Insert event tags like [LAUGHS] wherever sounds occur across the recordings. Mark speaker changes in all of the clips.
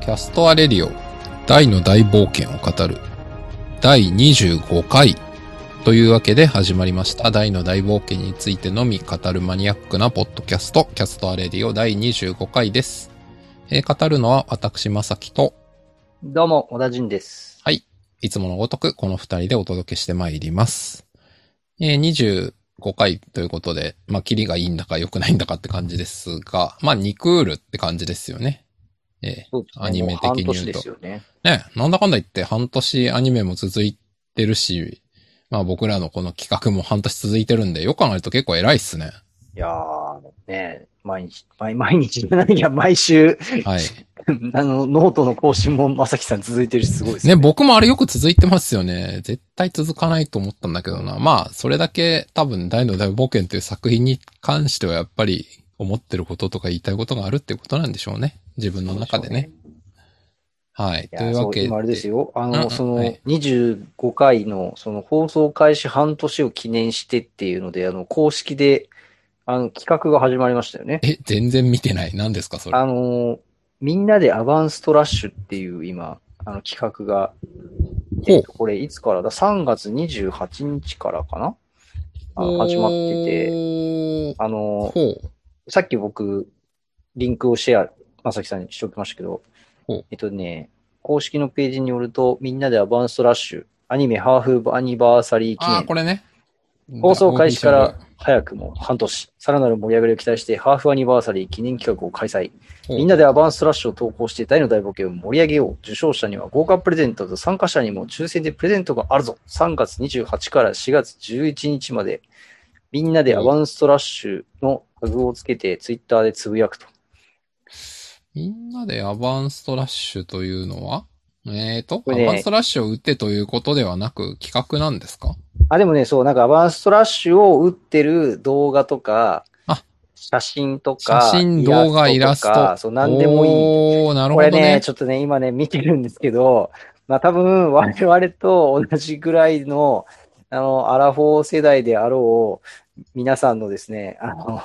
Speaker 1: キャストアレディオ大の大冒険を語る第25回というわけで始まりました大の大冒険についてのみ語るマニアックなポッドキャストキャストアレディオ第25回です、えー語るのは私まさきと
Speaker 2: どうも、小田陣です。
Speaker 1: いつものごとくこの二人でお届けしてまいります。えー25回ということで、まあ、キリがいいんだか良くないんだかって感じですが、まあ、2クールって感じですよね。えー
Speaker 2: そうですね
Speaker 1: アニメ的に言うと
Speaker 2: も半年ですよね。
Speaker 1: ね、なんだかんだ言って半年アニメも続いてるし、まあ僕らのこの企画も半年続いてるんで、よく考えると結構偉いっすね。
Speaker 2: いやー、ね毎日、毎毎日 [LAUGHS] じゃないや、毎週、 [LAUGHS]
Speaker 1: はい。
Speaker 2: あの、ノートの更新もまさきさん続いてるし、すごいです
Speaker 1: ね、
Speaker 2: ね。
Speaker 1: 僕もあれよく続いてますよね。絶対続かないと思ったんだけどな。まあ、それだけ多分大の大冒険という作品に関してはやっぱり思ってることとか言いたいことがあるってことなんでしょうね。自分の中でね。。はい。
Speaker 2: い
Speaker 1: と
Speaker 2: や
Speaker 1: いう
Speaker 2: ー、そ
Speaker 1: わ
Speaker 2: う、
Speaker 1: けで
Speaker 2: 今あれです。よ。あ
Speaker 1: うんう
Speaker 2: の、
Speaker 1: ん
Speaker 2: その
Speaker 1: はい、
Speaker 2: 25回の、その、放送開始半年を記念してっていうので、あの、公式で、あの、企画が始まりましたよね。
Speaker 1: え、全然見てない。何ですか、それ。
Speaker 2: あのー、みんなでアバンストラッシュっていう、今、あの、企画が、
Speaker 1: ほう
Speaker 2: えっとこれいつからだ ?3 月28日からかなあの始まって
Speaker 1: て。
Speaker 2: て、あのー、
Speaker 1: ほう。
Speaker 2: さっき僕、リンクをシェア、まさきさんにしておきましたけど
Speaker 1: ほう、
Speaker 2: えっとね、公式のページによると、みんなでアバンストラッシュ、アニメハーフアニバーサリー記
Speaker 1: ああ、
Speaker 2: 念
Speaker 1: こ、れね。
Speaker 2: 放送開始か
Speaker 1: オフィシャ
Speaker 2: ら
Speaker 1: ル
Speaker 2: 早くも半年、さらなる盛り上がりを期待して、ハーフアニバーサリー記念企画を開催。
Speaker 1: ほう
Speaker 2: みんなでアバンストラッシュを投稿して大の大冒険を盛り上げよう。受賞者には豪華プレゼントと参加者にも抽選でプレゼントがあるぞ。3月28から4月11日まで、みんなでアバンストラッシュのタグをつけてツイッターでつぶやくと。
Speaker 1: みんなでアバンストラッシュというのはえーと、
Speaker 2: これね
Speaker 1: アバンストラッシュを打ってということではなく企画なんですか
Speaker 2: あ、でもね、そう、なんかアバンストラッシュを打ってる動画とか
Speaker 1: あ、
Speaker 2: 写真と
Speaker 1: 写
Speaker 2: か、
Speaker 1: 真、動画、イラス
Speaker 2: とか
Speaker 1: ト。
Speaker 2: そう、なんでもいい。
Speaker 1: おー、なるほ
Speaker 2: こ
Speaker 1: ど
Speaker 2: れ
Speaker 1: ね
Speaker 2: ね、。ちょっとね、今ね、見てるんですけど、まあ多分、我々と同じぐらいの、あの、アラフォー世代であろう、皆さんのですね、あの、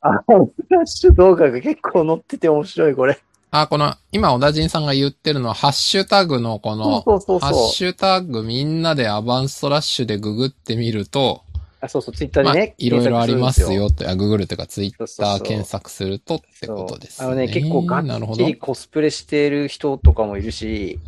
Speaker 2: あの、フラッシュ動画が結構載ってて面白い、これ。
Speaker 1: あ、この、今、小田人さんが言ってるのは、ハッシュタグのこ
Speaker 2: そう
Speaker 1: の、
Speaker 2: そうそう
Speaker 1: ハッ
Speaker 2: そう。
Speaker 1: シュタグみんなでアバンストラッシュでググってみると、
Speaker 2: あそうそう、ツイッター
Speaker 1: ま
Speaker 2: で
Speaker 1: あ
Speaker 2: ね、、
Speaker 1: いろいろあります
Speaker 2: 検索
Speaker 1: よって、あ、ググるというか、ツイッ
Speaker 2: そ
Speaker 1: タ
Speaker 2: うそうそう
Speaker 1: ー検索するとってことです、
Speaker 2: そうあのね、結構が
Speaker 1: なる
Speaker 2: っ
Speaker 1: ほ
Speaker 2: ち
Speaker 1: ど
Speaker 2: りコスプレしてる人とかもいるし、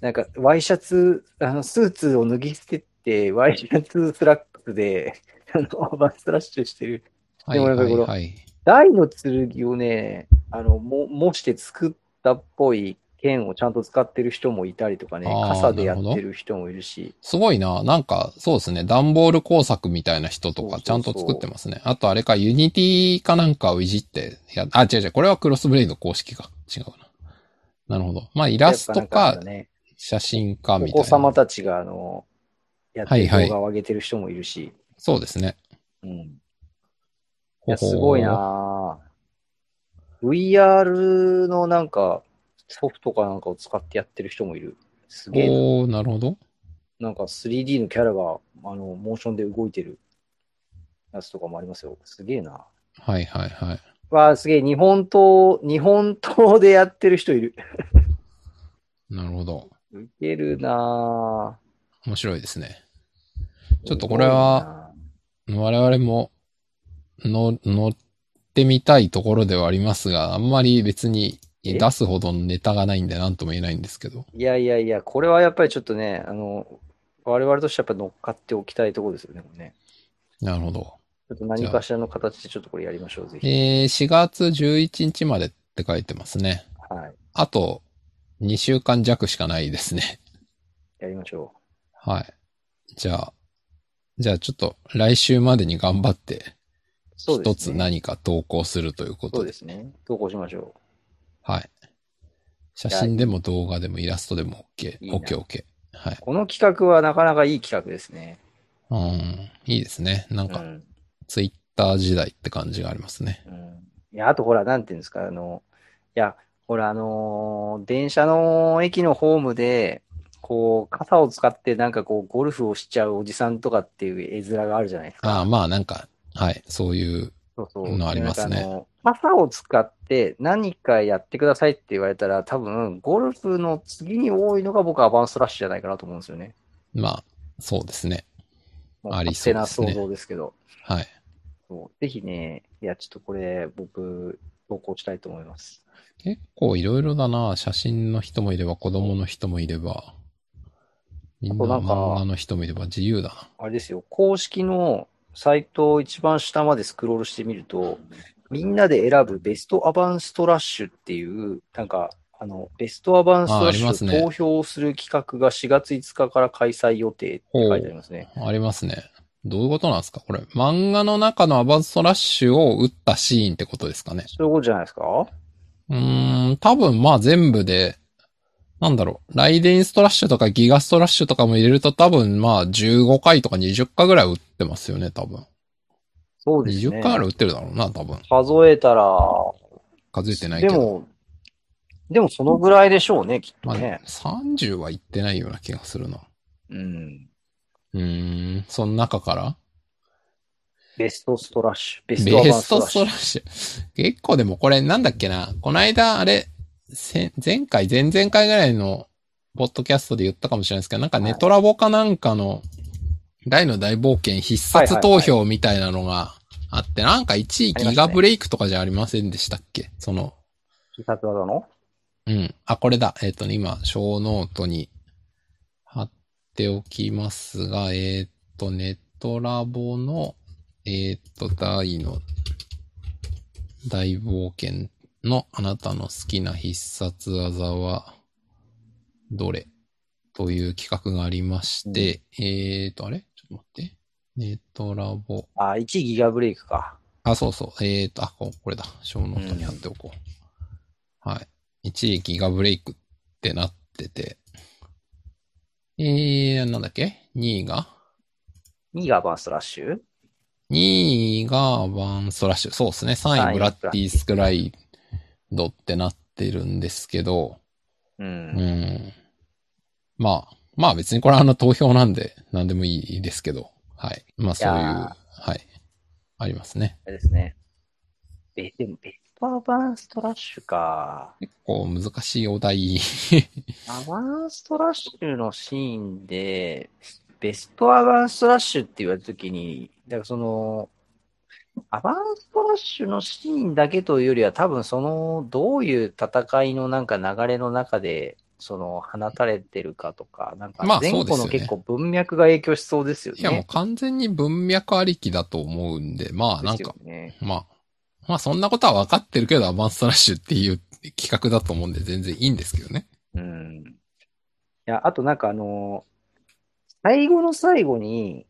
Speaker 2: なんか、ワイシャツ、あの、スーツを脱ぎ捨てて、ワイシャツスラックで、あの、バストラッシュしてる
Speaker 1: はい
Speaker 2: でもなんか
Speaker 1: はい
Speaker 2: この
Speaker 1: はい。
Speaker 2: 大の剣をね、あの、も、模して作ったっぽい剣をちゃんと使ってる人もいたりとかね
Speaker 1: あー、
Speaker 2: 傘でやってる人もいるし、
Speaker 1: すごいな。なんか、そうですね。段ボール工作みたいな人と
Speaker 2: そうそ
Speaker 1: か、
Speaker 2: うそう
Speaker 1: ちゃんと作ってますね。あと、あれか、ユニティかなんかをいじってや、あ、違う違う。これはクロスブレイド公式か。違うな。なるほど。まあ、イラスト
Speaker 2: やっぱなんあ
Speaker 1: か
Speaker 2: の、ね、
Speaker 1: 写真か、
Speaker 2: お
Speaker 1: みたい
Speaker 2: 子
Speaker 1: な。
Speaker 2: 様たちが、あの、やってる
Speaker 1: はいはい
Speaker 2: 動画を上げてる人もいるし、
Speaker 1: そうですね。
Speaker 2: うん。いや、すごい
Speaker 1: ほほ
Speaker 2: なぁ VR のなんか、ソフトかなんかを使ってやってる人もいる。すげえな。
Speaker 1: おー、なるほど。
Speaker 2: なんか 3D のキャラが、あの、モーションで動いてるやつとかもありますよ。すげえな
Speaker 1: はいはいはい。
Speaker 2: わあ、すげえ、日本刀、日本刀でやってる人いる。
Speaker 1: なるほど。
Speaker 2: ウケるな
Speaker 1: 面白いですね。
Speaker 2: ぁ
Speaker 1: ちょっとこれは、我々も、の、乗ってみたいところではありますが、あんまり別に
Speaker 2: え
Speaker 1: 出すほどのネタがないんで、なんとも言えないんですけど。
Speaker 2: すごいないやいやいや、これはやっぱりちょっとね、あの、我々としてはやっぱ乗っかっておきたいところですよね、これね。
Speaker 1: なるほど。
Speaker 2: ちょっと何かしらの形でちょっとこれやりましょう、ぜひ。
Speaker 1: えー、4月11日までって書いてますね。
Speaker 2: はい。
Speaker 1: あと、2週間弱しかないですね。 [LAUGHS]
Speaker 2: やりましょ
Speaker 1: はい。じゃあ、じゃあちょっと来週までに頑張って、
Speaker 2: う。そうで
Speaker 1: 一
Speaker 2: す
Speaker 1: つ
Speaker 2: ね。
Speaker 1: 何か投稿するというこ
Speaker 2: そ
Speaker 1: と
Speaker 2: う
Speaker 1: で。
Speaker 2: ですね。投稿しましょ
Speaker 1: はい。写真でも動画でもイラストでも OK。
Speaker 2: いいな。。
Speaker 1: OK、OK。はいう
Speaker 2: この企画はなかなかいい企画ですね。
Speaker 1: うん。いいですね。なん
Speaker 2: う
Speaker 1: か、
Speaker 2: ん。
Speaker 1: ツイッター時代って感じがありますね。
Speaker 2: うんいや、あとほら、なんていうんですか、あの、いや、ほら、あのー電車の駅のホームで、こう、傘を使ってなんかこう、ゴルフをしちゃうおじさんとかっていう絵面があるじゃないですか。
Speaker 1: ああ、まあなんか、はい。そういう、
Speaker 2: そうそう。
Speaker 1: のありますね
Speaker 2: でなんかあの傘を使っで、何かやってくださいって言われたら、多分、ゴルフの次に多いのが僕はアバンストラッシュじゃないかなと思うんですよね。
Speaker 1: まあ、そうですね。
Speaker 2: もう
Speaker 1: あり
Speaker 2: 勝
Speaker 1: そう
Speaker 2: 手
Speaker 1: で
Speaker 2: な
Speaker 1: すね
Speaker 2: 想像ですけど。
Speaker 1: はい。
Speaker 2: そうぜひね、いや、ちょっとこれ、僕、投稿したいと思います。
Speaker 1: 結構いろいろだな。写真の人もいれば、子供の人もいれば、みんな
Speaker 2: あとなんか
Speaker 1: 漫画の人もいれば自由だな。
Speaker 2: あれですよ、公式のサイトを一番下までスクロールしてみると、みんなで選ぶベストアバンストラッシュっていう、なんか、あの、ベストアバンストラッシ
Speaker 1: ああります
Speaker 2: ュ
Speaker 1: ね
Speaker 2: を投票する企画が4月5日から開催予定って書いてありますね。
Speaker 1: ありますね。どういうことなんですかこれ、漫画の中のアバンストラッシュを打ったシーンってことですかね。
Speaker 2: そういうことじゃないですか
Speaker 1: うーん、多分まあ全部で、なんだろう、ライデンストラッシュとかギガストラッシュとかも入れると多分まあ15回とか20回ぐらい打ってますよね、多分。
Speaker 2: そうです
Speaker 1: 20
Speaker 2: ね。
Speaker 1: 回ぐらい打ってるだろうな、多分。
Speaker 2: 数えたら、
Speaker 1: 数えてないけ
Speaker 2: で
Speaker 1: ど。
Speaker 2: も、でもそのぐらいでしょうね、きっと
Speaker 1: まあ、
Speaker 2: ね。
Speaker 1: 30はいってないような気がするな。
Speaker 2: うん。
Speaker 1: うーん、その中から
Speaker 2: ベストストラッシュ。ベ
Speaker 1: ベ
Speaker 2: ストアバン
Speaker 1: ス
Speaker 2: スト
Speaker 1: ト
Speaker 2: ラッ
Speaker 1: ス
Speaker 2: シ
Speaker 1: ト
Speaker 2: ュ
Speaker 1: ラッ。シュ。結構でもこれなんだっけな。この間あれ、せ前回、前々回ぐらいのポッドキャストで言ったかもしれないですけど、なんかネトラボかなんかの大の大冒険必殺投票みたいなのがあって、なんか1位
Speaker 2: ありま
Speaker 1: ギ
Speaker 2: した
Speaker 1: ガ
Speaker 2: ね
Speaker 1: ブレイクとかじゃありませんでしたっけその、
Speaker 2: 必殺技の
Speaker 1: うん。あ、これだ。えっ、とね、今、小ノートに貼っておきますが、えっ、と、ネットラボの、えっ、と、大の、大冒険のあなたの好きな必殺技は、どれという企画がありまして、えっ、と、あれちょっと待って。ネットラボ。
Speaker 2: あ、1ギガブレイクか。
Speaker 1: あ、そうそう。えーと、あ、ここれだ。小ノートに貼っておこう。はい。1位ギガブレイクってなってて。えー、なんだっけ ?2 位が
Speaker 2: 2がアバンストラッシュ
Speaker 1: ?2 位がバンストラッシュ。そうですね。3
Speaker 2: 三
Speaker 1: 位
Speaker 2: 位
Speaker 1: ブラッディスクライドってなってるんですけど。
Speaker 2: う。
Speaker 1: うんん。まあ、まあ別にこれはあの投票なんで何でもいいですけど。はい。まあそういう、
Speaker 2: いや
Speaker 1: はい。ありますね。
Speaker 2: あれですね。え、でも、ベストアバンストラッシュか。
Speaker 1: 結構難しいお題。
Speaker 2: アバンストラッシュのシーンで、ベストアバンストラッシュって言われたときに、だからその、アバンストラッシュのシーンだけというよりは、多分その、どういう戦いのなんか流れの中で、その、放たれてるかとか、なんか
Speaker 1: まあ、
Speaker 2: 前後
Speaker 1: そ
Speaker 2: の
Speaker 1: うですよね
Speaker 2: 結構文脈が影響しそうですよね。
Speaker 1: いや、もう完全に文脈ありきだと思うんで、まあ、なん
Speaker 2: です
Speaker 1: か
Speaker 2: よ、ね。
Speaker 1: まあ、まあ、そんなことは分かってるけど、アバンストラッシュっていう企画だと思うんで、全然いいんですけどね。
Speaker 2: うん。いや、あとなんかあのー最後の最後に、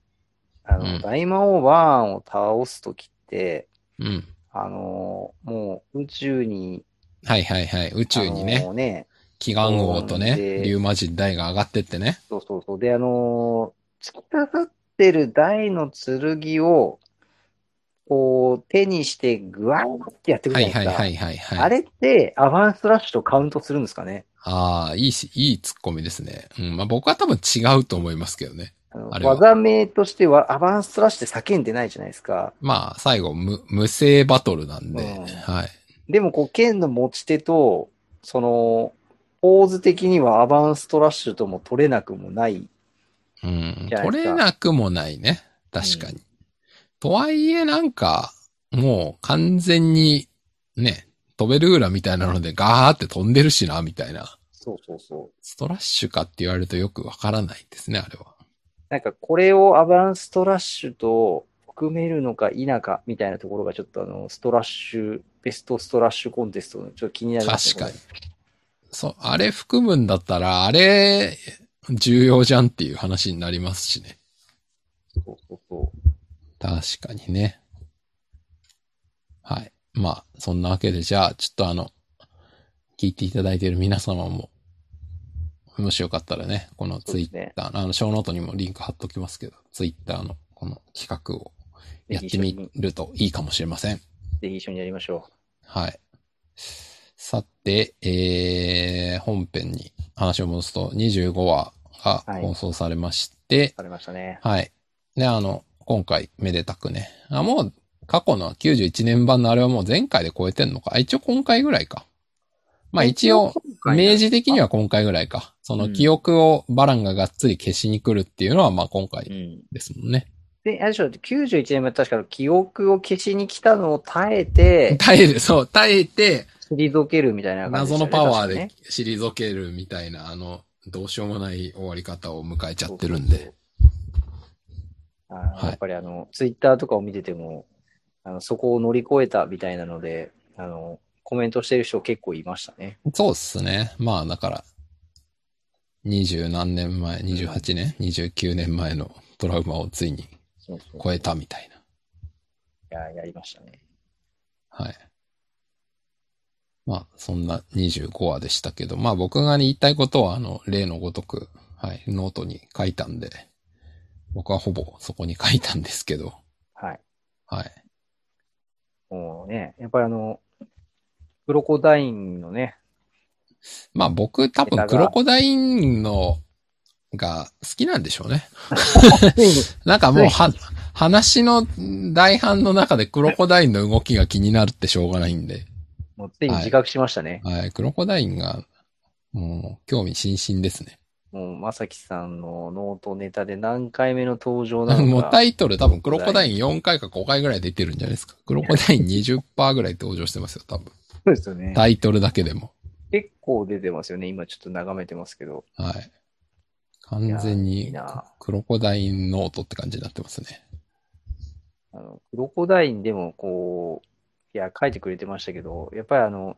Speaker 2: あの、
Speaker 1: うん
Speaker 2: 大魔王バーンを倒すときって、
Speaker 1: うん。
Speaker 2: あのーもう宇宙に、
Speaker 1: はいはいはい。宇宙に
Speaker 2: あ
Speaker 1: ね、
Speaker 2: のーね、
Speaker 1: 祈願王とね、
Speaker 2: で
Speaker 1: リュウマ人大が上がってってね。
Speaker 2: そうそうそう。で、あのー突き刺さってる大の剣を、こう、手にして、ぐわーってやってく
Speaker 1: は
Speaker 2: る
Speaker 1: い
Speaker 2: じゃな
Speaker 1: はいい
Speaker 2: ですか。
Speaker 1: はいはいはい。
Speaker 2: あれって、アバンストラッシュとカウントするんですかね
Speaker 1: ああ、いいし、いいツッコミですね。うん。まあ僕は多分違うと思いますけどね。
Speaker 2: あの
Speaker 1: あれは
Speaker 2: 技名としては、アバンストラッシュって叫んでないじゃないですか。
Speaker 1: まあ、最後、無、無声バトルなんで、
Speaker 2: うん
Speaker 1: はい。
Speaker 2: でもこう剣の持ち手と、その、ポーズ的にはアバンストラッシュとも取れなくもない。
Speaker 1: うん。
Speaker 2: じゃないですか
Speaker 1: 取れなくもないね。確かに。とはいえ、なんか、もう完全に、ね、飛べる裏みたいなのでガーって飛んでるしな、みたいな。
Speaker 2: そうそうそう。
Speaker 1: ストラッシュかって言われるとよくわからないですね、あれは。
Speaker 2: なんかこれをアバンストラッシュと含めるのか否かみたいなところがちょっとあの、ストラッシュ、ベストストラッシュコンテストのちょっと気になります
Speaker 1: 確
Speaker 2: ね。
Speaker 1: かに。そう、あれ含むんだったら、あれ、重要じゃんっていう話になりますしね。
Speaker 2: に。そうそうそ
Speaker 1: 確かにね。はい。まあ、そんなわけで、じゃあ、ちょっとあの、聞いていただいている皆様も、もしよかったらね、このツイッ
Speaker 2: そうですね
Speaker 1: ター、あの、ショーノートにもリンク貼っときますけど、ツイッターのこの企画を
Speaker 2: ぜ
Speaker 1: やっ
Speaker 2: ひ
Speaker 1: て
Speaker 2: 一緒に
Speaker 1: みるといいかもしれません。
Speaker 2: う。ぜひ一緒にやりましょ
Speaker 1: はい。さて、えー、本編に話を戻すと、25話が
Speaker 2: はい
Speaker 1: 放送されまして、
Speaker 2: う。されましたね。
Speaker 1: はい。で、あの、今回、めでたくね。あもう、過去の91年版のあれはもう前回で超えてんのか。あ一応今回ぐらいか。まあ一応、明示的には今回ぐらいか。その記憶をバランががっつり消しに来るっていうのはまあ今
Speaker 2: う
Speaker 1: 回
Speaker 2: ん。
Speaker 1: ですもんね。
Speaker 2: で、あれでしょ、91年も確か記憶を消しに来たのを耐えて、
Speaker 1: 耐える、そう、耐えて、
Speaker 2: 退けるみたいな感じ、
Speaker 1: 謎のパワーで。退けるみたいな、あの、どうしようもない終わり方を迎えちゃってるんで。
Speaker 2: あ
Speaker 1: はい
Speaker 2: ーやっぱりあの、ツイッターとかを見てても、あのそこを乗り越えたみたいなので、あの、コメントしてる人結構いましたね。
Speaker 1: そうっすね。まあだから、二十何年前、28年、29年前のトラウマをついに
Speaker 2: そうそう。
Speaker 1: 超えたみたいな。
Speaker 2: いや、やりましたね。
Speaker 1: はい。まあ、そんな25話でしたけど、まあ僕が言いたいことは、あの、例のごとく、はい、ノートに書いたんで、僕はほぼそこに書いたんですけど、
Speaker 2: はい。
Speaker 1: はい。
Speaker 2: もうね、やっぱりあの、クロコダイン
Speaker 1: [LAUGHS]
Speaker 2: のね、
Speaker 1: まあ僕多
Speaker 2: ネ
Speaker 1: 分
Speaker 2: タが
Speaker 1: クロコダインのが好きなんでしょうね。なんかもうは、話の大半の中でクロコダインの動きが気になるってしょうがないんで、
Speaker 2: もうついに自覚しましたね。
Speaker 1: はい、クロコダインが、もう、興味津々ですね。
Speaker 2: もう、まさきさんのノートネタで何回目の登場な
Speaker 1: [LAUGHS]
Speaker 2: のか。
Speaker 1: もうタイトル多分クロコダイン4回か5回ぐらい出てるんじゃないですか。クロコダイン20%ぐらい登場してますよ、多分。
Speaker 2: そうですよね。
Speaker 1: タイトルだけでも。
Speaker 2: 結構出てますよね。今ちょっと眺めてますけど。
Speaker 1: はい。完全
Speaker 2: いやいい
Speaker 1: に
Speaker 2: な
Speaker 1: クロコダインノートって感じになってますね。
Speaker 2: あの、クロコダインでもこう、いや、書いてくれてましたけど、やっぱりあの、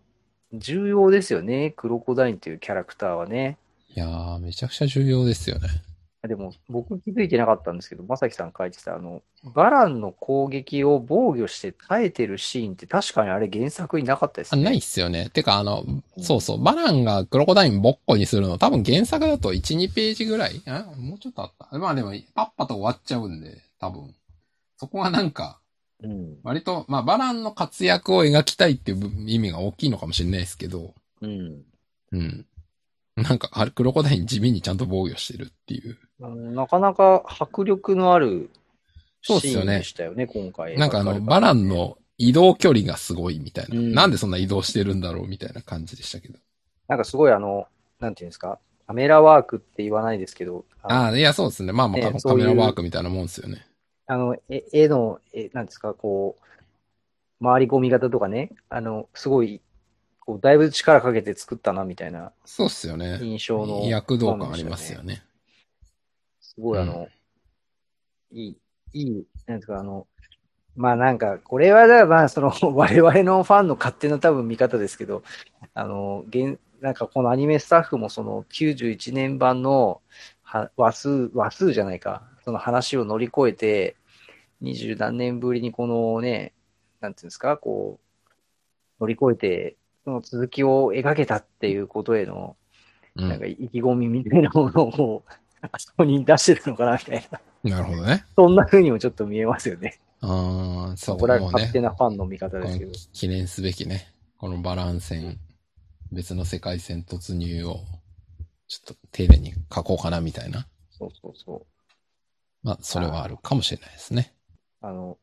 Speaker 2: 重要ですよね。クロコダインというキャラクターはね。
Speaker 1: いやー、めちゃくちゃ重要ですよね。
Speaker 2: でも、僕気づいてなかったんですけど、まさきさん書いてた、あの、バランの攻撃を防御して耐えてるシーンって確かにあれ原作になかったです
Speaker 1: あ
Speaker 2: ね。
Speaker 1: ないっすよね。てか、あの、そうそう、バランがクロコダインぼっこにするの、多分原作だと1、2ページぐらいんもうちょっとあった。まあでも、パッパと終わっちゃうんで、多分。そこはなんか、
Speaker 2: うん。
Speaker 1: 割と、まあ、バランの活躍を描きたいっていう意味が大きいのかもしれないですけど、
Speaker 2: うん。
Speaker 1: うん。なんか、あれ、クロコダイン地味にちゃんと防御してるっていう。
Speaker 2: あのなかなか迫力のあるシ
Speaker 1: そうっす
Speaker 2: ー
Speaker 1: よね
Speaker 2: ンでしたよね、今回。
Speaker 1: なんかあ
Speaker 2: 描
Speaker 1: の、
Speaker 2: れた
Speaker 1: バランの移動距離がすごいみたいな。
Speaker 2: うん
Speaker 1: なんでそんな移動してるんだろうみたいな感じでしたけど。
Speaker 2: なんかすごいあの、なんていうんですか、カメラワークって言わないですけど、
Speaker 1: あ
Speaker 2: の
Speaker 1: あ、いや、そうですね。まあまあ、
Speaker 2: ね
Speaker 1: 多分
Speaker 2: そ
Speaker 1: カ
Speaker 2: うい
Speaker 1: メ
Speaker 2: う
Speaker 1: ラワークみたいなもんですよね。
Speaker 2: あの、え絵の、え、なんですか、こう、回り込み型とかね、あの、すごい、こう、だいぶ力かけて作ったな、みたいな
Speaker 1: そうっすよね。
Speaker 2: 印象の
Speaker 1: 躍動感ありますよ
Speaker 2: 場面でし
Speaker 1: ね。
Speaker 2: たね。すごい、あの、いい、いい、なんですか、あの、まあなんか、これは、だからまあ、その、 [LAUGHS] 我々のファンの勝手な多分見方ですけど、あの、現、なんかこのアニメスタッフもその91年版のは話数、話数じゃないか、その話を乗り越えて、二十何年ぶりにこのね、なんていうんですか、こう、乗り越えて、その続きを描けたっていうことへの、
Speaker 1: うん
Speaker 2: なんか意気込みみたいなものをこう、あそこに出してたのかなみたいな。
Speaker 1: なるほどね。
Speaker 2: そんな風にもちょっと見えますよね。
Speaker 1: ああ、そう
Speaker 2: これは
Speaker 1: もう
Speaker 2: 勝
Speaker 1: ね
Speaker 2: 手。なファンの見方
Speaker 1: こ
Speaker 2: ですけ
Speaker 1: の
Speaker 2: ど。
Speaker 1: 記念すべきね。このバラン戦、別の世界線突入を、ちょっと丁寧に書こうかなみたいな。
Speaker 2: そうそうそう。
Speaker 1: まあ、それはあるかもしれないですね。
Speaker 2: あの、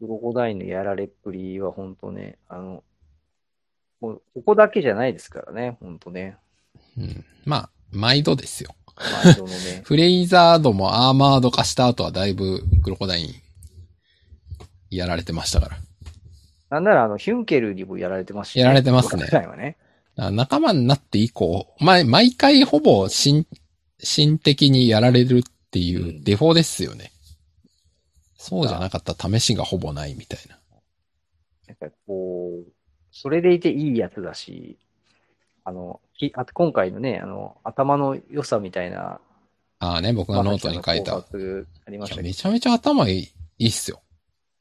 Speaker 2: クロコダインのやられっぷりは本当ね、あの、もうここだけじゃないですからね、本当ね。
Speaker 1: うん。まあ、毎度ですよ。
Speaker 2: 毎度のね
Speaker 1: [LAUGHS] 。フレイザードもアーマード化した後はだいぶクロコダインやられてましたから。
Speaker 2: なんならあの、ヒュンケルにもやられてますし、
Speaker 1: やられてますね
Speaker 2: クロコダインはね。
Speaker 1: だから仲間になって以降、まあ、毎回ほぼ心、心的にやられるっていうデフォですよね。そうじゃなかったら試しがほぼないみたいな。
Speaker 2: なんかこう、それでいていいやつだし、あの、きあと今回のね、あの、頭の良さみたいな、
Speaker 1: ああね、僕がノートに書いた。
Speaker 2: まさきさんの考察ありまし
Speaker 1: いや、
Speaker 2: たけど
Speaker 1: めちゃめちゃ頭いいいいっすよ。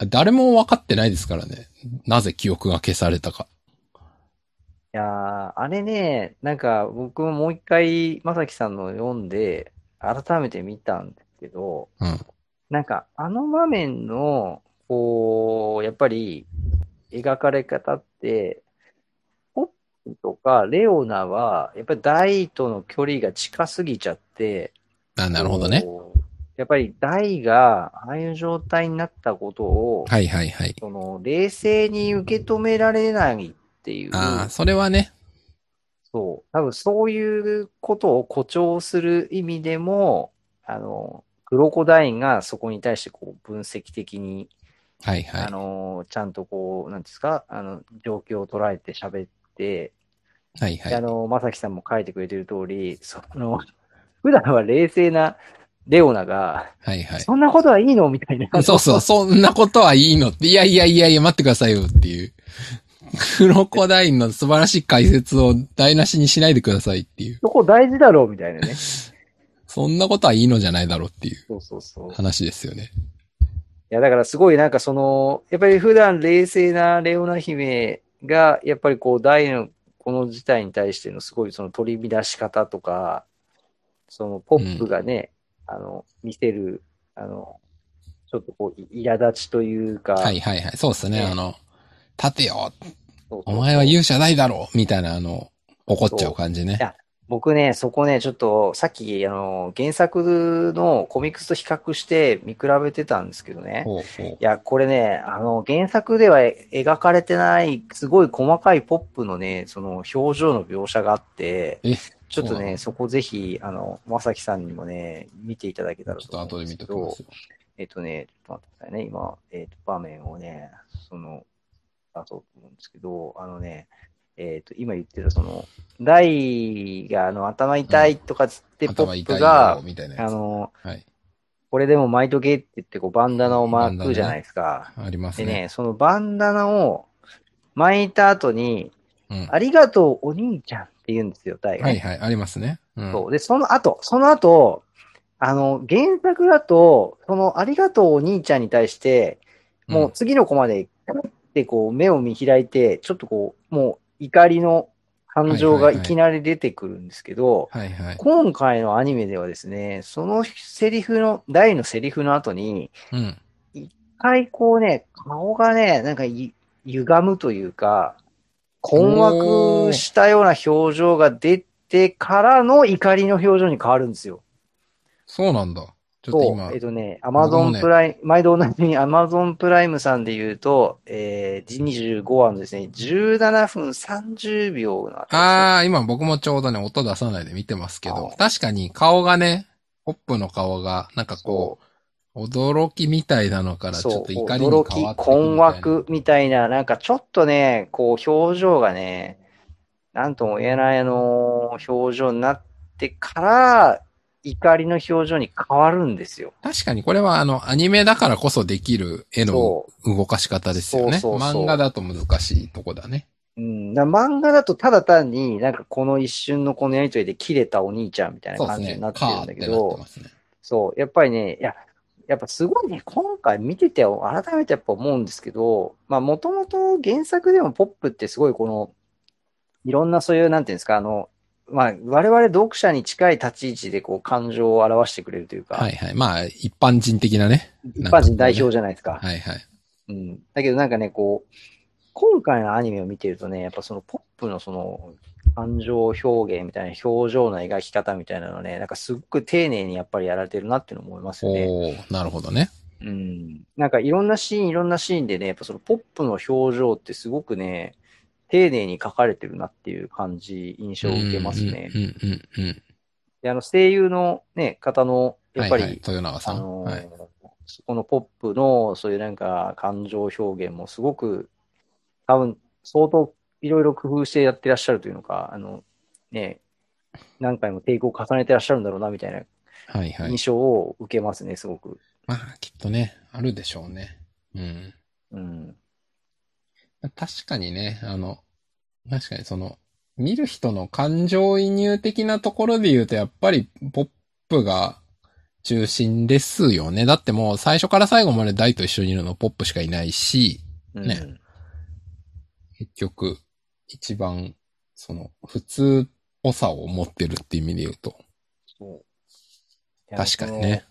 Speaker 1: 誰も分かってないですからね。なぜ記憶が消されたか。
Speaker 2: いやー、あれね、なんか僕ももう一回、まさきさんの読んで、改めて見たんですけど、
Speaker 1: うん。
Speaker 2: なんかあの場面の、こう、やっぱり描かれ方って、ポップとかレオナは、やっぱりダイとの距離が近すぎちゃって、
Speaker 1: あなるほどね。
Speaker 2: こうやっぱり大が、ああいう状態になったことを、
Speaker 1: はいはいはい。
Speaker 2: その、冷静に受け止められないっていう、
Speaker 1: ああ、それはね。
Speaker 2: そう、多分そういうことを誇張する意味でも、あの、クロコダインがそこに対してこう分析的に、
Speaker 1: はいはい
Speaker 2: あ。の、ちゃんとこう、なんていうんですか、あの、状況を捉えて喋って、
Speaker 1: はい
Speaker 2: で
Speaker 1: は
Speaker 2: あ
Speaker 1: い。
Speaker 2: の、まさきさんも書いてくれてる通り、その、 [LAUGHS] 普段は冷静なレオナが、
Speaker 1: はいはい。
Speaker 2: そんなことはいいの
Speaker 1: [LAUGHS]
Speaker 2: みたいな。
Speaker 1: そうそう、そんなことはいいのって、いやいやいやいや、待ってくださいよって
Speaker 2: [LAUGHS]
Speaker 1: いう。クロコダインの素晴らしい解説を台無しにしないでくださいっていう。
Speaker 2: そこ大事だろうみたいなね。
Speaker 1: そんなことはいいのじゃないだろうっていう
Speaker 2: そうそうそう。い
Speaker 1: 話ですよね。
Speaker 2: や、だからすごいなんかその、やっぱり普段冷静なレオナ姫が、やっぱりこう、大のこの事態に対してのすごいその取り乱し方とか、そのポップがね、あの、見せる、あの、ちょっとこう、苛立ちというか、
Speaker 1: はいはいはい。そうですね。
Speaker 2: ね
Speaker 1: あの、立てよ
Speaker 2: そうそう
Speaker 1: お前は勇者ないだろうみたいな、あの、怒っちゃう感じね
Speaker 2: そう。僕ね、そこね、ちょっと、さっき、あの、原作のコミックスと比較して見比べてたんですけどね。
Speaker 1: ほうほ
Speaker 2: いや、これね、あの、原作では描かれてない、すごい細かいポップのね、その表情の描写があって
Speaker 1: え、
Speaker 2: ちょっと
Speaker 1: そ
Speaker 2: ね、
Speaker 1: うなの
Speaker 2: そこぜひ、あの、まさきさんにもね、見ていただけた
Speaker 1: う。
Speaker 2: ら
Speaker 1: ちょっと
Speaker 2: 思
Speaker 1: 後
Speaker 2: うん
Speaker 1: です見
Speaker 2: け
Speaker 1: と
Speaker 2: ど
Speaker 1: きます。
Speaker 2: えっとね、ちょっと待ってくださいね。今、えっと、場面をね、その、だと思うんですけど、あのね、えっと、今言ってた、その、大が、あの、頭痛いとかつって、ポ
Speaker 1: 頭
Speaker 2: ッ
Speaker 1: 痛
Speaker 2: プ
Speaker 1: いだろ
Speaker 2: が
Speaker 1: う、みたいな
Speaker 2: あ
Speaker 1: や
Speaker 2: の、
Speaker 1: つ。はい。
Speaker 2: これでも毎時って言って、こう、バンダナを巻
Speaker 1: バンダナ
Speaker 2: く
Speaker 1: ね
Speaker 2: じゃないですか。
Speaker 1: あります
Speaker 2: で
Speaker 1: ね。
Speaker 2: ね、そのバンダナを巻いた後に、
Speaker 1: うん。
Speaker 2: ありがとうお兄ちゃんって言うんですよ、大が
Speaker 1: は
Speaker 2: ね。
Speaker 1: いはい。ありますね。うん。
Speaker 2: そう。で、その後、その後、あの、原作だと、その、ありがとうお兄ちゃんに対して、もう次の子まで、でこう、目を見開いて、ちょっとこう、もう怒りの感情が
Speaker 1: はいはい
Speaker 2: い
Speaker 1: はい
Speaker 2: きなり出てくるんですけど、
Speaker 1: うん。はいはい。
Speaker 2: 今回のアニメではですね、そのセリフの、大のセリフの後に、
Speaker 1: うん。
Speaker 2: 一回こうね、顔がね、なんかい歪むというか、困惑したような表情が出てからの怒りの表情に変わるんですよ。
Speaker 1: そうなんだ。ちょっと
Speaker 2: そ
Speaker 1: 今
Speaker 2: う。えっ、とね、アマ
Speaker 1: 僕
Speaker 2: ゾ
Speaker 1: も
Speaker 2: ン
Speaker 1: ね
Speaker 2: プライム、毎度おなじみアマゾンプライムさんで言うと、えー、25話のですね、17分30秒のあた
Speaker 1: ああ、今僕もちょうどね、音出さないで見てますけど
Speaker 2: あ、
Speaker 1: 確かに顔がね、ホップの顔が、なんか
Speaker 2: りですね
Speaker 1: こう、驚きみたいなのから、ち
Speaker 2: そう
Speaker 1: ょっと怒りに変わっ
Speaker 2: 驚
Speaker 1: てくみた
Speaker 2: き、
Speaker 1: いな
Speaker 2: 困。惑みたいな、なんかちょっとね、こう表情がね、なんとも言えないあの表情になってから、怒りの表情に変わるんですよ。
Speaker 1: 確かにこれはあの、アニメだからこそできる絵の
Speaker 2: そ
Speaker 1: 動かし方ですよね。
Speaker 2: そうそうそ
Speaker 1: 漫
Speaker 2: う
Speaker 1: 画だと難しいとこだね。
Speaker 2: う。うん、だから漫画だとただ単になんかこの一瞬のこのやりとりで切れたお兄ちゃんみたい
Speaker 1: そ
Speaker 2: な
Speaker 1: うです
Speaker 2: 感じ
Speaker 1: ね。
Speaker 2: になって
Speaker 1: カ
Speaker 2: る
Speaker 1: ー
Speaker 2: ん
Speaker 1: っ
Speaker 2: だけ
Speaker 1: てなって
Speaker 2: ど、
Speaker 1: ますね。
Speaker 2: そう、やっぱりね、いや、やっぱすごいね、今回見てて、改めてやっぱ思うんですけど、まあ、もともと原作でもポップってすごいこの、いろんなそういう、なんていうんですか、あの、まあ、我々読者に近い立ち位置でこう、感情を表してくれるというか、
Speaker 1: はいはい。まあ、一般人的なね。
Speaker 2: 一般人代表じゃないですか。
Speaker 1: はいはい。
Speaker 2: うん。だけどなんかね、こう、今回のアニメを見てるとね、やっぱそのポップのその感情表現みたいな表情の描き方みたいなのね、なんかすっごい丁寧にやっぱりやられてるなっていうの思いますよね。
Speaker 1: おおなるほどね。
Speaker 2: うんなんかいろんなシーン、いろんなシーンでね、やっぱそのポップの表情ってすごくね、丁寧に書かれてるなっていう感じ、印象を受けますね
Speaker 1: う。んうんうんうん。
Speaker 2: で、あの声優のね、方の、やっぱり、
Speaker 1: はいはい、豊永さ
Speaker 2: あ
Speaker 1: ん。
Speaker 2: のー
Speaker 1: はい。
Speaker 2: そこのポップのそういうなんか感情表現もすごく、多分相当いろいろ工夫してやってらっしゃるというのか、あの、ね、何回もテイクを重ねてらっしゃるんだろうなみたい
Speaker 1: はいは。
Speaker 2: ない印象を受けますね、すごく。
Speaker 1: まあ、きっとね、あるでしょうね。うん。
Speaker 2: うん。
Speaker 1: 確かにね、あの、確かにその、見る人の感情移入的なところで言うと、やっぱりポップが中心ですよね。だってもう最初から最後まで大と一緒にいるのポップしかいないし、
Speaker 2: うん
Speaker 1: ね結局、一番、その、普通っぽさを持ってるっていう意味で言うと、
Speaker 2: そう
Speaker 1: 確かにね。。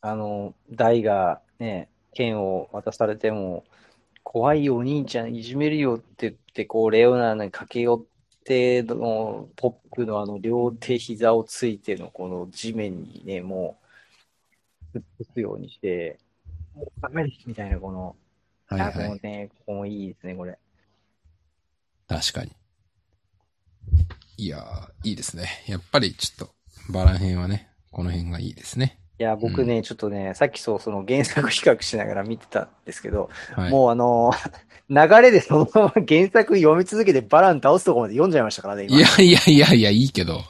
Speaker 2: あの、大がね、剣を渡されても、怖いよお兄ちゃんいじめるよって言って、こう、レオナに駆け寄っての、ポップのあの両手膝をついてのこの地面にね、もう、打つようにして、もうダメですみたいな、この、
Speaker 1: はい
Speaker 2: あこ
Speaker 1: は
Speaker 2: の
Speaker 1: い。
Speaker 2: ね、ここもいいですね、これ。
Speaker 1: 確かに。いやー、いいですね。やっぱりちょっと、バラ編はね、この辺がいいですね。
Speaker 2: いや、僕ね、ちょっとね、さっきそう、その原作比較しながら見てたんですけど、
Speaker 1: はい。
Speaker 2: もうあのー [LAUGHS] 流れでそのまま原作読み続けてバラン倒すとこまで読んじゃいましたからね、今。
Speaker 1: いやいやいやいや、いいけど、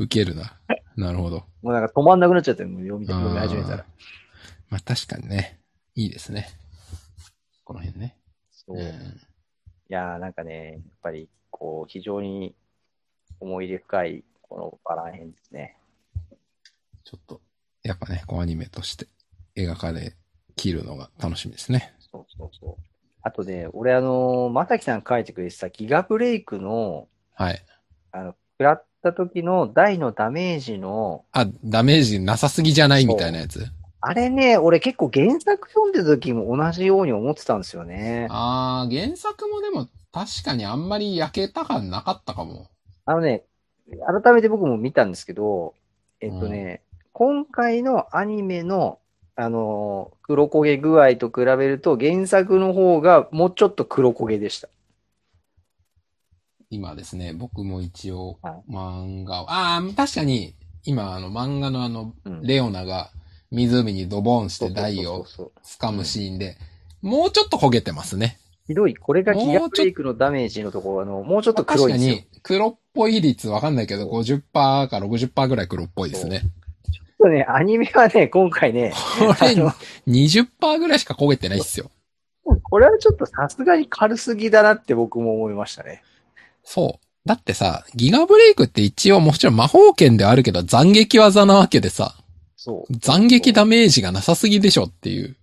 Speaker 1: ウケるな。なるほど。
Speaker 2: もうなんか止まんなくなっちゃって、もう読み読み
Speaker 1: あ
Speaker 2: 始
Speaker 1: ー
Speaker 2: めたら。
Speaker 1: まあ確かにね、いいですね。この辺ね。
Speaker 2: そう。
Speaker 1: う
Speaker 2: い
Speaker 1: ん
Speaker 2: やーなんかね、やっぱり、こう、非常に思い入れ深い、このバラン編ですね。
Speaker 1: ちょっと、やっぱね、こうアニメとして描かれ切るのが楽しみですね。
Speaker 2: そうそうそう。あとね、俺あのー、まさきさん書いてくれてたギガブレイクの、
Speaker 1: はい。
Speaker 2: あの、食らった時の大のダメージの、
Speaker 1: あ、ダメージなさすぎじゃないみたいなやつ。
Speaker 2: あれね、俺結構原作読んでた時も同じように思ってたんですよね。
Speaker 1: あー、原作もでも確かにあんまり焼けた感なかったかも。
Speaker 2: あのね、改めて僕も見たんですけど、えっとね、今回のアニメの、あのー黒焦げ具合と比べると、原作の方がもうちょっと黒焦げでした。
Speaker 1: 今ですね、僕も一応
Speaker 2: はい
Speaker 1: 漫画を、あー、確かに今あの漫画のあの、
Speaker 2: うん、
Speaker 1: レオナが湖にドボンして台
Speaker 2: そう
Speaker 1: を
Speaker 2: そうそうそう
Speaker 1: 掴むシーンで、もうちょっと焦げてますね。
Speaker 2: ひどい。これがギガ
Speaker 1: もう
Speaker 2: ブ
Speaker 1: ちょ
Speaker 2: レイクのダメージのところ、あの、もうちょっと
Speaker 1: 確
Speaker 2: 黒い
Speaker 1: か
Speaker 2: んですよ。
Speaker 1: に、黒っぽい率わかんないけど、50%か60%ぐらい黒っぽいですね。
Speaker 2: そうね、アニメはね、今回ね、
Speaker 1: これ、20%ぐらいしか焦げてないっすよ。
Speaker 2: これはちょっとさすがに軽すぎだなって僕も思いましたね。
Speaker 1: そう。だってさ、ギガブレイクって一応もちろん魔法剣ではあるけど、斬撃技なわけでさ、
Speaker 2: そう。
Speaker 1: 斬撃ダメージがなさすぎでしょっていう。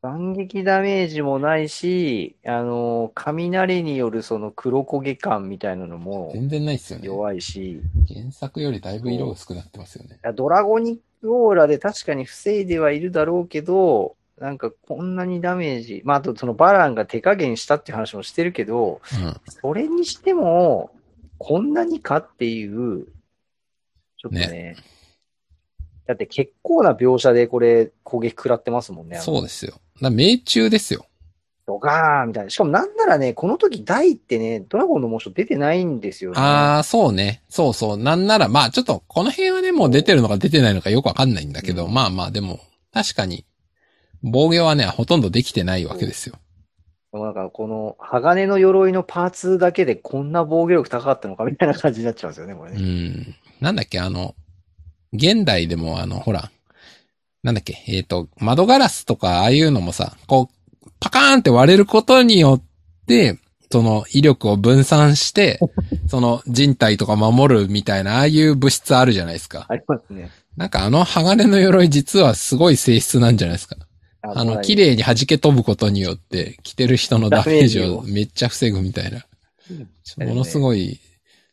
Speaker 2: 斬撃ダメージもないし、あの、雷によるその黒焦げ感みたいなのも
Speaker 1: 全然ないっすよね。
Speaker 2: 弱いし、
Speaker 1: 原作よりだいぶ色薄くなってますよね。
Speaker 2: ドラゴニックオーラで確かに防いではいるだろうけど、なんかこんなにダメージ、まあ、あとそのバランが手加減したって話もしてるけど、
Speaker 1: うん。
Speaker 2: それにしても、こんなにかっていう、ちょっとね。だって結構な描写でこれ攻撃食らってますもんね。あの
Speaker 1: そうですよ。だから命中ですよ。
Speaker 2: ドガーンみたいな。しかもなんならね、この時大ってね、ドラゴンの紋章出てないんですよね。
Speaker 1: あー、そうね。そうそう。なんなら、まあちょっと、この辺はね、もう出てるのか出てないのかよくわかんないんだけど、
Speaker 2: うん
Speaker 1: まあまあでも、確かに、防御はね、ほとんどできてないわけですよ。
Speaker 2: もうなんかこの鋼の鎧のパーツだけでこんな防御力高かったのかみたいな感じになっちゃうんですよね、これ
Speaker 1: う
Speaker 2: ね。
Speaker 1: ん。なんだっけ、あの、現代でもあの、ほら、なんだっけ、えっ、と、窓ガラスとか、ああいうのもさ、こう、パカーンって割れることによって、その威力を分散 [LAUGHS] して、その人体とか守るみたいな、ああいう物質あるじゃないですか。
Speaker 2: ありますね。
Speaker 1: なんかあの鋼の鎧実はすごい性質なんじゃないですか。あの、綺
Speaker 2: 麗。
Speaker 1: 麗に弾け飛ぶことによって、着てる人のダメージをめっちゃ防ぐみたいな。ものすごい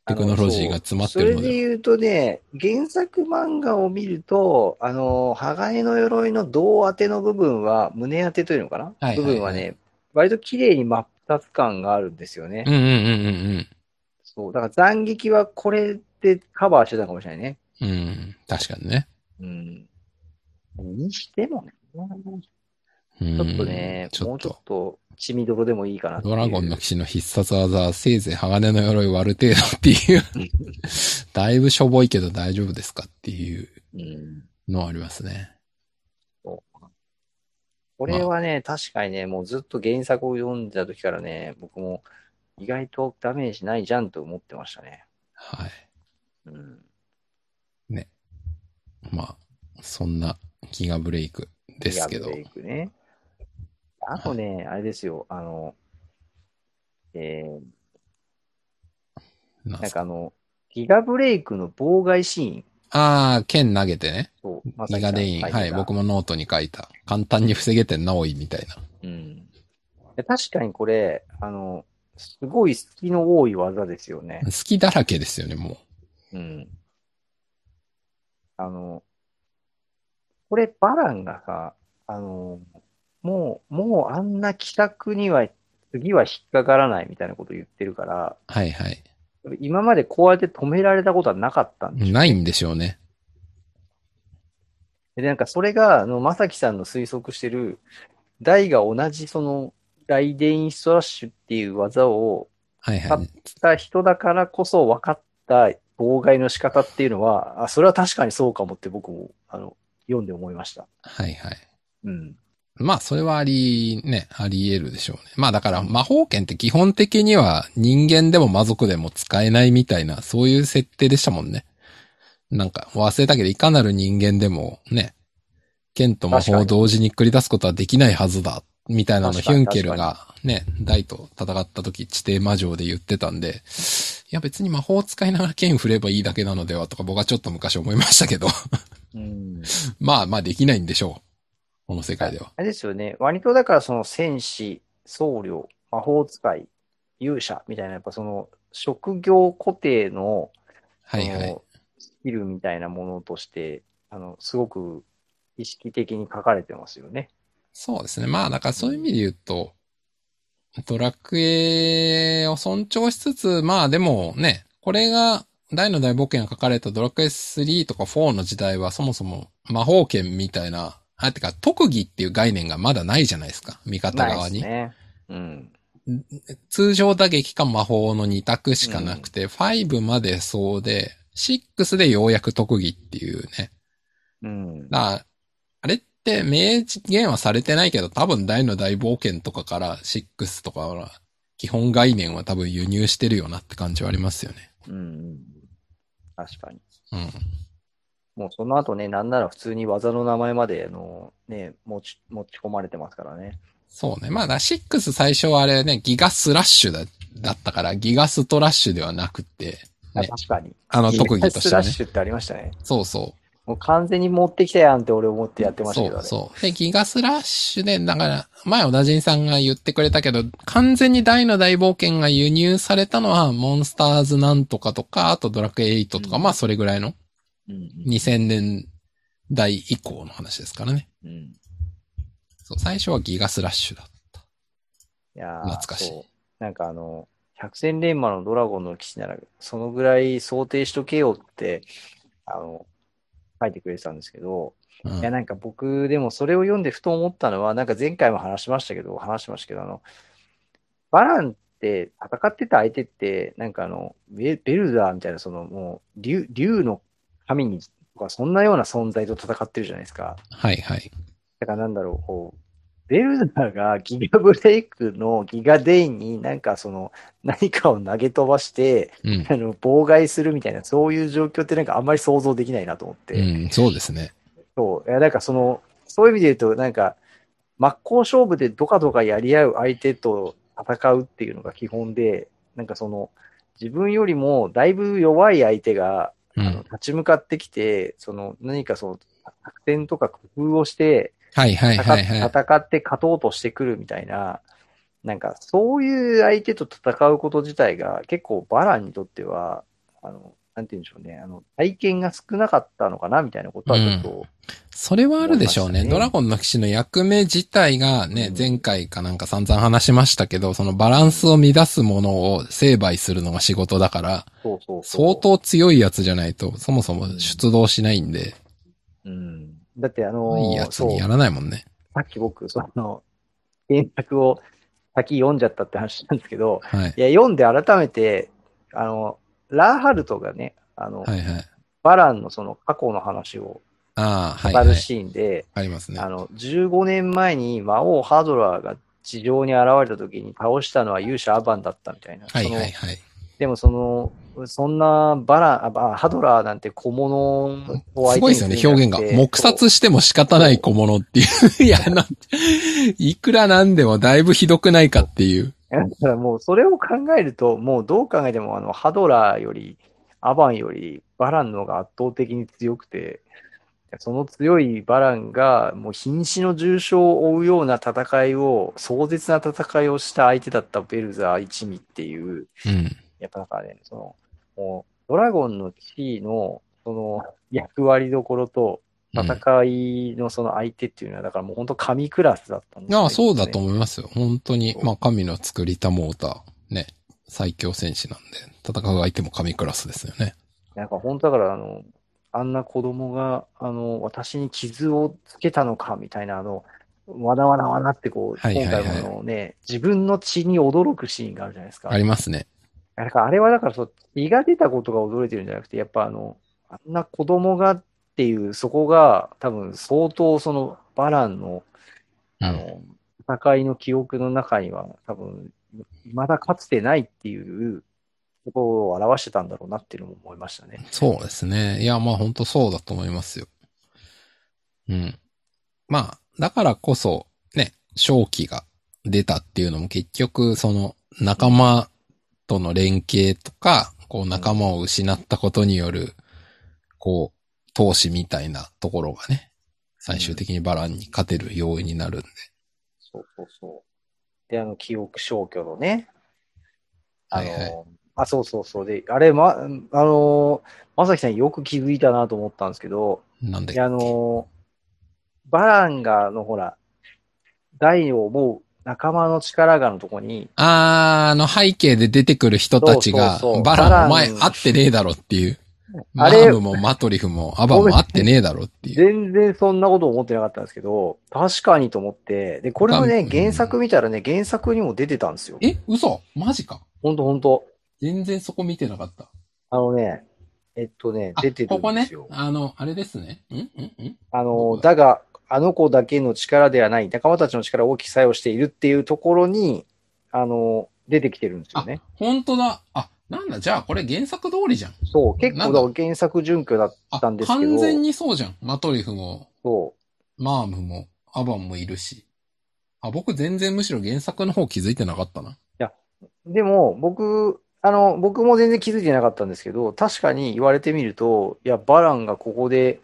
Speaker 1: テクノロジーが詰まってるの
Speaker 2: あそうそれで
Speaker 1: で。
Speaker 2: 言うとね、原作漫画を見ると、あの、鋼の鎧の胴当ての部分は、胸当てというのかな、
Speaker 1: はいはいはい
Speaker 2: 部分はね、割と綺麗に真っ二つ感があるんですよね。
Speaker 1: うんうんうん
Speaker 2: そう、だから斬撃はこれでカバーしてたかもしれないね。
Speaker 1: うんうん。うん、確かにね。
Speaker 2: うん。にしてもね、ち
Speaker 1: ち
Speaker 2: ょっとね、
Speaker 1: ちょ
Speaker 2: も
Speaker 1: っ
Speaker 2: うちょっ
Speaker 1: と。
Speaker 2: と血みどろでもいいかなってい
Speaker 1: ド
Speaker 2: う
Speaker 1: ラゴンの騎士の必殺技はせいぜい鋼の鎧割る程度って
Speaker 2: [LAUGHS]
Speaker 1: いう。だいぶしょぼいけど大丈夫ですかっていう
Speaker 2: うん。
Speaker 1: のはありますね。
Speaker 2: これはね、確かにね、もうずっと原作を読んでた時からね、僕も意外とダメージないじゃんと思ってましたね。
Speaker 1: はい。
Speaker 2: うん。
Speaker 1: まあ、そんなギガブレイクですけど
Speaker 2: ギガ。ブレイクね。あとね、あれですよ、あの、えー、
Speaker 1: なん
Speaker 2: なん
Speaker 1: すか
Speaker 2: かあの、ギガブレイクの妨害シーン。
Speaker 1: ああ、剣投げてね。
Speaker 2: そう、ま
Speaker 1: ギ
Speaker 2: さき
Speaker 1: ガ
Speaker 2: さん
Speaker 1: デイン。
Speaker 2: 書いてた
Speaker 1: はい、僕もノートに書いた。簡単に防げてんな、おい、みたいな。
Speaker 2: うん、で確かにこれ、あの、すごい隙の多い技ですよね。
Speaker 1: 好きだらけですよね、も
Speaker 2: うん。あの、これ、バランがさ、あの、もう、もうあんな帰宅には、次は引っかからないみたいなこと言ってるから、
Speaker 1: う。はいはい。
Speaker 2: 今までこうやって止められたことはなかったんでしょ
Speaker 1: ないんでしょうね。
Speaker 2: で、なんかそれが、あの、まさきさんの推測してる、大が同じその、ライデインストラッシュっていう技を
Speaker 1: はい
Speaker 2: あ
Speaker 1: はい。
Speaker 2: した人だからこそ分かった妨害の仕方っていうのは、あ、それは確かにそうかもって僕も、あの、読んで思いました。
Speaker 1: はいはい。
Speaker 2: うん。
Speaker 1: まあ、それはあり、ね、あり得るでしょうね。まあ、だから、魔法剣って基本的には人間でも魔族でも使えないみたいな、そういう設定でしたもんね。なんか、忘れたけど、いかなる人間でもね、剣と魔法を同時に繰り出すことはできないはずだ、みたいなのを
Speaker 2: 確
Speaker 1: ヒ
Speaker 2: か
Speaker 1: ュ
Speaker 2: に
Speaker 1: ンケルがね、大と戦った時、地底魔女で言ってたんで、いや別に魔法を使いながら剣振ればいいだけなのではとか僕はちょっと昔思いましたけど、 [LAUGHS]
Speaker 2: うん。
Speaker 1: まあまあできないんでしょう。この世界では。
Speaker 2: あれですよね。割とだからその戦士、僧侶、魔法使い、勇者みたいな、やっぱその職業固定の、
Speaker 1: はいは
Speaker 2: そ
Speaker 1: い
Speaker 2: の。スキルみたいなものとして、あの、すごく意識的に書かれてますよね。
Speaker 1: そうですね。まあ、だからそういう意味で言うと、ドラクエを尊重しつつ、まあでもね、これが、大の大冒険が書かれたドラクエ3とか4の時代はそもそも魔法剣みたいな、あ、てか特技っていう概念がまだないじゃないですか。味方
Speaker 2: ない
Speaker 1: 側
Speaker 2: です
Speaker 1: に。
Speaker 2: ね。うん。
Speaker 1: 通常打撃か魔法の2択しかなくて、5までそうで、6でようやく特技っていうね。
Speaker 2: う
Speaker 1: だか
Speaker 2: ん。
Speaker 1: らあれって明言はされてないけど、多分大の大冒険とかから6とかは、基本概念は多分輸入してるよなって感じはありますよね。
Speaker 2: うんうん。確かに。
Speaker 1: うん。
Speaker 2: もうその後ね、なんなら普通に技の名前まで、あの、ね、持ち、持ち込まれてますからね。
Speaker 1: そうね。まあ、だ6最初はあれね、ギガスラッシュだだったから、ギガストラッシュではなくて、
Speaker 2: あ
Speaker 1: ね
Speaker 2: 確かに。
Speaker 1: あの特技とし
Speaker 2: ス
Speaker 1: て
Speaker 2: ラ
Speaker 1: は
Speaker 2: ッ
Speaker 1: ね。
Speaker 2: シュってありましたね。
Speaker 1: そうそう。
Speaker 2: もう完全に持ってきたやんって俺思ってやってましたけどね。
Speaker 1: そうそう。で、ギガスラッシュで、だから、前小田人さんが言ってくれたけど、完全に大の大冒険が輸入されたのは、モンスターズなんとかとか、あとドラクエ8とか、
Speaker 2: うん
Speaker 1: まあそれぐらいの
Speaker 2: うん
Speaker 1: 2000年代以降の話ですからね。
Speaker 2: うん。うん。
Speaker 1: そう、最初はギガスラッシュだ。
Speaker 2: いやー
Speaker 1: 懐かしい
Speaker 2: そうなんかあの、百戦錬磨のドラゴンの騎士なら、そのぐらい想定しとけよって、あの、書いてくれてたんですけど、
Speaker 1: うん
Speaker 2: いや、なんか僕、でもそれを読んでふと思ったのは、なんか前回も話しましたけど、話しましたけど、あの、バランって戦ってた相手って、なんかあの、ベベルダーみたいな、そのもう、竜、竜の神に、とかそんなような存在と戦ってるじゃないですか。
Speaker 1: はいはい。
Speaker 2: だからなんだろう、こう、ベルダーがギガブレイクのギガデインになんかその、何かを投げ飛ばして、
Speaker 1: うん。
Speaker 2: あの、妨害するみたいな、そういう状況ってなんかあんまり想像できないなと思って。
Speaker 1: うん、そうですね。
Speaker 2: そう。いや、なんかその、そういう意味で言うと、なんか、真っ向勝負でどかどかやり合う相手と戦うっていうのが基本で、なんかその、自分よりもだいぶ弱い相手が、
Speaker 1: う
Speaker 2: あの
Speaker 1: ん。
Speaker 2: 立ち向かってきて、その、何かその、作戦とか工夫をして、
Speaker 1: はいはい
Speaker 2: 戦
Speaker 1: はいはい。
Speaker 2: 戦って勝とうとしてくるみたいな、なんか、そういう相手と戦うこと自体が、結構バランにとっては、あの、なんて言うんでしょうね、あの、体験が少なかったのかな、みたいなことはちょっと、
Speaker 1: それはあるでしょうね。
Speaker 2: 思いましたね
Speaker 1: ドラゴンの騎士の役目自体がね、
Speaker 2: うん
Speaker 1: 前回かなんか散々話しましたけど、そのバランスを乱すものを成敗するのが仕事だから、
Speaker 2: そうそうそう
Speaker 1: 相当強いやつじゃないと、そもそも出動しないんで、
Speaker 2: うん。だってあ
Speaker 1: いい
Speaker 2: の
Speaker 1: や
Speaker 2: ー、
Speaker 1: つ
Speaker 2: そう、
Speaker 1: にや
Speaker 2: さ
Speaker 1: らないもんね。
Speaker 2: っき僕、その、原作を先読んじゃったって話したんですけど、
Speaker 1: はい
Speaker 2: い。や、読んで改めて、あの、ラーハルトがね、あの、
Speaker 1: はいはい。
Speaker 2: バランのその過去の話を
Speaker 1: ああ、はい、
Speaker 2: 語
Speaker 1: はい。
Speaker 2: るシーンで、
Speaker 1: ありますね。
Speaker 2: あの、15年前に魔王ハドラーが地上に現れた時に倒したのは勇者アバンだったみたいな。
Speaker 1: はいは
Speaker 2: そ
Speaker 1: い
Speaker 2: の
Speaker 1: はい。
Speaker 2: でもその、そんなバランあば、ハドラーなんて小物を相手に
Speaker 1: すごいですよね、
Speaker 2: するん
Speaker 1: 表
Speaker 2: じゃ
Speaker 1: 現
Speaker 2: な
Speaker 1: が
Speaker 2: く。て
Speaker 1: 黙殺しても仕方ない小物って [LAUGHS] いう。いや、なんいくらなんでもだいぶひどくないかっていう。
Speaker 2: [LAUGHS] だからもうそれを考えると、もうどう考えてもあのハドラーよりアバンよりバランの方が圧倒的に強くて、その強いバランがもう瀕死の重傷を負うような戦いを、壮絶な戦いをした相手だったベルザー一味っていう、
Speaker 1: うん。
Speaker 2: やっぱなんかね、その、もうドラゴンの地位のその役割どころと
Speaker 1: うん
Speaker 2: 戦いのその相手っていうのは、だからもう本当神クラスだったんですね
Speaker 1: ああ、そうだと思いますよ。本当に。まあ、神の作りたもうた、ね、最強戦士なんで、戦う相手も神クラスですよね。
Speaker 2: なんか本当だから、あの、あんな子供が、あの、私に傷をつけたのか、みたいな、あの、わなわなわなってこう、
Speaker 1: はいはいはい
Speaker 2: 今回もあのね、自分の血に驚くシーンがあるじゃないですか。
Speaker 1: ありますね。
Speaker 2: だからあれはだからそう、胃が出たことが驚いてるんじゃなくて、やっぱあの、あんな子供がっていう、そこが多分相当そのバランの、
Speaker 1: う
Speaker 2: あ
Speaker 1: ん。
Speaker 2: の、戦いの記憶の中には多分、まだかつてないっていうところを表してたんだろうなっていうのも思いましたね。
Speaker 1: そうですね。いや、まあ本当そうだと思いますよ。うん。まあ、だからこそ、ね、正気が出たっていうのも結局、その仲間との連携とか、こう仲間を失ったことによる、こう、投資みたいなところがね、最終的にバランに勝てる要因になるんで。
Speaker 2: そうそうそう。で、あの、記憶消去のね、あの、
Speaker 1: はいはい
Speaker 2: あ、そうそうそう。で、あれ、ま、あの、まさきさんよく気づいたなと思ったんですけど、
Speaker 1: なんで
Speaker 2: いや、あのーバランが、あの、ほら、大を思う仲間の力がのとこに、
Speaker 1: あー、あの背景で出てくる人たちが
Speaker 2: そうそうそ、う
Speaker 1: バラン
Speaker 2: バラン
Speaker 1: お前会ってねえだろっていう。マ
Speaker 2: あれ
Speaker 1: ームもマトリフもアバも会ってねえだろっていう。
Speaker 2: 全然そんなこと思ってなかったんですけど、確かにと思って、で、これも
Speaker 1: う
Speaker 2: ね
Speaker 1: ん、
Speaker 2: 原作見たらね、原作にも出てたんですよ。
Speaker 1: え、嘘マジか。
Speaker 2: ほんとほんと。
Speaker 1: 全然そこ見てなかった。
Speaker 2: あのね、えっとね
Speaker 1: あ、
Speaker 2: 出てる
Speaker 1: こ
Speaker 2: ん
Speaker 1: こ
Speaker 2: で
Speaker 1: ね
Speaker 2: すよ。。
Speaker 1: あの、あれですね。んんん
Speaker 2: あの、だが、あの子だけの力ではない、仲間たちの力を大きく作用しているっていうところに、あの、出てきてるんですよ
Speaker 1: あ
Speaker 2: ね。、
Speaker 1: 本当だ。あ、なんだ、じゃあこれ原作通りじゃん。
Speaker 2: そう、結
Speaker 1: なん
Speaker 2: 構
Speaker 1: だ
Speaker 2: だから原作準拠だっ
Speaker 1: あ、
Speaker 2: たんですけど
Speaker 1: 完全にそうじゃん。マトリフも、
Speaker 2: そう。
Speaker 1: マームも、アバンもいるし。あ、僕全然むしろ原作の方気づいてなかったな。
Speaker 2: でも、僕、あの、僕も全然気づいてなかったんですけど、確かに言われてみると、いや、バランがここで、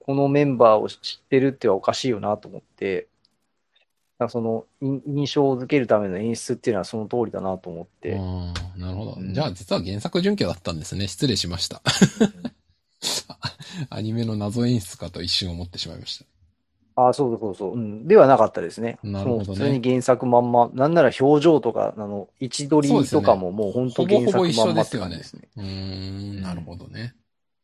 Speaker 2: このメンバーを知ってるってはおかしいよなと思って、だからその、い印象づけるための演出っていうのはその通りだなと思っ
Speaker 1: う
Speaker 2: て。
Speaker 1: んなるほど
Speaker 2: う。ん
Speaker 1: じゃあ実は原作準拠だったんですね。失礼しま
Speaker 2: [LAUGHS]
Speaker 1: した。アニメの謎演出かと一瞬思ってしまいました。
Speaker 2: ああ、そうそうそうそう、うん。ではなかったですね。
Speaker 1: なるほどね
Speaker 2: その普通に原作まんま、なんなら表情とか、あの、位置取りとかももう本当
Speaker 1: ほぼ
Speaker 2: 原
Speaker 1: ほぼ
Speaker 2: 作
Speaker 1: 一
Speaker 2: ま
Speaker 1: 緒
Speaker 2: んま
Speaker 1: で
Speaker 2: っ
Speaker 1: す
Speaker 2: て
Speaker 1: よね
Speaker 2: 感じですね。
Speaker 1: うーん、なるほどね。
Speaker 2: い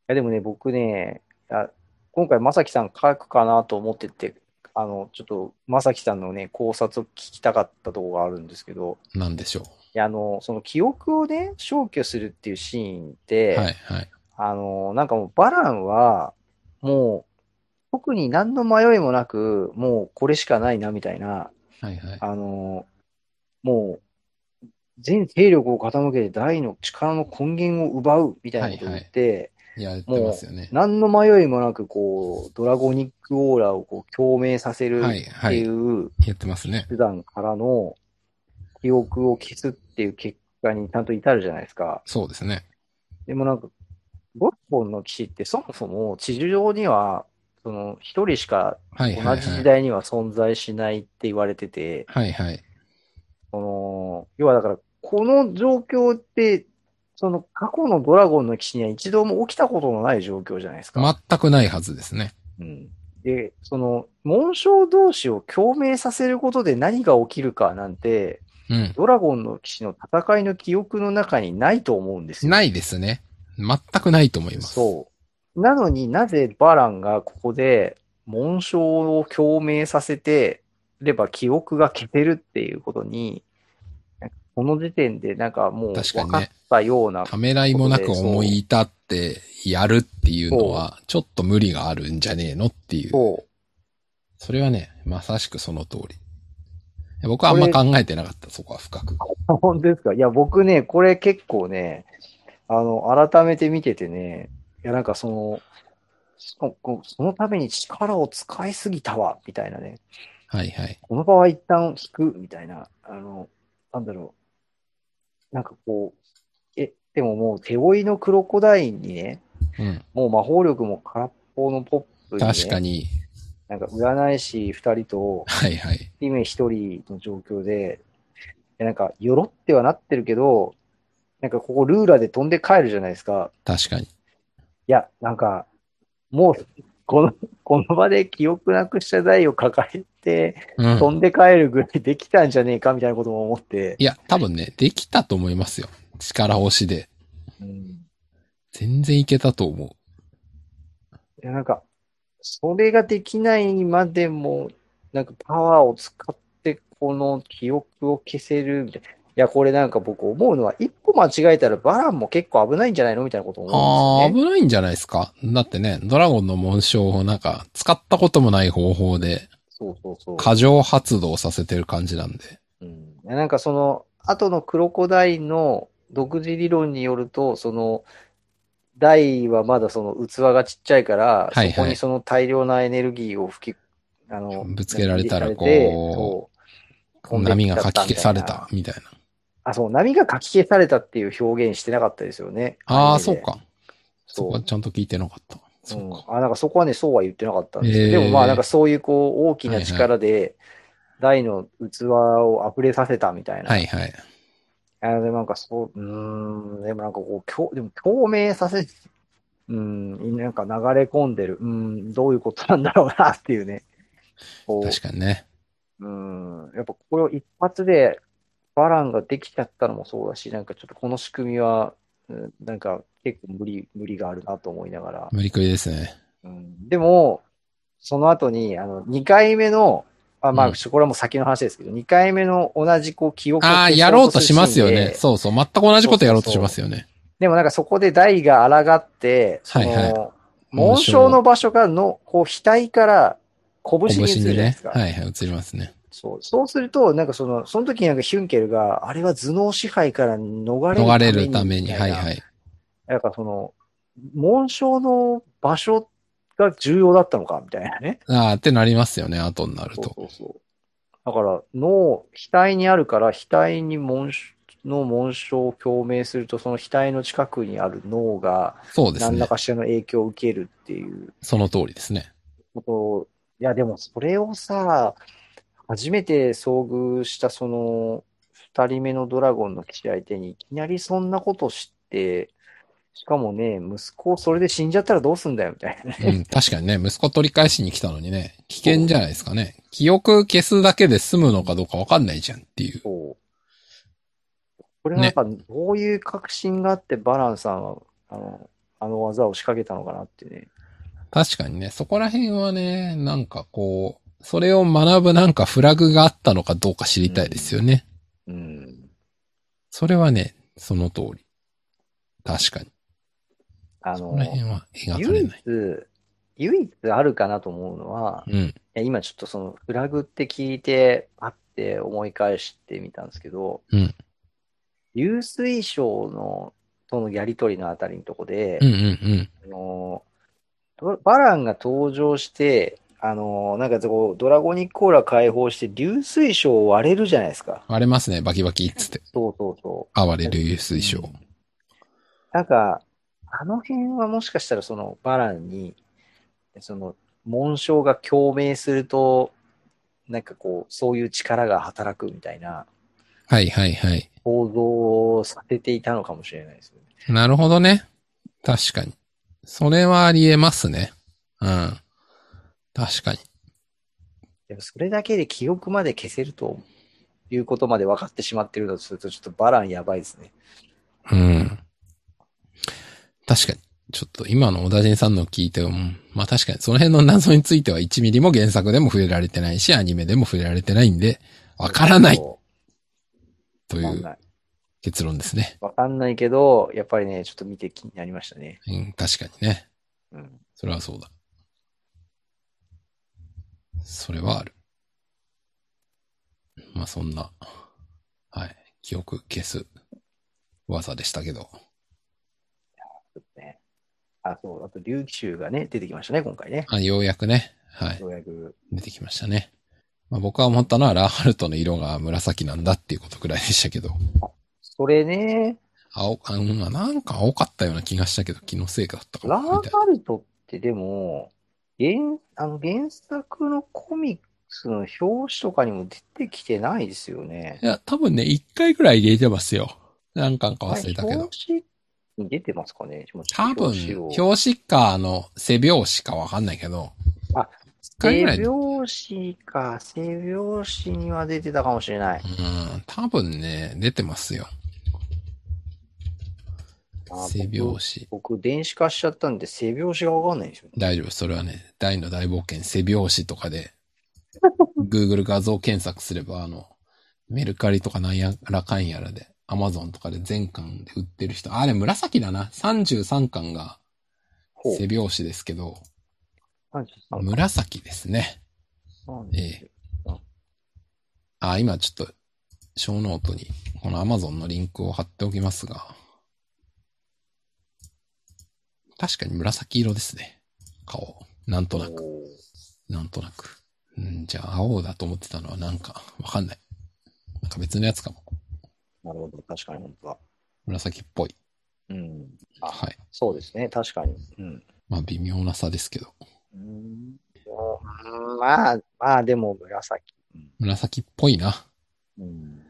Speaker 2: やでもね、僕ね、あ今回、まさきさん書くかなと思ってて、あの、ちょっと、まさきさんのね、考察を聞きたかったところがあるんですけど、
Speaker 1: なんでしょ
Speaker 2: いやあの、その記憶をね、消去するっていうシーンっ
Speaker 1: う。
Speaker 2: て、
Speaker 1: はい、はい。
Speaker 2: あの、なんかもう、バランは、もう、特に何の迷いもなく、もうこれしかないな、みたいな、
Speaker 1: はい、はい。
Speaker 2: あの、もう、全勢力を傾けて大の力の根源を奪う、みたいなことを言って、
Speaker 1: やってますよね。
Speaker 2: 何の迷いもなく、こう、ドラゴニックオーラをこう共鳴させる
Speaker 1: は
Speaker 2: っ
Speaker 1: い、は
Speaker 2: て
Speaker 1: い
Speaker 2: い。う
Speaker 1: やってますね。
Speaker 2: 手段からの記憶を消すっていう結果にちゃんと至るじゃないですか。
Speaker 1: そうですね。
Speaker 2: でもなんか、ゴッホンの騎士ってそもそも地上には、その一人しか
Speaker 1: はい、はい、
Speaker 2: 同じ時
Speaker 1: はい。
Speaker 2: 代には存在しないって言われてて、
Speaker 1: はい、はい。
Speaker 2: その、要はだから、この状況って、その過去のドラゴンの騎士には一度も起きたことのない状況じゃないですか。
Speaker 1: 全くないはずですね。
Speaker 2: うんで、その、紋章同士を共鳴させることで何が起きるかなんて、
Speaker 1: うん。
Speaker 2: ドラゴンの騎士の戦いの記憶の中にないと思うんですよ。
Speaker 1: ないですね。全くないと思います。
Speaker 2: そう。なのになぜバランがここで紋章を共鳴させてれば記憶が消せるっていうことに、この時点でなんかもう
Speaker 1: 確かに
Speaker 2: 分
Speaker 1: ね
Speaker 2: かったような、
Speaker 1: ためらいもなく思い至ってやるっていうのは、ちょっと無理があるんじゃねえのっていう。
Speaker 2: そう
Speaker 1: それはね、まさしくその通り。僕はあんま考えてなかった、そこは深く。
Speaker 2: あ本当ですか。いや、僕ね、これ結構ね、あの、改めて見ててね、いや、なんかその、そこそのために力を使いすぎたわ、みたいなね。
Speaker 1: はいはい。
Speaker 2: この場は一旦引く、みたいな。あの、なんだろう。なんかこう、え、でももう手負いのクロコダインにね、
Speaker 1: うん。
Speaker 2: もう魔法力も空っぽのポップに、ね、
Speaker 1: 確かに。
Speaker 2: なんか占い師二人と、
Speaker 1: はいはい。
Speaker 2: 姫一人の状況で、いやなんか、よろってはなってるけど、なんかここルーラーで飛んで帰るじゃないですか。
Speaker 1: 確かに。
Speaker 2: いや、なんか、もう、この、この場で記憶なくした台を抱えて、
Speaker 1: うん。
Speaker 2: 飛んで帰るぐらいできたんじゃねえか、みたいなことも思って。
Speaker 1: いや、多分ね、できたと思いますよ。力押しで。
Speaker 2: うん
Speaker 1: 全然いけたと思
Speaker 2: いや、なんか、それができないまでも、なんかパワーを使って、この記憶を消せるみたいな。いや、これなんか僕思うのは、一歩間違えたらバランも結構危ないんじゃないのみたいなこと思
Speaker 1: あ
Speaker 2: うん
Speaker 1: ー、
Speaker 2: ですよ
Speaker 1: 危
Speaker 2: ね。
Speaker 1: ないんじゃないですかだってね、ドラゴンの紋章をなんか、使ったこともない方法で、
Speaker 2: そうそうそう。
Speaker 1: 過剰発動させてる感じなんで。
Speaker 2: うん、なんかその、後のクロコダインの独自理論によると、その、ダイはまだその器がちっちゃいから、
Speaker 1: はいはい
Speaker 2: そこにその大量なエネルギーを吹き、あの、
Speaker 1: ぶつけられたら
Speaker 2: ぶつけられて
Speaker 1: こう
Speaker 2: そう飛んで
Speaker 1: 波
Speaker 2: きち
Speaker 1: が
Speaker 2: ゃった
Speaker 1: か
Speaker 2: みた
Speaker 1: き
Speaker 2: いな
Speaker 1: 消された、みたいな。
Speaker 2: あ、そう、波がかき消されたっていう表現してなかったですよね。
Speaker 1: あ
Speaker 2: ア
Speaker 1: あ、
Speaker 2: ニメ
Speaker 1: そう
Speaker 2: で。
Speaker 1: か。そ
Speaker 2: そう
Speaker 1: こはちゃんと聞いてなかった。そうか。
Speaker 2: うんあ、なんかそこはね、そうは言ってなかったんですけど、
Speaker 1: へー
Speaker 2: でもまあなんかそういうこう、大きな力で、大の器を溢れさせたみたいな。
Speaker 1: はいはい。
Speaker 2: あの、でもなんかそう、うーん、でもなんかこう、共でも共鳴させ、うん、なんか流れ込んでる。うん、どういうことなんだろうなっていうね。こ
Speaker 1: 確かにね。
Speaker 2: う、うん、やっぱこれを一発でバランができちゃったのもそうだし、なんかちょっとこの仕組みは、うんなんか結構無理、無理があるなと思いながら。
Speaker 1: 無理くりですね。
Speaker 2: うん、でも、その後に、あの、2回目の、あ
Speaker 1: う
Speaker 2: まあ、
Speaker 1: ん
Speaker 2: これはもう先の話ですけど、2回目の同じこう記憶を
Speaker 1: ああ、
Speaker 2: 消
Speaker 1: や
Speaker 2: そ
Speaker 1: ろう
Speaker 2: す
Speaker 1: と
Speaker 2: る
Speaker 1: しますよ
Speaker 2: シーン
Speaker 1: ね
Speaker 2: で。
Speaker 1: そうそう。全く同じことやろうとしますよね。
Speaker 2: でもなんかそこで大が抗って、その、
Speaker 1: はいはい
Speaker 2: 紋章の場所がの、こう、額から拳に移る
Speaker 1: 拳
Speaker 2: じゃ
Speaker 1: に
Speaker 2: ないで
Speaker 1: ね
Speaker 2: す。か。
Speaker 1: はいはい、映りますね。
Speaker 2: そうそうすると、なんかその、その時になんかヒュンケルが、あれは頭脳支配から逃れるために。
Speaker 1: 逃れるために。はい
Speaker 2: いな。
Speaker 1: はい。
Speaker 2: なんかその、紋章の場所が重要だったのか、みたいなね。
Speaker 1: ああ、ってなりますよね、後になる
Speaker 2: そう
Speaker 1: と。
Speaker 2: そうそう。だから、脳、額にあるから、額に紋章の紋章を共鳴すると、その額の近くにある脳が、
Speaker 1: そうです
Speaker 2: 何ら
Speaker 1: ね。
Speaker 2: かしらの影響を受けるっていう
Speaker 1: その通りですね。
Speaker 2: ことを、いや、でもそれをさ、初めて遭遇したその、二人目のドラゴンの騎士相手にいきなりそんなこと知って、しかもね、息子をそれで死んじゃったらどうすんだよ、みたいなね。
Speaker 1: うん、確かにね、息子取り返しに来たのにね、危険じゃないですかね。記憶消すだけで済むのかどうかわかんないじゃんっていう。
Speaker 2: そう。これはやっぱ、どういう確信があって、バランさんは、あの、あの技を仕掛けたのかなってね。
Speaker 1: 確かにね、そこら辺はね、なんかこう、それを学ぶなんかフラグがあったのかどうか知りたいですよね。
Speaker 2: うん。
Speaker 1: それはね、その通り。確かに。
Speaker 2: あ
Speaker 1: そ
Speaker 2: の
Speaker 1: こ、ら辺は描か
Speaker 2: 唯
Speaker 1: れ
Speaker 2: 一
Speaker 1: ない。、
Speaker 2: 唯一あるかなと思うのは、
Speaker 1: うん。
Speaker 2: いや、今ちょっとそのフラグって聞いて、あって思い返してみたんですけど、
Speaker 1: うん
Speaker 2: 流水省の、とのやりとりのあたりのとこで、
Speaker 1: うんうん
Speaker 2: あのドバランが登場して、あのなんかこう、ドラゴニックオーラ解放して、流水省を割れるじゃないですか。
Speaker 1: 割れますね、バキバキっつって。
Speaker 2: そうそうそう。
Speaker 1: 哀れ流水晶。
Speaker 2: なんか、あの辺はもしかしたらそのバランに、その紋章が共鳴すると、なんかこう、そういう力が働くみたいな
Speaker 1: はいはいはい。
Speaker 2: 構造をさせていたのかもしれないですよね。
Speaker 1: なるほどね。確かに。それはありえますね。うん。確かに。
Speaker 2: でもそれだけで記憶まで消せるということまで分かってしまってるのとすると、ちょっとバランやばいですね。
Speaker 1: うん。確かに。ちょっと今の小田人さんのを聞いても、うんまあ確かにその辺の謎については1ミリも原作でも触れられてないし、アニメでも触れられてないんで、わからない
Speaker 2: そう
Speaker 1: とい
Speaker 2: わかん
Speaker 1: う
Speaker 2: ない。
Speaker 1: 結論ですね。
Speaker 2: わかんないけど、やっぱりね、ちょっと見て気になりましたね。
Speaker 1: うん、確かにね。
Speaker 2: うん。
Speaker 1: それはそうだ。それはある。まあそんな、はい、記憶消す技でしたけど。
Speaker 2: ちょっとね。あ、そう、あと、竜騎衆がね、出てきましたね、今回ね。
Speaker 1: あようやくね、はい。
Speaker 2: ようやく。
Speaker 1: 出てきましたね。まあ、僕は思ったのはラーハルトの色が紫なんだっていうことくらいでしたけど、
Speaker 2: それね、
Speaker 1: 青、あうんなんか青かったような気がしたけど、気のせいかだったか
Speaker 2: ラ
Speaker 1: な、み
Speaker 2: ー
Speaker 1: たい
Speaker 2: ハルトってでも、原、あの原作のコミックスの表紙とかにも出てきてないですよね。
Speaker 1: な。いや、多分ね、一回くらい入れてますよ。なんかか忘れたけど
Speaker 2: 表。紙に出てますかねちょっと
Speaker 1: 多
Speaker 2: 表紙
Speaker 1: 分、
Speaker 2: を。
Speaker 1: 表紙か、あの、背表紙かわかんないけど、
Speaker 2: あ、
Speaker 1: 一回ぐらい、
Speaker 2: 背
Speaker 1: うん、
Speaker 2: 表紙か、背表紙には出てたかもしれない。
Speaker 1: 多分ね、出てますよ。
Speaker 2: あ
Speaker 1: 背拍子。
Speaker 2: 僕、電子化しちゃったんで、背拍子がわかんないんですよね。
Speaker 1: 大丈夫。それはね、大の大冒険背拍子とか
Speaker 2: [LAUGHS]
Speaker 1: で、Google 画像検索すれば、あの、メルカリとかなんやらかんやらで、Amazon とかで全巻で売ってる人。あれ、紫だな。33巻が
Speaker 2: ほう。
Speaker 1: 背拍子ですけど、
Speaker 2: 33
Speaker 1: 紫ですね。
Speaker 2: なん
Speaker 1: え
Speaker 2: で
Speaker 1: え。あ、今ちょっと、小ノートに、この Amazon のリンクを貼っておきますが、確かに紫色ですね。顔。なんとなく。
Speaker 2: おー
Speaker 1: なんとなく。うん、じゃあ青だと思ってたのはなんか、わかんない。なんか別のやつかも。
Speaker 2: なるほど、確かに本当だ。
Speaker 1: 紫っぽい。
Speaker 2: うん。あ
Speaker 1: はい。
Speaker 2: そうですね、確かに。うん。
Speaker 1: まあ微妙な差ですけど。
Speaker 2: うんまあ、まあ、でも、紫。
Speaker 1: 紫っぽいな。
Speaker 2: うん。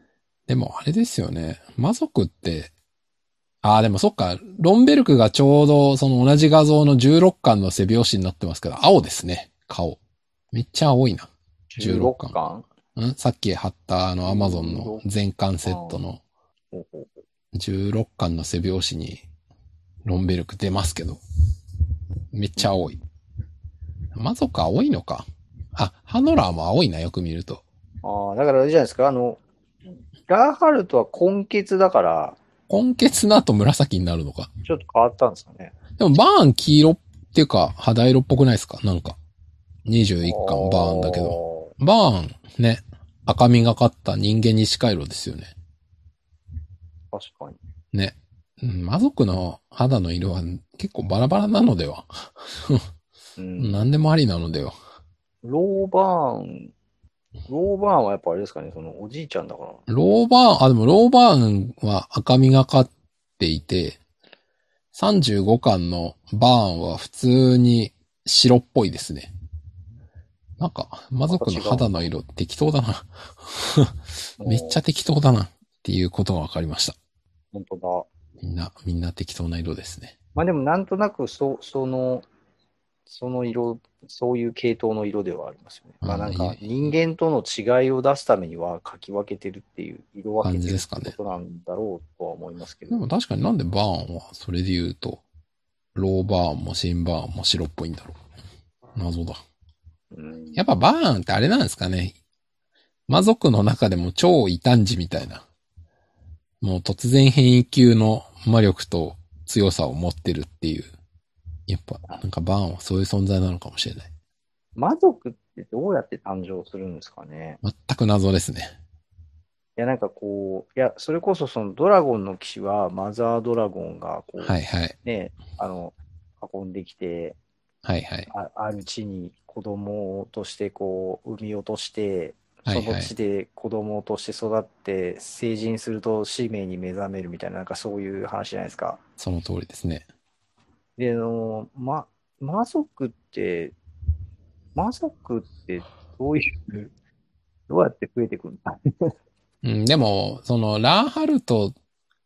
Speaker 1: でもあれですよね。魔族って、ああ、でもそっか、ロンベルクがちょうどその同じ画像の16巻の背拍子になってますけど、青ですね。顔。めっちゃ青いな。16
Speaker 2: 16
Speaker 1: 巻
Speaker 2: 巻
Speaker 1: んさっき貼ったあの Amazon の全巻セットの
Speaker 2: ほうほうほう
Speaker 1: 16巻の背拍子にロンベルク出ますけど、めっちゃ青い。魔族青いのか。あ、ハノラーも青いな、よく見ると。
Speaker 2: ああ、だからあれじゃないですか、あの、ラーハルトは根血だから、
Speaker 1: 根血の後紫になるのか。
Speaker 2: ちょっと変わったんですかね。
Speaker 1: でもバーン黄色っていうか肌色っぽくないですかなんか。21巻バーンだけど。
Speaker 2: ど。
Speaker 1: バーンね、赤みがかった人間に近い色ですよね。
Speaker 2: 確かに。
Speaker 1: ね。うん魔族の肌の色は結構バラバラなのでは。
Speaker 2: うん。
Speaker 1: 何でもありなのでは。
Speaker 2: ローバーン、ローバーンはやっぱあれですかね、そのおじいちゃんだから。
Speaker 1: ローバーン、あ、でもローバーンは赤みがかっていて、35巻のバーンは普通に白っぽいですね。なんか、魔族の肌の色適当だな。めっちゃ
Speaker 2: ゃ。
Speaker 1: 適当だなっていうことが分かりました。
Speaker 2: 本当だ。
Speaker 1: みんな、みんな適当な色ですね。
Speaker 2: まあでもなんとなくそ、その、その色、そういう系統の色ではありますよね。まあなん
Speaker 1: ああ
Speaker 2: か
Speaker 1: いい
Speaker 2: 人間との違いを出すためには書き分けてるっていう、色分け
Speaker 1: 感
Speaker 2: て
Speaker 1: じで
Speaker 2: るって
Speaker 1: すかね。
Speaker 2: ことなんだろうとは思いますけ
Speaker 1: で
Speaker 2: ど。
Speaker 1: も確かになんでバーンは、それで言うと、ローバーンもシンバーンも白っぽいんだろう。謎だ。
Speaker 2: うん
Speaker 1: やっぱバーンってあれなんですかね。魔族の中でも超異端児みたいな。もう突然変異級の魔力と強さを持ってるっていう。やっぱ、なんかバーンはそういう存在なのかもしれない。
Speaker 2: 魔族ってどうやって誕生するんですかね。
Speaker 1: 全く謎ですね。
Speaker 2: いやなんかこう、いや、それこそそのドラゴンの騎士はマザードラゴンがこう、
Speaker 1: はいはい。
Speaker 2: ね、あの、運んできて、
Speaker 1: はいはい。
Speaker 2: あある地に子供としてこう産み落として、
Speaker 1: は
Speaker 2: そ
Speaker 1: いは
Speaker 2: の
Speaker 1: い
Speaker 2: 地で子供として育って、成人すると使命に目覚めるみたいな、なんかそういう話じゃないですか。
Speaker 1: その通りですね。
Speaker 2: で、あの、ま、魔族って、魔族ってどういう、どうやって増えてくるんだ [LAUGHS]
Speaker 1: うん、でも、その、ラーハルト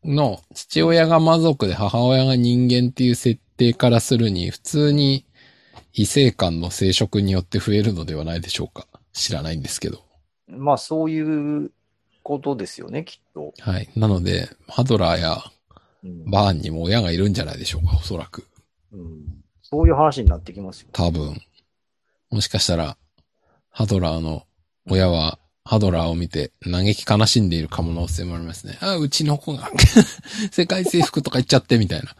Speaker 1: の父親が魔族で母親が人間っていう設定からするに、普通に異性間の生殖によって増えるのではないでしょうか。知らないんですけど。
Speaker 2: まあそういうことですよね、きっと。
Speaker 1: はい。なので、ハドラーや
Speaker 2: うん
Speaker 1: バーンにも親がいるんじゃないでしょうか、おそらく。
Speaker 2: うんそういう話になってきますよ。
Speaker 1: 多分。もしかしたら、ハドラーの親は、ハドラーを見て嘆き悲しんでいる可能性もありますね。あ、うちの子が、 [LAUGHS] 世界征服とか言っちゃってみたいな。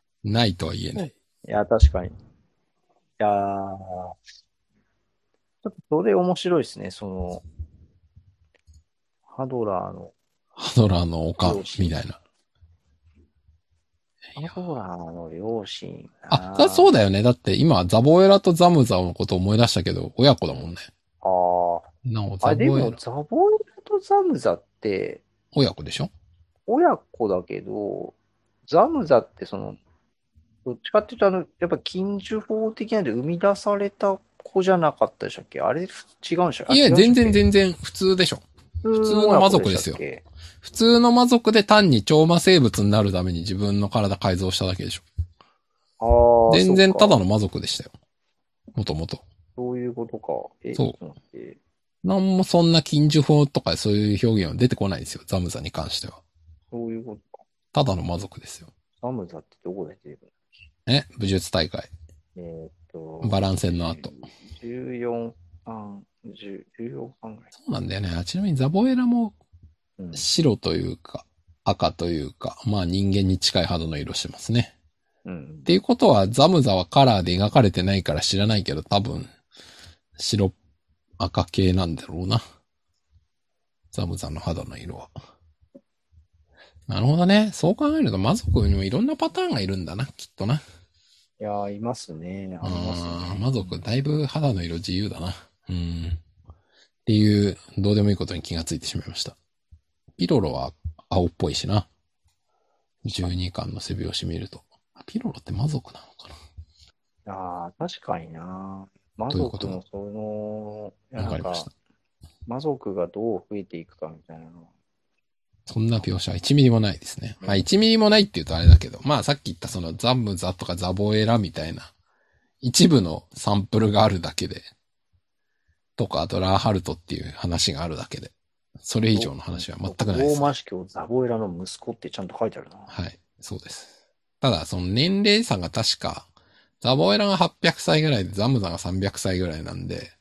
Speaker 1: [LAUGHS] ないとは言えない。
Speaker 2: いや、確かに。いやーちょっとそれ面白いですね、その、ハドラーの、
Speaker 1: ハドラーのおかん、みたいな。いや
Speaker 2: ハドラーの両親。
Speaker 1: あ、だそう
Speaker 2: だ。
Speaker 1: だよね。だって今、ザボエラとザムザオのこと思い出したけど、親子だもんね。
Speaker 2: あー
Speaker 1: なお、
Speaker 2: あ、
Speaker 1: ザボ
Speaker 2: で
Speaker 1: エ
Speaker 2: も
Speaker 1: ラ、、
Speaker 2: ザボエラとザムザって、
Speaker 1: 親子でしょ
Speaker 2: 親子だけど、ザムザってその、どっちかっていうと、あの、やっぱ禁酒法的なんで生み出された子じゃなかったでしたっけあれ、違うんでしたっけ
Speaker 1: いや、全然
Speaker 2: 然、
Speaker 1: 全然普通でしょ。
Speaker 2: 普
Speaker 1: 通の魔族ですよ
Speaker 2: よ。
Speaker 1: 普通の魔族で単に超魔生物になるために自分の体改造しただけでしょ。
Speaker 2: あー
Speaker 1: 全然
Speaker 2: そうか
Speaker 1: ただの魔族でしたよ。もともと。
Speaker 2: そういうことか。え、
Speaker 1: そう
Speaker 2: ちょっと待って
Speaker 1: なんもそんな禁呪法とかそういう表現は出てこないんですよ。ザムザに関しては。
Speaker 2: そういうことか。
Speaker 1: ただの魔族ですよ。
Speaker 2: ザガムザってどこで出てくる
Speaker 1: ね、武術大会。
Speaker 2: のえーっと、
Speaker 1: バラン戦の後。
Speaker 2: 14巻、10 14巻ぐらい。
Speaker 1: そうなんだよね。あちなみにザボエラも
Speaker 2: うん、
Speaker 1: 白というか、赤というか、まあ人間に近い肌の色してますね。
Speaker 2: うん
Speaker 1: っていうことは、ザムザはカラーで描かれてないから知らないけど、多分、白、赤系なんだろうな。ザムザの肌の色は。なるほどね。そう考えると、魔族にもいろんなパターンがいるんだな、きっとな。
Speaker 2: いやー、いますね。あります
Speaker 1: あー。
Speaker 2: ね
Speaker 1: 魔族、だいぶ肌の色自由だな。うん。っていう、どうでもいいことに気がついてしまいました。ピロロは青っぽいしな。12巻の背拍子見ると。あピロロって魔族なのかな
Speaker 2: ああ、確かにな。魔
Speaker 1: どういうこと
Speaker 2: 族のその、いや
Speaker 1: わか
Speaker 2: なん
Speaker 1: りました
Speaker 2: か、魔族がどう増えていくかみたいなの。
Speaker 1: そんな描写は1ミリもないですね。
Speaker 2: うん
Speaker 1: まあ1ミリもないって言うとあれだけど、まあさっき言ったそのザムザとかザボエラみたいな、一部のサンプルがあるだけで、とか、あとラーハルトっていう話があるだけで、それ以上の話は全くないです
Speaker 2: ロー。マ司教ザボエラの息子ってちゃんと書いてあるな。
Speaker 1: はい、そうです。ただ、その年齢差が確か、ザボエラが800歳ぐらいでザムザが300歳ぐらいなんで、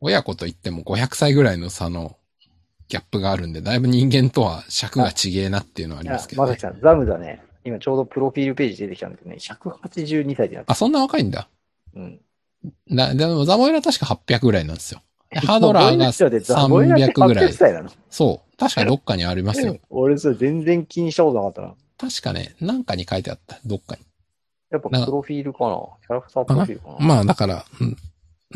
Speaker 1: 親子と言っても500歳ぐらいの差のギャップがあるんで、だいぶ人間とは尺が違えなっていうのはあり
Speaker 2: い
Speaker 1: ま
Speaker 2: や
Speaker 1: すけ、ど、
Speaker 2: ま
Speaker 1: ね
Speaker 2: さき。さん、ザムだね。今ちょうどプロフィールページ出てきたんだけどね、182歳になって
Speaker 1: あ、そんな若いんだ。
Speaker 2: る。うん。
Speaker 1: だ、でもザボエラ確か800ぐらいなんですよ。ハドラーが
Speaker 2: ザボエラって
Speaker 1: 300ぐらい
Speaker 2: 800。歳なの
Speaker 1: そう。確かどっかにありますよ。
Speaker 2: 俺、それ全然気にしたことなかったな。
Speaker 1: 確かね、なんかに書いてあった。どっかに。
Speaker 2: やっぱプロフィールかな。キャラクタープロフィールかな。
Speaker 1: まあだから、う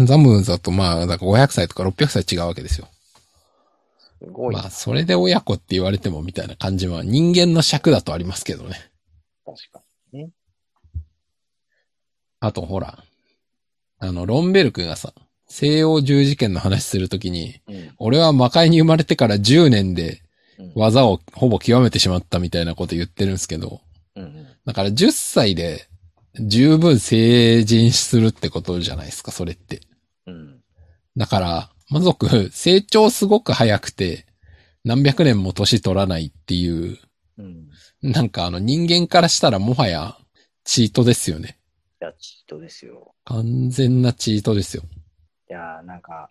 Speaker 1: んザムザとまあ、だから500歳とか600歳違うわけですよ。
Speaker 2: すごい。
Speaker 1: まあ、それで親子って言われてもみたいな感じは人間の尺だとありますけどね。
Speaker 2: 確か
Speaker 1: あとほら、あの、ロンベルクがさ、西洋十字剣の話するときに、
Speaker 2: に。うん
Speaker 1: 俺は魔界に生まれてから10年で
Speaker 2: うん
Speaker 1: 技をほぼ極めてしまったみたいなこと言ってるんですけど、
Speaker 2: うん
Speaker 1: だから10歳で十分成人するってことじゃないですか、それって。
Speaker 2: うん。
Speaker 1: だから、魔族、成長すごく早くて、何百年も年取らないっていう、
Speaker 2: うん。
Speaker 1: なんかあの人間からしたらもはやチートですよね。
Speaker 2: いや、チートですよ。
Speaker 1: 完全なチートですよ。
Speaker 2: いやー、なんか、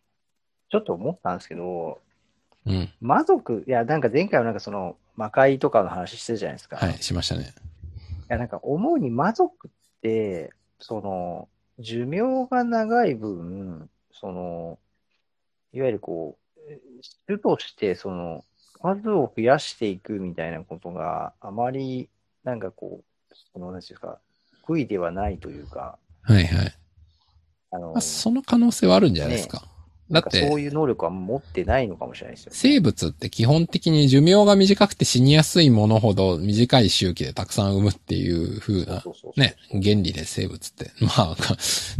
Speaker 2: ちょっと思ったんですけど、
Speaker 1: うん。
Speaker 2: 魔族、いや、なんか前回はなんかその、魔界とかの話してたじゃないですか。
Speaker 1: はいい、しましたね。
Speaker 2: や、なんか思うに魔族って、その、寿命が長い分、その、いわゆるこう、種として、その、数を増やしていくみたいなことがあまり、なんかこう、その、なんていうんですか、得意ではないというか、
Speaker 1: はいはい。
Speaker 2: あの、
Speaker 1: まあ、その可能性はあるんじゃないですか。だ
Speaker 2: なん
Speaker 1: っ
Speaker 2: かそう
Speaker 1: て、
Speaker 2: いう能力は持ってないのかもしれないですよね。
Speaker 1: 生物って基本的に寿命が短くて死にやすいものほど短い周期でたくさん産むっていう風な
Speaker 2: そうそうそう
Speaker 1: ね、原理で生物って。 [LAUGHS] まあ、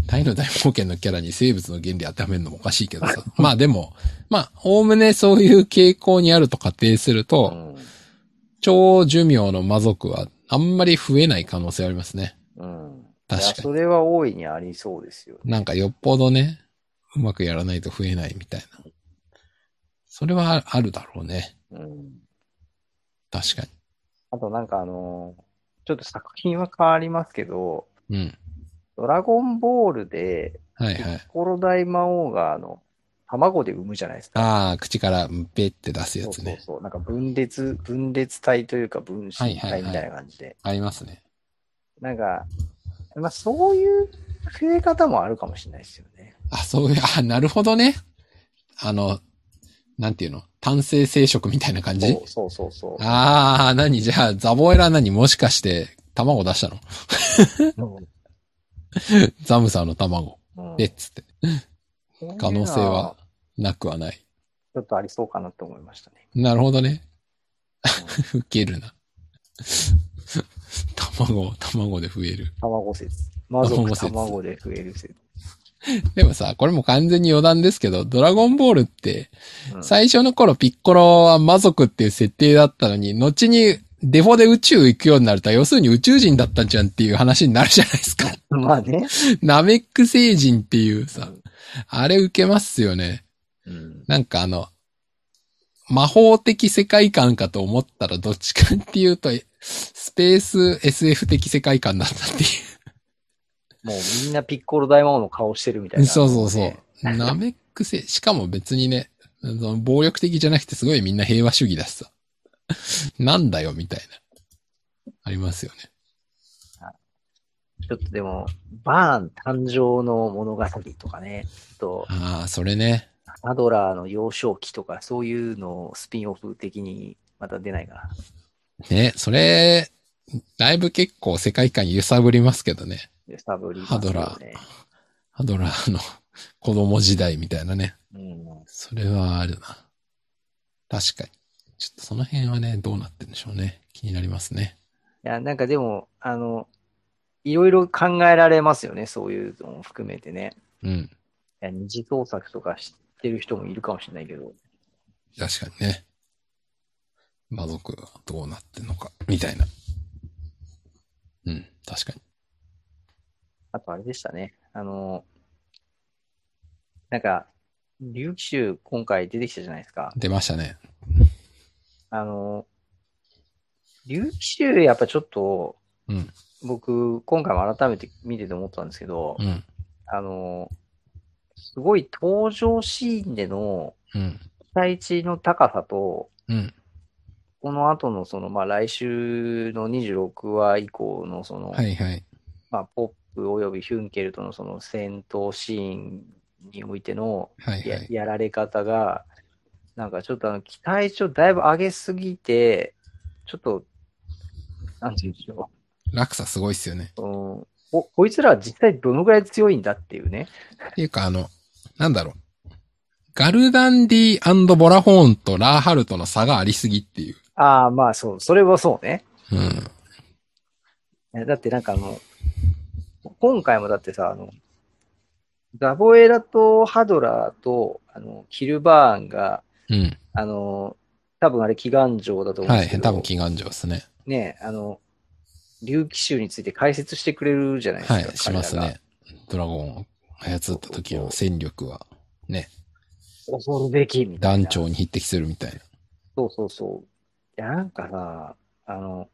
Speaker 1: 大の大冒険のキャラに生物の原理当てはめるのもおかしいけどさ。まあでも、まあ、おおむねそういう傾向にあると仮定すると、超寿命の魔族はあんまり増えない可能性ありますね。
Speaker 2: うん。うん。いや
Speaker 1: 確かに。
Speaker 2: それは大いにありそうですよ。
Speaker 1: なんかよっぽどね、うまくやらないと増えないみたいな。それはあるだろうね。
Speaker 2: うん。
Speaker 1: 確か
Speaker 2: あとなんかあのーちょっと作品は変わりますけど、
Speaker 1: に。うん。
Speaker 2: ドラゴンボールで、
Speaker 1: はいはい。
Speaker 2: コロ大魔王があの、卵で産むじゃないですか。
Speaker 1: ああ、口からべって出すやつね。
Speaker 2: そうそうそう。なんか分裂、分裂体というか分子体みたいな感じで。
Speaker 1: ありますね。
Speaker 2: なんか、まあそういう増え方もあるかもしれないですよね。
Speaker 1: あ、そういう、あ、なるほどね。あの、なんていうの単性生殖みたいな感じ
Speaker 2: そうそうそうそう。
Speaker 1: ああ、何じゃあ、ザボエラ何もしかして、卵出したのザムさんの卵。
Speaker 2: うん
Speaker 1: で、っつって。可能性は。なくはない。
Speaker 2: ちょっとありそうかなと思いましたね。
Speaker 1: なるほどね。 [LAUGHS] ウケるな。卵、卵で増える。
Speaker 2: 卵説。魔族
Speaker 1: 卵説
Speaker 2: 卵で増える説。
Speaker 1: でもさ、これも完全に余談ですけど、ドラゴンボールって、
Speaker 2: うん
Speaker 1: 最初の頃ピッコロは魔族っていう設定だったのに、後にデフォで宇宙行くようになると、要するに宇宙人だったんじゃんっていう話になるじゃないですか。
Speaker 2: [LAUGHS] まあね。
Speaker 1: ナメック星人っていうさ、あれ受けますよね。
Speaker 2: うん。
Speaker 1: なんかあの、魔法的世界観かと思ったらどっちかっていうと、えスペース SF 的世界観だったっていう。
Speaker 2: もうみんなピッコロ大魔王の顔してるみたいな、
Speaker 1: [LAUGHS] そうそうそう。ナメック星、しかも別にね、その暴力的じゃなくてすごいみんな平和主義だしさ。なんだよ、みたいな。ありますよね。
Speaker 2: ちょっとでも、バーン誕生の物語とかね、あと、
Speaker 1: ああ、それね。
Speaker 2: アドラーの幼少期とか、そういうのをスピンオフ的にまた出ないかな。
Speaker 1: ね、それ、だいぶ結構世界観揺さぶりますけどね。
Speaker 2: でスタブリー
Speaker 1: ハドラー。ハドラーの [LAUGHS] 子供時代みたいなね。
Speaker 2: うん。
Speaker 1: それはあるな。確かに。ちょっとその辺はね、どうなってんでしょうね。気になりますね。
Speaker 2: いや、なんかでも、あの、いろいろ考えられますよね、そういうのも含めてね。
Speaker 1: うん。
Speaker 2: いや、二次創作とか知ってる人もいるかもしれないけど。
Speaker 1: 確かにね。魔族はどうなってんのか、みたいな。うん、確かに。
Speaker 2: あとあれでしたね。あの、なんか、竜騎手今回出てきたじゃないですか。
Speaker 1: 出ましたね。
Speaker 2: あの、竜騎手やっぱちょっと、
Speaker 1: うん、
Speaker 2: 僕、今回も改めて見てて思ったんですけど、
Speaker 1: うん、
Speaker 2: あの、すごい登場シーンでの
Speaker 1: うん、
Speaker 2: 期待値の高さと、
Speaker 1: うん。
Speaker 2: この後のその、まあ、来週の26話以降のその、
Speaker 1: はいはい。
Speaker 2: まあ、ポップおよびヒュンケルとのその戦闘シーンにおいての
Speaker 1: はいは
Speaker 2: や
Speaker 1: い。
Speaker 2: やられ方が、なんかちょっとあの期待値をだいぶ上げすぎて、ちょっと、なんていうんでしょ
Speaker 1: 落差すごいっすよね。
Speaker 2: う、うんおこいつらは実際どのぐらい強いんだっていうね。
Speaker 1: っていうかあの、なんだろう。ガルダンディボラホーンとラーハルトの差がありすぎっていう。
Speaker 2: ああ、まあそう、それはそうね。
Speaker 1: うん。
Speaker 2: えだってなんかあの、今回もだってさ、あの、ザボエラとハドラーと、あの、キルバーンが、
Speaker 1: うん。
Speaker 2: あの、多分あれ、祈願城だと思うん
Speaker 1: は
Speaker 2: ですけ
Speaker 1: い。
Speaker 2: ど、
Speaker 1: 多分祈願城ですね。
Speaker 2: ね、あの、竜騎手について解説してくれるじゃないですか。
Speaker 1: はい。します
Speaker 2: 彼らが
Speaker 1: ね。ドラゴンを操った時の戦力は、ね、
Speaker 2: 恐るべきみたいな。
Speaker 1: 団長に匹敵するみたいな。
Speaker 2: そうそうそう。いや、なんかさ、あの、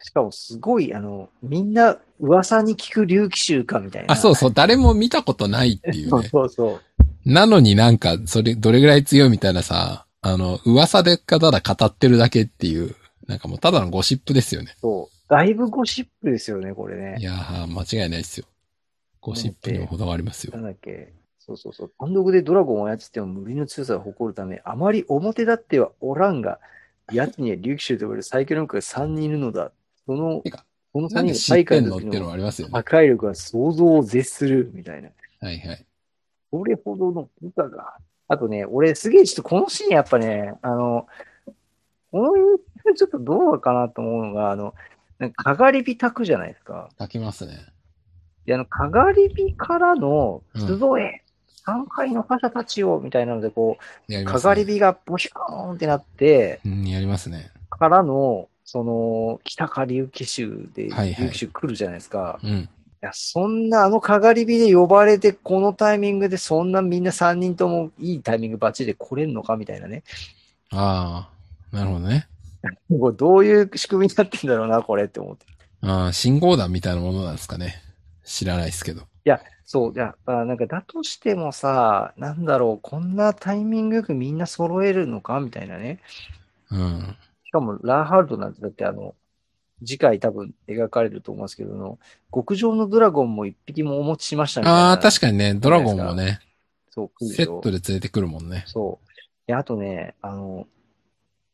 Speaker 2: しかもすごい、あの、みんな噂に聞く竜騎手かみたいな。
Speaker 1: あ、そうそう。誰も見たことないっていう
Speaker 2: そう
Speaker 1: ね。
Speaker 2: そうそう。
Speaker 1: なのになんか、それ、どれぐらい強いみたいなさ、あの、噂でただ語ってるだけっていう、なんかもうただのゴシップですよね。
Speaker 2: そう。だいぶゴシップですよね、これね
Speaker 1: い。やー、間違いないですよ。ゴシップにもほどがありますよ
Speaker 2: な。んだっけ、そうそうそう、単独でドラゴンを操っても無理の強さを誇るため、あまり表立ってはおらんが、奴には竜騎手と呼ばれる最強の力が3人いるのだ。その
Speaker 1: てか、
Speaker 2: この
Speaker 1: な
Speaker 2: 3
Speaker 1: んで
Speaker 2: 人
Speaker 1: 知っ
Speaker 2: 大
Speaker 1: て
Speaker 2: 会
Speaker 1: んの
Speaker 2: の
Speaker 1: って
Speaker 2: 時
Speaker 1: いうのも
Speaker 2: の
Speaker 1: ありますよ
Speaker 2: 破
Speaker 1: ね。
Speaker 2: 壊力が想像を絶するみたいな。
Speaker 1: はいはい。
Speaker 2: これほどの部下が。あとね、俺すげえちょっとこのシーンやっぱね、あの、このいうちょっとどうかなと思うのが、あの、なんか、かがり火炊くじゃないですか。
Speaker 1: 書きますね。
Speaker 2: で、あの、かがり火からの、
Speaker 1: うん
Speaker 2: 集え、三階の覇者たちを、みたいなので、こ
Speaker 1: や
Speaker 2: う、
Speaker 1: ります
Speaker 2: か
Speaker 1: ね。
Speaker 2: がり火がボシューンってなって、
Speaker 1: うん、やりますね。
Speaker 2: からの、その、北下流騎手で、
Speaker 1: はいはい
Speaker 2: 竜騎手来るじゃないですか。
Speaker 1: うん。
Speaker 2: いや、そんな、あのかがり火で呼ばれて、このタイミングで、そんなみんな三人ともいいタイミングバッチリで来れんのか、みたいなね。
Speaker 1: ああ、なるほどね。
Speaker 2: これどういう仕組みになってんだろうな、これって思って。
Speaker 1: ああ、信号弾みたいなものなんですかね。知らないですけど。
Speaker 2: いや、そう、やっぱなんか、だとしてもさ、なんだろう、こんなタイミングよくみんな揃えるのかみたいなね。
Speaker 1: うん。
Speaker 2: しかも、ラーハルトなんて、だってあの、次回多分描かれると思うんですけど、あの極上のドラゴンも一匹もお持ちしましたみたいな。
Speaker 1: ああ、確かにね、ドラゴンもね、
Speaker 2: そう、来るで
Speaker 1: セ
Speaker 2: しょ
Speaker 1: ットで連れてくるもんね。
Speaker 2: そう。で、あとね、あの、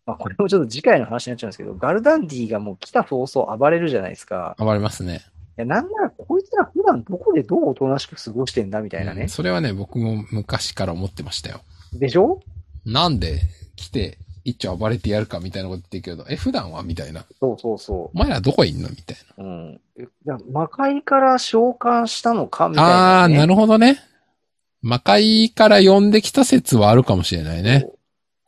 Speaker 2: まあ、これもちょっと次回の話になっちゃうんですけど、ガルダンディがもう来た早々暴れるじゃないですか。
Speaker 1: 暴れますね。
Speaker 2: いや、なんならこいつら普段どこでどうおとなしく過ごしてんだみたいな
Speaker 1: う
Speaker 2: ね
Speaker 1: ん。それはね、僕も昔から思ってましたよ。
Speaker 2: でしょ
Speaker 1: なんで来て、一丁暴れてやるかみたいなこと言ってるけど、え、普段はみたいな。
Speaker 2: そうそうそ。
Speaker 1: お前らどこいんのみたいう
Speaker 2: うん。いや魔界から召喚したのかみたい
Speaker 1: な。あ
Speaker 2: な、
Speaker 1: あー、
Speaker 2: ね。
Speaker 1: な
Speaker 2: る
Speaker 1: るほどね。魔界から呼んできた説はあるかもしれないね。。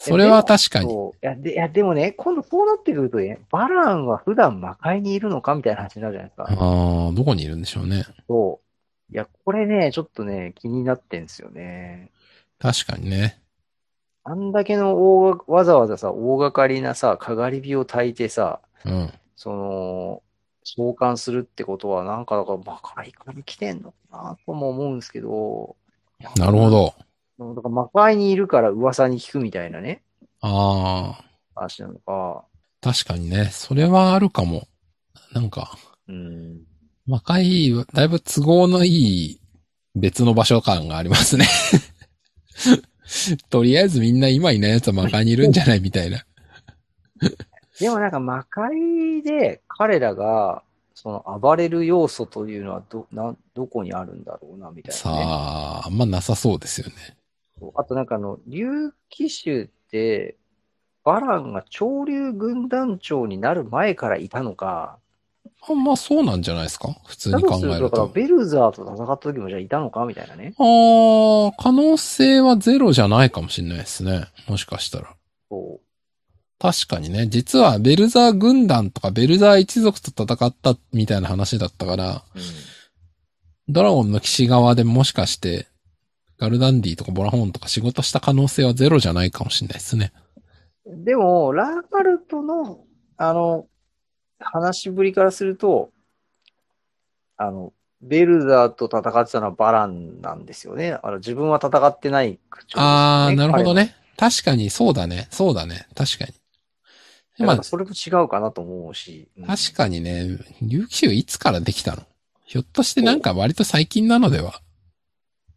Speaker 1: それは確かに。
Speaker 2: そういやでいやでもね、今度こうなってくるとね、バランは普段魔界にいるのかみたいな話になるじゃないですか。
Speaker 1: ああ、どこにいるんでしょうね。
Speaker 2: そう。いや、これね、ちょっとね、気になってんですよね。
Speaker 1: 確かにね。
Speaker 2: あんだけの大が、わざわざさ、大掛かりなさ、かがり火を焚いてさ、
Speaker 1: うん。
Speaker 2: その、相関するってことは、なんか、だから、まあ、海から来てんのかなとも思うんですけど、
Speaker 1: なるほど。
Speaker 2: ど。だから、魔界にいるから噂に聞くみたいなね、
Speaker 1: ああ、
Speaker 2: 話なのか、
Speaker 1: 確かにね、それはあるかも。なんか、
Speaker 2: うん。
Speaker 1: 魔界、だいぶ都合のいい別の場所感がありますね。 [LAUGHS] とりあえずみんな今いない奴は魔界にいるんじゃないみたいな。
Speaker 2: でもなんか魔界で彼らが、その暴れる要素というのはど、な、どこにあるんだろうな、みたい
Speaker 1: さ
Speaker 2: な、ね。
Speaker 1: あ、あんまなさそうですよね。
Speaker 2: あとなんかあの、竜騎手って、バランが潮流軍団長になる前からいたのか、
Speaker 1: あまあそうなんじゃないですか普通
Speaker 2: だ
Speaker 1: に
Speaker 2: と
Speaker 1: 考
Speaker 2: する
Speaker 1: え
Speaker 2: と、だ
Speaker 1: る
Speaker 2: から
Speaker 1: と。
Speaker 2: ベルザーと戦った時もじゃあいたのかみたいなね。
Speaker 1: あー、可能性はゼロじゃないかもしれないですね。もしかしたら。
Speaker 2: そう。
Speaker 1: 確かにね、実はベルザー軍団とかベルザー一族と戦ったみたいな話だったから、
Speaker 2: うん
Speaker 1: ドラゴンの騎士側でもしかして、ガルダンディとかボラホーンとか仕事した可能性はゼロじゃないかもしれないですね。
Speaker 2: でも、ラーガルトの、あの、話しぶりからすると、あの、ベルザーと戦ってたのはバランなんですよね。あの自分は戦ってない口調ですよね
Speaker 1: あー、なるほど。
Speaker 2: 彼
Speaker 1: ね。確かに、そうだね。そうだね。確かに。ま
Speaker 2: はな
Speaker 1: あ
Speaker 2: んか、それも違うかなと思うし。うん
Speaker 1: 確かにね、竜騎士はいつからできたのひょっとしてなんか割と最近なのでは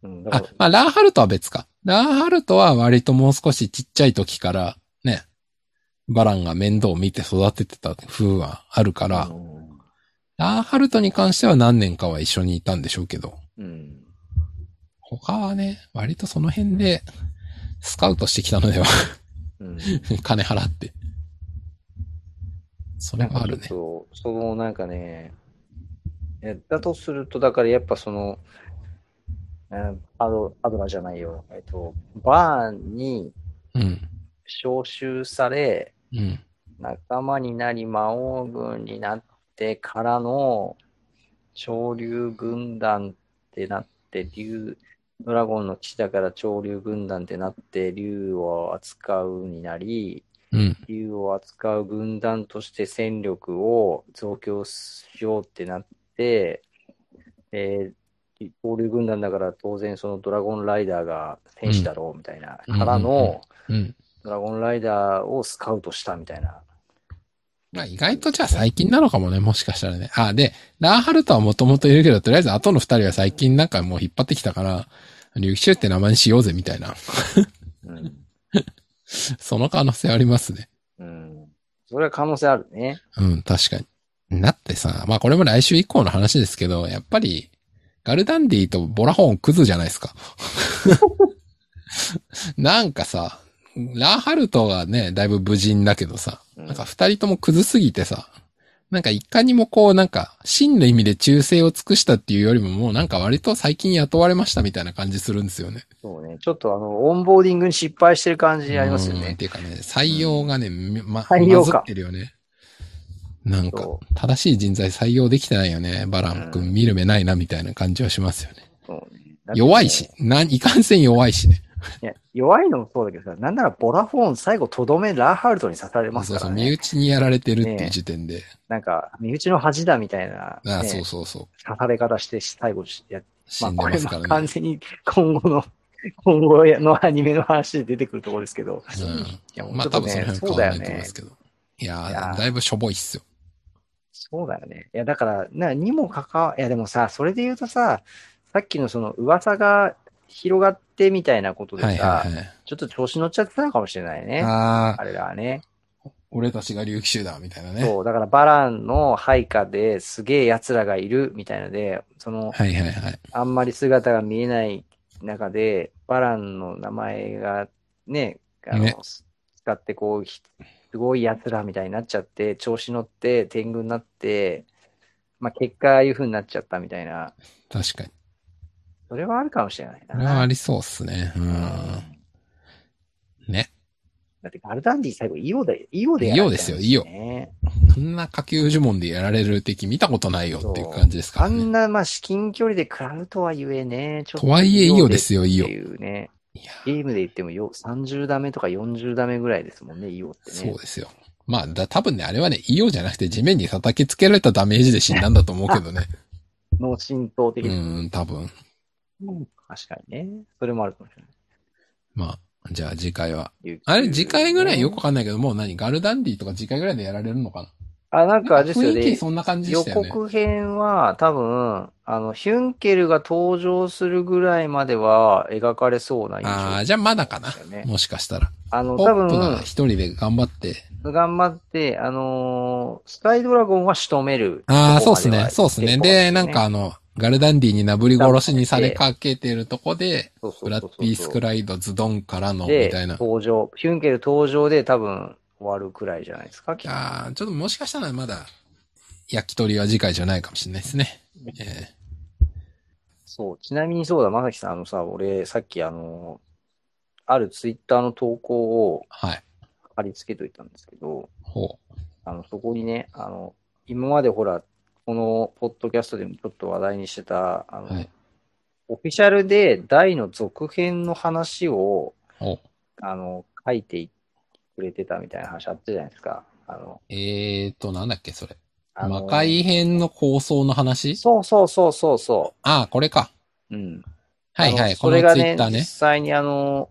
Speaker 2: うんだか
Speaker 1: あ
Speaker 2: ら、
Speaker 1: まあ、ラーハルトは別か。ラーハルトは割ともう少しちっちゃい時から、ね、バランが面倒を見て育ててた風はあるから、
Speaker 2: うん
Speaker 1: ラーハルトに関しては何年かは一緒にいたんでしょうけど、
Speaker 2: うん。
Speaker 1: 他はね、割とその辺で、スカウトしてきたのでは、 [LAUGHS]
Speaker 2: うん。
Speaker 1: 金払って。それ
Speaker 2: なん
Speaker 1: はあ
Speaker 2: かちょ
Speaker 1: る
Speaker 2: っ
Speaker 1: ね。
Speaker 2: と、そのなんかね、えだとすると、だからやっぱその、えーアドアドラじゃないよ、えっと、バーンに
Speaker 1: うん。
Speaker 2: 召集され、
Speaker 1: うん。
Speaker 2: 仲間になり魔王軍になってからの潮流軍団ってなって、竜、ドラゴンの騎士だから潮流軍団ってなって、竜を扱うになり、
Speaker 1: うん。
Speaker 2: 竜を扱う軍団として戦力を増強しようってなって、えー、交流軍団だから当然そのドラゴンライダーが戦士だろうみたいな、
Speaker 1: うん
Speaker 2: から
Speaker 1: うんうん
Speaker 2: の
Speaker 1: うん。
Speaker 2: ドラゴンライダーをスカウトしたみたいな。
Speaker 1: まあ意外とじゃあ最近なのかもね、もしかしたらね。あ、で、ラーハルトはもともといるけど、とりあえず後の二人は最近なんかもう引っ張ってきたから、竜騎手って名前にしようぜみたいな。
Speaker 2: うん。
Speaker 1: その可能性ありますね。
Speaker 2: うん。それは可能性あるね。
Speaker 1: うん、確かに。だってさ、まあこれも来週以降の話ですけど、やっぱり、ガルダンディとボラホーンクズじゃないですか。 [LAUGHS] なんかさ、ラーハルトがね、だいぶ無人だけどさ、
Speaker 2: うん
Speaker 1: なんか二人ともクズすぎてさ、なんかいかにもこうなんか真の意味で忠誠を尽くしたっていうよりももうなんか割と最近雇われましたみたいな感じするんですよね。
Speaker 2: そうね。ちょっとあの、オンボーディングに失敗してる感じありますよ
Speaker 1: うんっ
Speaker 2: ね。
Speaker 1: ていうかね、採用がね、ま、
Speaker 2: 採用
Speaker 1: ま
Speaker 2: か
Speaker 1: ずってるよね。なんか
Speaker 2: そ、
Speaker 1: 正しい人材採用できてないよね。バラン君、
Speaker 2: うん
Speaker 1: 見る目ないな、みたいな感じはしますよね。
Speaker 2: そうね。
Speaker 1: 弱いし。、なん、いかんせん弱いしね。
Speaker 2: いや、弱いのもそうだけどさ、なんならボラフォーン最後とどめラーハルトに刺されます
Speaker 1: そ
Speaker 2: か
Speaker 1: うそ
Speaker 2: ら
Speaker 1: う、
Speaker 2: ね。
Speaker 1: 身内にやられてるってい
Speaker 2: ね
Speaker 1: う
Speaker 2: え
Speaker 1: 時点で。
Speaker 2: なんか、身内の恥だみたいな、
Speaker 1: ああ、
Speaker 2: ね
Speaker 1: そうそうそう。
Speaker 2: 刺され方して、最後しや、
Speaker 1: 死
Speaker 2: まあ、
Speaker 1: んで
Speaker 2: こ
Speaker 1: ま
Speaker 2: れ
Speaker 1: す
Speaker 2: も
Speaker 1: から
Speaker 2: 完
Speaker 1: ね。
Speaker 2: 全に今後の、今後のアニメの話で出てくるところですけど。
Speaker 1: う
Speaker 2: も
Speaker 1: ん。
Speaker 2: う
Speaker 1: ま
Speaker 2: ちょ
Speaker 1: あ多
Speaker 2: っと
Speaker 1: 分その
Speaker 2: ね、
Speaker 1: 辺変
Speaker 2: そう
Speaker 1: わ
Speaker 2: だ
Speaker 1: らない
Speaker 2: よ
Speaker 1: と思いま
Speaker 2: ね
Speaker 1: す。けど。いや
Speaker 2: いや
Speaker 1: ー、
Speaker 2: ー
Speaker 1: だいぶしょぼいっすよ。
Speaker 2: そうだよね。いや、だから、なにもかかわ、いや、でもさ、それで言うとさ、さっきのその噂が広がってみたいなことでさ、
Speaker 1: はいはいは
Speaker 2: ちょっと調子乗っちゃってたのかもしれない
Speaker 1: い。
Speaker 2: ね。あ
Speaker 1: ああ、
Speaker 2: れらはね。
Speaker 1: 俺たちが竜騎手だ、みたいなね。
Speaker 2: そう、だからバランの配下ですげえ奴らがいるみたいので、その、
Speaker 1: はいはいはい。
Speaker 2: あんまり姿が見えない中で、バランの名前がね、あの
Speaker 1: ね
Speaker 2: 使ってこう、ひすごい奴らみたいになっちゃって、調子乗って、天狗になって、まあ、結果、ああいう風になっちゃったみたいな、
Speaker 1: 確かに。
Speaker 2: それはあるかもしれない
Speaker 1: これはあ
Speaker 2: な。
Speaker 1: りそうっすね。うん。ね。
Speaker 2: だって、ガルダンディ最後、イオで、イオでやられちゃうん
Speaker 1: イオですよ
Speaker 2: ね
Speaker 1: こんな下級呪文でやられる敵見たことないよっていう感じですか
Speaker 2: あ
Speaker 1: らね
Speaker 2: ん。な、まあ、至近距離で食らうとはゆえね、ちょっと。
Speaker 1: とはいえ、イオですよ、
Speaker 2: よ。
Speaker 1: イ
Speaker 2: っ
Speaker 1: オ。
Speaker 2: て
Speaker 1: い
Speaker 2: いうね、
Speaker 1: や、
Speaker 2: ゲームで言ってもよ30ダメとか40ダメぐらいですもんね、イオってね。
Speaker 1: そうですよ。まあ、だ、多分ね、あれはね、イオじゃなくて地面に叩きつけられたダメージで死んだんだと思うけどね。
Speaker 2: 脳震盪的
Speaker 1: う
Speaker 2: に。
Speaker 1: ーん、多分。
Speaker 2: うん確かにね。それもあるかもしれない
Speaker 1: まあ、じゃあ次回は。
Speaker 2: 琉球。
Speaker 1: あれ、次回ぐらいよくわかんないけど、もう何ガルダンディとか次回ぐらいでやられるのかな
Speaker 2: あ、なんかあれですよ
Speaker 1: 雰囲気
Speaker 2: ね。
Speaker 1: そんな感じで
Speaker 2: 予
Speaker 1: したよね。
Speaker 2: 告編は多分、あの、ヒュンケルが登場するぐらいまでは描かれそうな印象
Speaker 1: ああ、じゃあまだか
Speaker 2: で
Speaker 1: な
Speaker 2: す。よね。
Speaker 1: もしかしたら。
Speaker 2: あの、
Speaker 1: ポ
Speaker 2: 多
Speaker 1: ップが
Speaker 2: 分、
Speaker 1: 一人で頑張って。
Speaker 2: 頑張って、あのースカイドラゴンは仕留める。
Speaker 1: ああ、
Speaker 2: とこ
Speaker 1: そうっすね。
Speaker 2: まは
Speaker 1: そうっすね。
Speaker 2: 結構です
Speaker 1: で、
Speaker 2: よ
Speaker 1: なんかあの、ガルダンディになぶり殺しにされかけてるとこで、
Speaker 2: そうそう
Speaker 1: ブ
Speaker 2: そう
Speaker 1: ラ
Speaker 2: そう
Speaker 1: ッディスクライドズドンからの、み
Speaker 2: で
Speaker 1: たいな。
Speaker 2: 登場。ヒュンケル登場で多分終わるくらいじゃないですか、きっと
Speaker 1: ああ、ちょっともしかしたらまだ、焼き鳥は次回じゃないかもしれないですね。え
Speaker 2: そう。ちなみにそうだ、まさきさん、あのさ、俺、さっきあのーあるツイッターの投稿を
Speaker 1: ーはい。
Speaker 2: 貼り付けといたんですけど、
Speaker 1: ほう。
Speaker 2: あの、そこにね、あの、今までほら、このポッドキャストでもちょっと話題にしてた、あの、
Speaker 1: はい
Speaker 2: オフィシャルで大の続編の話を、
Speaker 1: ほう。
Speaker 2: あの、書いてくれてたみたいな話あったじゃないですか。あの、
Speaker 1: えーと、なんだっけ、それ。
Speaker 2: あの
Speaker 1: 魔界編の構想の話
Speaker 2: そうそうそうそうそ
Speaker 1: ああ、これか。
Speaker 2: う。うん。
Speaker 1: はいは
Speaker 2: あの
Speaker 1: い。
Speaker 2: そ
Speaker 1: こ
Speaker 2: れ
Speaker 1: の
Speaker 2: が
Speaker 1: ツイ
Speaker 2: ね
Speaker 1: ッター
Speaker 2: 実
Speaker 1: ね。
Speaker 2: 際にあの、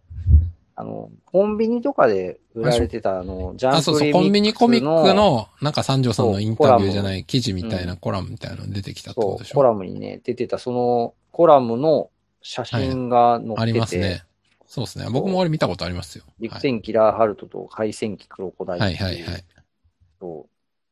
Speaker 2: あの、コンビニとかで売られてた、あの、ジャンプ
Speaker 1: あ、そうそう、コンビニコミック、の、なんか三条さんのインタビューじゃない、記事みたいな、
Speaker 2: う
Speaker 1: コラムみたいなの出てきたってこ
Speaker 2: そ
Speaker 1: とで
Speaker 2: う、
Speaker 1: し
Speaker 2: コ
Speaker 1: ょ
Speaker 2: ラムにね、出てた、そのコラムの写真が載ってて、
Speaker 1: ありますね。そうですね。僕も俺見たことありますよ。
Speaker 2: 陸
Speaker 1: はい
Speaker 2: 戦記ラーハルトと海戦記クロコダイル
Speaker 1: は
Speaker 2: っ
Speaker 1: い
Speaker 2: てう
Speaker 1: はいはい。
Speaker 2: そ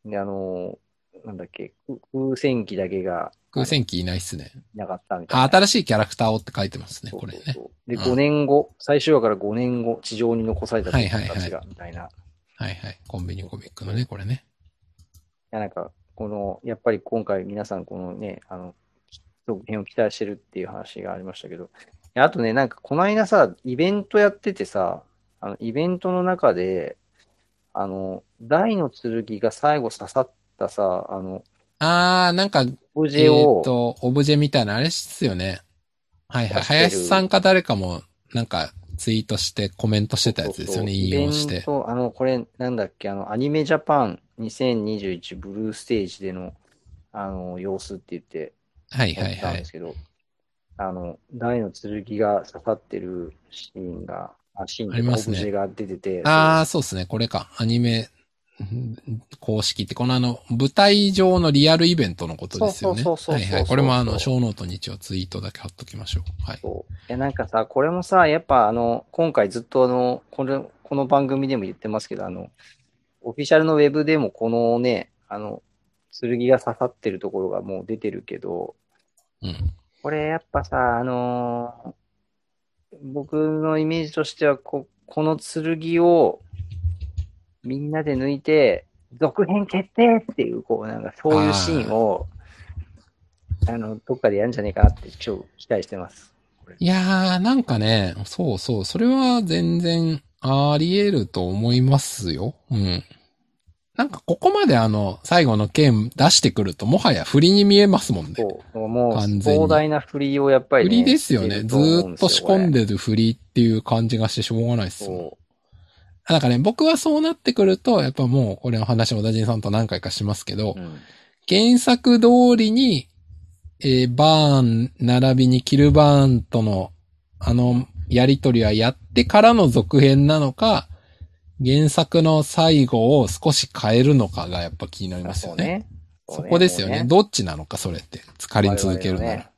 Speaker 2: う。で、あのーなんだっけ、く空戦記だけが
Speaker 1: 空戦機いないっすね。
Speaker 2: いなかったみたいな。
Speaker 1: あ、新しいキャラクターをって書いてますね、
Speaker 2: そう
Speaker 1: これ
Speaker 2: そう
Speaker 1: ね。
Speaker 2: そうで、
Speaker 1: うん
Speaker 2: 5年後、最終話から5年後、地上に残された人た
Speaker 1: は
Speaker 2: ち
Speaker 1: いはい
Speaker 2: が、みたいな。い
Speaker 1: はいはい。コンビニコミックのね、これね。
Speaker 2: や、なんか、この、やっぱり今回皆さん、このね、あの、続編を期待してるっていう話がありましたけど、いやあとね、なんか、この間さ、イベントやっててさ、あの、イベントの中で、あの、大の剣が最後刺さったさ、あの、
Speaker 1: あー、なんか、
Speaker 2: オブジ
Speaker 1: え
Speaker 2: ェ
Speaker 1: ー
Speaker 2: を
Speaker 1: っ、と、オブジェみたいな、あれっすよね。はいはい。
Speaker 2: 出してる
Speaker 1: 林さんか誰かも、なんか、ツイートして、コメントしてたやつですよね、
Speaker 2: そうそう
Speaker 1: 引用して。
Speaker 2: そう、あの、これ、なんだっけ、あの、アニメジャパン2021ブルーステージでの、あの、様子って言って、
Speaker 1: はいは
Speaker 2: や
Speaker 1: い
Speaker 2: った
Speaker 1: は
Speaker 2: ん
Speaker 1: い
Speaker 2: で。すけど、あの、大の剣が刺さってるシーンが、あシーン
Speaker 1: あります
Speaker 2: オ
Speaker 1: ね
Speaker 2: ブジェが出てて、
Speaker 1: あー、そうですね、これか。アニメ、うん公式って、このあの、舞台上のリアルイベントのことですよね。
Speaker 2: そうそう
Speaker 1: は
Speaker 2: そうそうそう
Speaker 1: い
Speaker 2: そう
Speaker 1: はい。これもあの、小ノートに一応ツイートだけ貼っときましょう。はい。
Speaker 2: そういやなんかさ、これもさ、やっぱあの、今回ずっとあの、これ、この番組でも言ってますけど、あの、オフィシャルのウェブでもこのね、あの、剣が刺さってるところがもう出てるけど、
Speaker 1: うん。
Speaker 2: これやっぱさ、あのー僕のイメージとしてはこ、この剣をみんなで抜いて、続編決定っていう、こう、なんかそういうシーンを、あの、どっかでやるんじゃねえかなって、超期待してます。
Speaker 1: いやー、なんかね、そうそう、それは全然あり得ると思いますよ。うん。なんかここまであの、最後の剣出してくると、もはや振りに見えますもんね。
Speaker 2: そう、もう
Speaker 1: 完全に
Speaker 2: 壮大な振りをやっぱり、
Speaker 1: 振
Speaker 2: ね、
Speaker 1: りですよね。ずーっと仕込ん
Speaker 2: で
Speaker 1: でる振りっていう感じがしてしょうがないっすもん。
Speaker 2: そ
Speaker 1: なんかね、僕はそうなってくると、やっぱもう、俺の話小田人さんと何回かしますけど
Speaker 2: う、うん。
Speaker 1: 原作通りに、えーバーン、並びにキルバーンとの、あの、やりとりはやってからの続編なのか、原作の最後を少し変えるのかがやっぱ気になりますよね。
Speaker 2: そ
Speaker 1: そう
Speaker 2: ね
Speaker 1: こですよね
Speaker 2: もう
Speaker 1: どっちなのか、それって。仮に続けるなら。
Speaker 2: 我々のね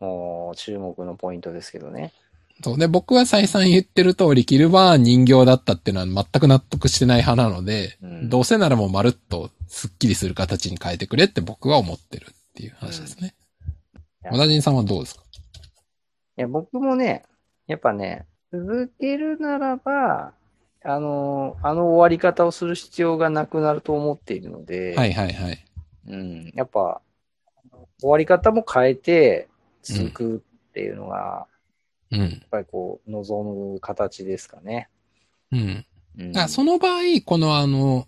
Speaker 2: もう注目のポイントですけどね。
Speaker 1: そう。で、僕は再三言ってる通り、キルバーン人形だったっていうのは全く納得してない派なので、
Speaker 2: うん
Speaker 1: どうせならもうまるっとスッキリする形に変えてくれって僕は思ってるっていう話ですね。
Speaker 2: うん
Speaker 1: 小田人さんはどうですか
Speaker 2: いや、僕もね、やっぱね、続けるならば、あの、あの終わり方をする必要がなくなると思っているので、
Speaker 1: はいはいはい。
Speaker 2: うん、やっぱ、終わり方も変えて、続くっていうのが、
Speaker 1: うん
Speaker 2: や。っぱりこう、望む形ですかね。
Speaker 1: うん。
Speaker 2: うん、
Speaker 1: あその場合、このあの、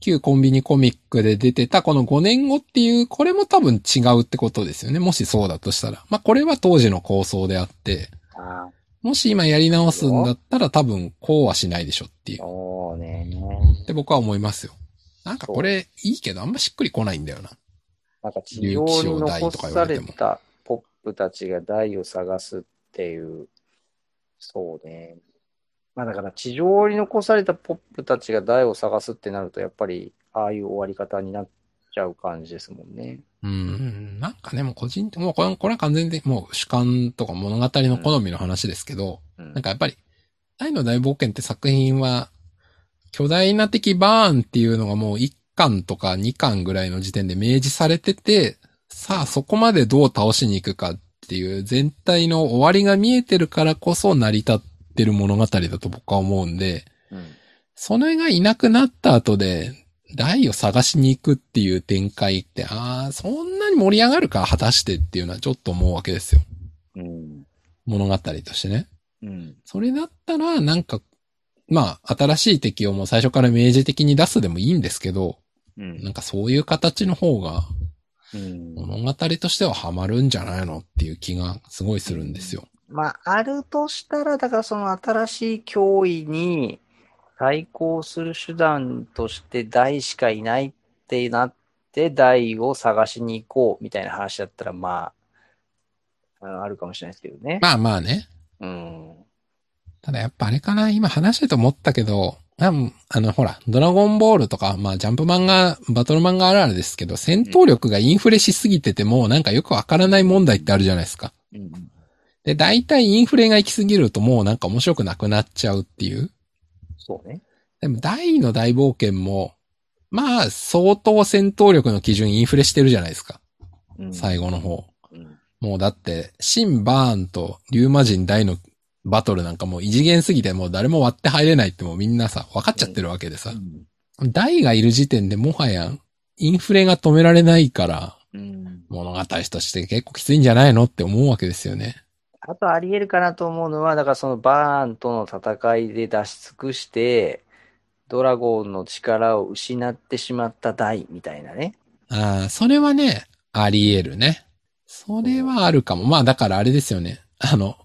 Speaker 1: 旧コンビニコミックで出てたこの5年後っていう、これも多分違うってことですよね。もしそうだとしたら。まあこれは当時の構想であって、
Speaker 2: あ
Speaker 1: もし今やり直すんだったら多分こうはしないでしょっていう。
Speaker 2: そうね。
Speaker 1: って僕は思いますよ。なんかこれいいけどあんましっくりこないんだよな。
Speaker 2: なんか地上に残されたポップたちが台を探すっていう、そうね。まあだから地上に残されたポップたちが台を探すってなると、やっぱりああいう終わり方になっちゃう感じですもんね。
Speaker 1: うん。なんかね、もう個人的、もうこれこれは完全にもう主観とか物語の好みの話ですけど、
Speaker 2: うん
Speaker 1: なんかやっぱり、大の大冒険って作品は、巨大な敵バーンっていうのがもう1巻とか2巻ぐらいの時点で明示されてて、さあそこまでどう倒しに行くかっていう全体の終わりが見えてるからこそ成り立ってる物語だと僕は思うんで、
Speaker 2: うん
Speaker 1: それがいなくなった後で、台を探しに行くっていう展開って、ああ、そんなに盛り上がるか、果たしてっていうのはちょっと思うわけですよ。
Speaker 2: うん。
Speaker 1: 物語としてね。
Speaker 2: うん。
Speaker 1: それだったら、なんか、まあ、新しい敵をもう最初から明示的に出すでもいいんですけど、
Speaker 2: う
Speaker 1: なん
Speaker 2: ん。
Speaker 1: かそういう形の方が、
Speaker 2: うん
Speaker 1: 物語としてはハマるんじゃないのっていう気がすごいするんですよ。
Speaker 2: まあ、あるとしたら、だからその新しい脅威に対抗する手段として大しかいないってなって、大を探しに行こうみたいな話だったら、まあ、ああるかもしれないですけどね。
Speaker 1: まあまあね。
Speaker 2: うん。
Speaker 1: ただやっぱあれかな、今話してて思ったけど、なんあの、ほら、ドラゴンボールとか、まあ、ジャンプ漫画、バトル漫画あるあるですけど、戦闘力がインフレしすぎてても、なんかよくわからない問題ってあるじゃないですか。
Speaker 2: うん。
Speaker 1: で、大体インフレが行きすぎるともうなんか面白くなくなっちゃうっていう。
Speaker 2: そうね。
Speaker 1: でも、大の大冒険も、まあ、相当戦闘力の基準インフレしてるじゃないですか。
Speaker 2: うん。
Speaker 1: 最後の方。
Speaker 2: うん。
Speaker 1: もうだって、シン・バーンとリュウマ人大のバトルなんかもう異次元すぎてもう誰も割って入れないってもうみんなさ、分かっちゃってるわけでさ。大がいる時点でもはや、インフレが止められないから、
Speaker 2: うん。
Speaker 1: 物語として結構きついんじゃないのって思うわけですよね。
Speaker 2: あとあり得るかなと思うのは、だからそのバーンとの戦いで出し尽くして、ドラゴンの力を失ってしまった大みたいなね。
Speaker 1: ああ、それはね、あり得るね。それはあるかも。まあだからあれですよね。あの、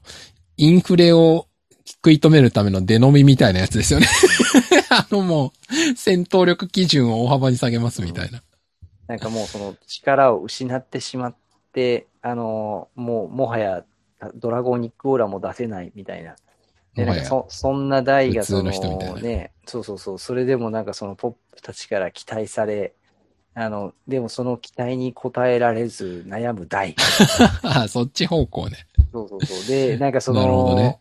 Speaker 1: インフレを食い止めるための出飲みみたいなやつですよね。 [LAUGHS] あのもう、戦闘力基準を大幅に下げますみたいな。
Speaker 2: なんかもうその力を失ってしまって、あのーもうもはやドラゴニックオーラも出せないみたいな。で、
Speaker 1: も
Speaker 2: な
Speaker 1: は
Speaker 2: ん
Speaker 1: や
Speaker 2: かそそんな代が
Speaker 1: 普通
Speaker 2: そ
Speaker 1: の人みたいな
Speaker 2: ね、そうそうそう、それでもなんかそのポップたちから期待され、あの、でもその期待に応えられず悩む代。
Speaker 1: ああ、そっち方向ね。
Speaker 2: そうそうそ
Speaker 1: [LAUGHS]
Speaker 2: う。で、なんかそ
Speaker 1: なるほ
Speaker 2: の、
Speaker 1: どね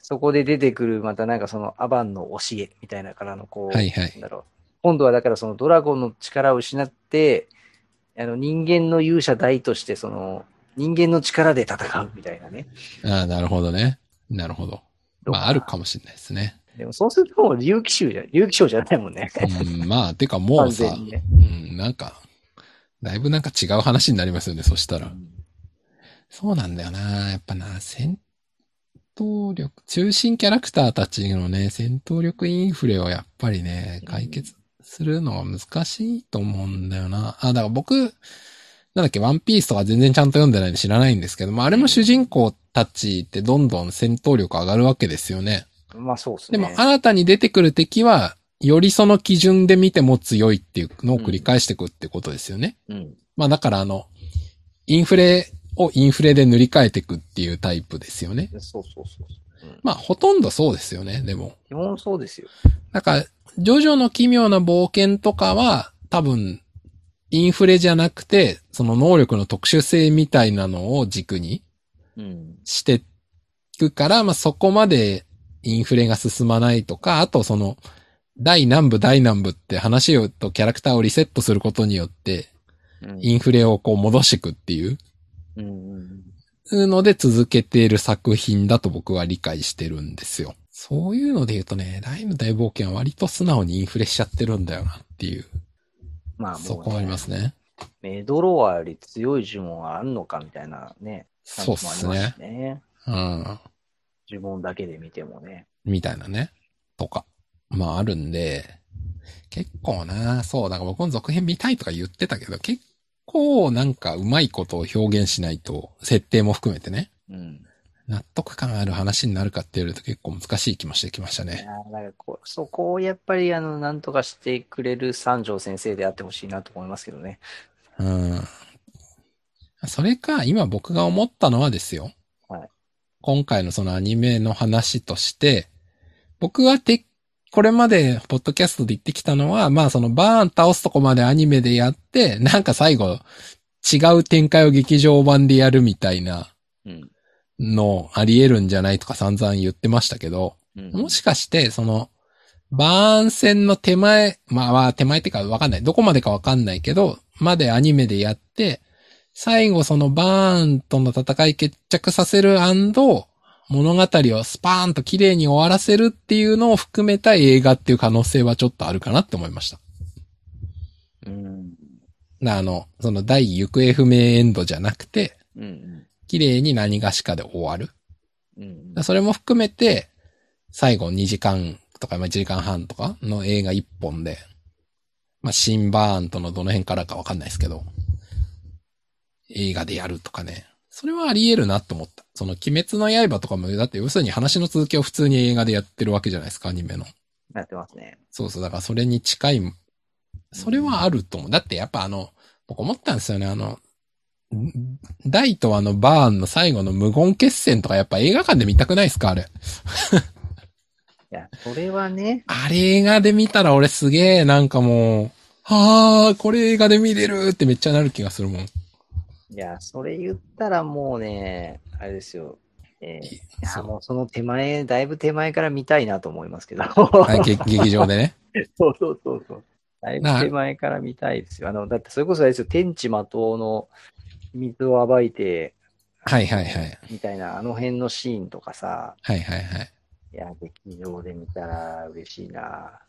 Speaker 2: そこで出てくる、またなんかそのアバンの教えみたいなからのこう、
Speaker 1: はいは
Speaker 2: なん
Speaker 1: い。
Speaker 2: だろう。今度はだからそのドラゴンの力を失って、あの人間の勇者大としてその人間の力で戦うみたいなね。
Speaker 1: ああ、なるほどね。なるほど。まあ、あるかもしれないですね。
Speaker 2: でもそうするともう竜騎衆じゃ、竜騎将じゃないもんね。
Speaker 1: うん、まあ、てかも
Speaker 2: [LAUGHS] 完
Speaker 1: うさ
Speaker 2: 全、にね。
Speaker 1: うん、なんか、だいぶなんか違う話になりますよね、そしたら。そうなんだよな。やっぱな、戦闘力、中心キャラクターたちのね、戦闘力インフレをやっぱりね、解決するのは難しいと思うんだよな。あ、だから僕、なんだっけ、ワンピースとか全然ちゃんと読んでないんで知らないんですけど、まああれも主人公たちってどんどん戦闘力上がるわけですよね。
Speaker 2: まあそうです
Speaker 1: で
Speaker 2: ね。
Speaker 1: も新たに出てくる敵は、よりその基準で見ても強いっていうのを繰り返していくってことですよね。
Speaker 2: うん。
Speaker 1: まあだからあの、インフレをインフレで塗り替えていくっていうタイプですよね。
Speaker 2: そうそうそう。うん
Speaker 1: まあほとんどそうですよね、でも。
Speaker 2: 基本そうですよ。
Speaker 1: なんか、ジョジョの奇妙な冒険とかは、多分、インフレじゃなくて、その能力の特殊性みたいなのを軸に
Speaker 2: うん。
Speaker 1: していくから、まあそこまでインフレが進まないとか、あとその、第何部第何部って話をとキャラクターをリセットすることによって、
Speaker 2: うん
Speaker 1: インフレをこう戻していくっていう。
Speaker 2: うんうん
Speaker 1: ので続けている作品だと僕は理解してるんですよ。そういうので言うとね、大の大冒険は割と素直にインフレしちゃってるんだよなっていう、
Speaker 2: まあもう、ね、
Speaker 1: そこはありますね。
Speaker 2: メドロワより強い呪文はあるのかみたいなね。
Speaker 1: そうっす
Speaker 2: 感じもありま
Speaker 1: ね
Speaker 2: す。ね。
Speaker 1: うん。
Speaker 2: 呪文だけで見てもね。
Speaker 1: みたいなね。とか。まああるんで、結構な、そう、だから僕も続編見たいとか言ってたけど、結構なんかうまいことを表現しないと、設定も含めてね。
Speaker 2: うん。
Speaker 1: 納得感ある話になるかって言われると結構難しい気もしてきました
Speaker 2: い
Speaker 1: ね。
Speaker 2: やーなんかこうそこをやっぱり、あの、なんとかしてくれる三条先生であってほしいなと思いますけどね。
Speaker 1: うん。それか、今僕が思ったのはですよ。
Speaker 2: はい
Speaker 1: 今回のそのアニメの話として、僕はて、これまでポッドキャストで言ってきたのは、まあそのバーン倒すとこまでアニメでやって、なんか最後、違う展開を劇場版でやるみたいな
Speaker 2: うん。
Speaker 1: のあり得るんじゃないとか散々言ってましたけど、
Speaker 2: うん。
Speaker 1: もしかして、その、バーン戦の手前、まあまあ手前ってかわかんない。どこまでかわかんないけど、までアニメでやって、最後そのバーンとの戦い決着させる物語をスパーンと綺麗に終わらせるっていうのを含めた映画っていう可能性はちょっとあるかなって思いました。
Speaker 2: うん。
Speaker 1: なあの、その第行方不明エンドじゃなくて、
Speaker 2: うん。うん
Speaker 1: 綺麗に何がしかで終わる。
Speaker 2: うん
Speaker 1: それも含めて、最後2時間とか、まあ1時間半とかの映画1本で、まあ、シンバーンとのどの辺からかわかんないですけど、映画でやるとかね。それはあり得るなと思った。その、鬼滅の刃とかも、だって要するに話の続きを普通に映画でやってるわけじゃないですか、アニメの。
Speaker 2: なってますね。
Speaker 1: そうそう、だからそれに近い、それはあると思う。だってやっぱあの、僕思ったんですよね、あの、ん大とあのバーンの最後の無言決戦とかやっぱ映画館で見たくないですかあれ。
Speaker 2: いや、それはね、
Speaker 1: あれ映画で見たら俺すげえなんかもう、はあ、これ映画で見れるってめっちゃなる気がする [LAUGHS] もん。
Speaker 2: いや、それ言ったらもうね、あれですよ。えーい
Speaker 1: そ
Speaker 2: や、
Speaker 1: う
Speaker 2: もうその手前、だいぶ手前から見たいなと思いますけど。
Speaker 1: はい、劇劇場で [LAUGHS] ね。
Speaker 2: [LAUGHS] そうそうそうそう。だいぶ手前から見たいですよ。あの、だってそれこそあれですよ、天地魔刀の水を暴いて、
Speaker 1: はいはいはい。
Speaker 2: みたいな、あの辺のシーンとかさ、
Speaker 1: はいはいはい。
Speaker 2: いや、劇場で見たら嬉しい
Speaker 1: だ
Speaker 2: な。
Speaker 1: か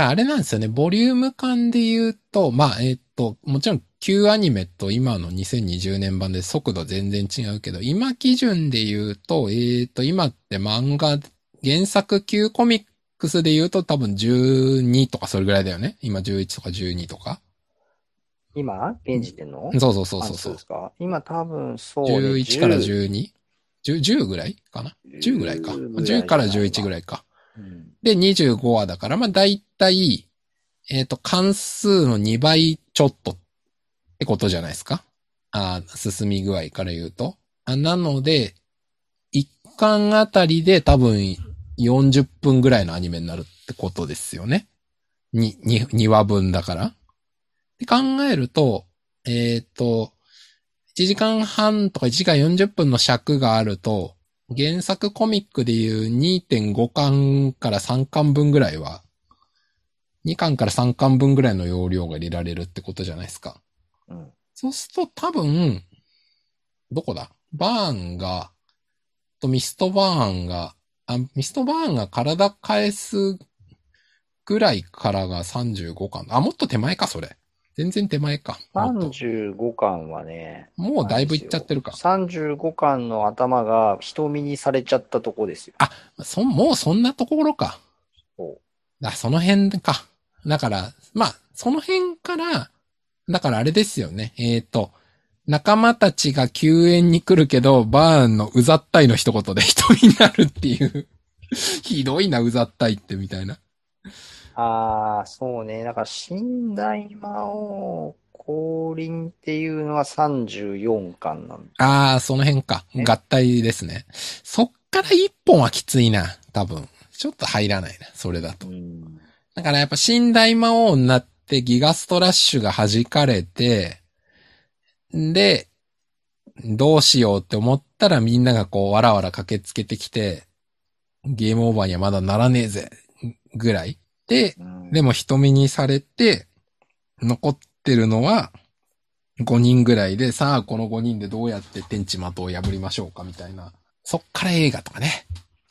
Speaker 1: らあれなんですよね、ボリューム感で言うと、まあ、えっと、もちろん旧アニメと今の2020年版で速度全然違うけど、今基準で言うと、えっと、今って漫画、原作旧コミックスで言うと多分12とかそれぐらいだよね。今11とか12とか。
Speaker 2: 今、現時点の
Speaker 1: そうそうそうそうそ
Speaker 2: あ
Speaker 1: う
Speaker 2: で。すか今多分そうで
Speaker 1: 11から 12?10 10ぐらいかな ?10 ぐらいか。
Speaker 2: 10ぐらいかな
Speaker 1: 10から11ぐらいか。
Speaker 2: うん
Speaker 1: で、25話だから、まあ、だいたい、えっ、と、関数の2倍ちょっとってことじゃないですか。あー進み具合から言うと。あなので、1巻あたりで多分40分ぐらいのアニメになるってことですよね。に、に、2話分だから。で考えると、えっ、と、1時間半とか1時間40分の尺があると、原作コミックでいう2.5巻から3巻分ぐらいは、2巻から3巻分ぐらいの容量が入れられるってことじゃないですか。
Speaker 2: うん
Speaker 1: そうすると多分、どこだバーンが、とミストバーンが、あ、ミストバーンが体返すぐらいからが35巻。あ、もっと手前か、それ。全然手前か。もっと
Speaker 2: 35巻はね、
Speaker 1: もうだいぶいっちゃってるか。
Speaker 2: 35巻の頭が瞳にされちゃったとこですよ。
Speaker 1: そ、もうそんなところか。
Speaker 2: そ
Speaker 1: あ、その辺か。だから、まあ、その辺から、だからあれですよね。えっ、と、仲間たちが救援に来るけど、バーンのうざったいの一言で [LAUGHS] 人になるっていう。ひどいな、うざったいって、みたいな。
Speaker 2: うああ、そうね。だから、新大魔王降臨っていうのは34巻なん
Speaker 1: ああ、その辺か。
Speaker 2: ね
Speaker 1: 合体ですね。そっから一本はきついな、多分。ちょっと入らないな、それだと。
Speaker 2: うん。
Speaker 1: だからやっぱ新大魔王になってギガストラッシュが弾かれて、で、どうしようって思ったらみんながこうわらわら駆けつけてきて、ゲームオーバーにはまだならねえぜ、ぐらい。で、
Speaker 2: うん
Speaker 1: でも瞳にされて、残ってるのは5人ぐらいで、さあこの5人でどうやって天地的を破りましょうかみたいな。そっから映画とかね。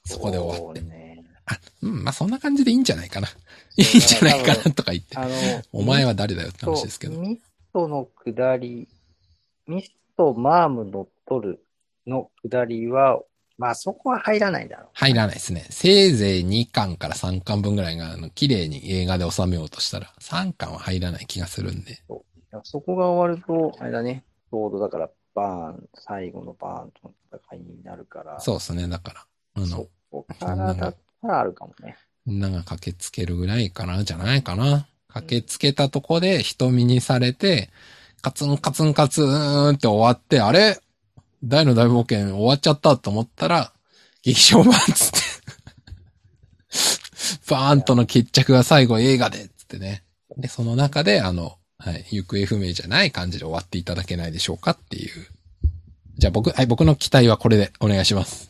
Speaker 1: そこで終わって
Speaker 2: そう。ね
Speaker 1: あ、うん、まあ、そんな感じでいいんじゃないか
Speaker 2: [LAUGHS]
Speaker 1: な。いいんじゃないかなとか言って。
Speaker 2: あの、
Speaker 1: [LAUGHS] お前は誰だよって話ですけ
Speaker 2: そ
Speaker 1: ど
Speaker 2: う。ミストの下り、ミスト、マームのトルの下りは、まあそこは入らないだろ
Speaker 1: 入らないですね。せいぜい2巻から3巻分ぐらいが、あの、綺麗に映画で収めようとしたら、3巻は入らない気がするんで。
Speaker 2: う。そこが終わると、あれだね、ちょうどだから、バーン、最後のバーンとの戦いになるから、
Speaker 1: そうですね、だから。あの
Speaker 2: そ、こからだったらあるかも
Speaker 1: [LAUGHS]
Speaker 2: ね。
Speaker 1: みんなが駆けつけるぐらいかな、じゃないかな。駆けつけたとこで瞳にされて、カツンカツンカツーンって終わって、あれ大の大冒険終わっちゃったと思ったら、劇場版っつって。バーンとの決着が最後映画でっつってね。で、その中で、あの、はい、行方不明じゃない感じで終わっていただけないでしょうかっていう。じゃあ僕、はい、僕の期待はこれでお願いします。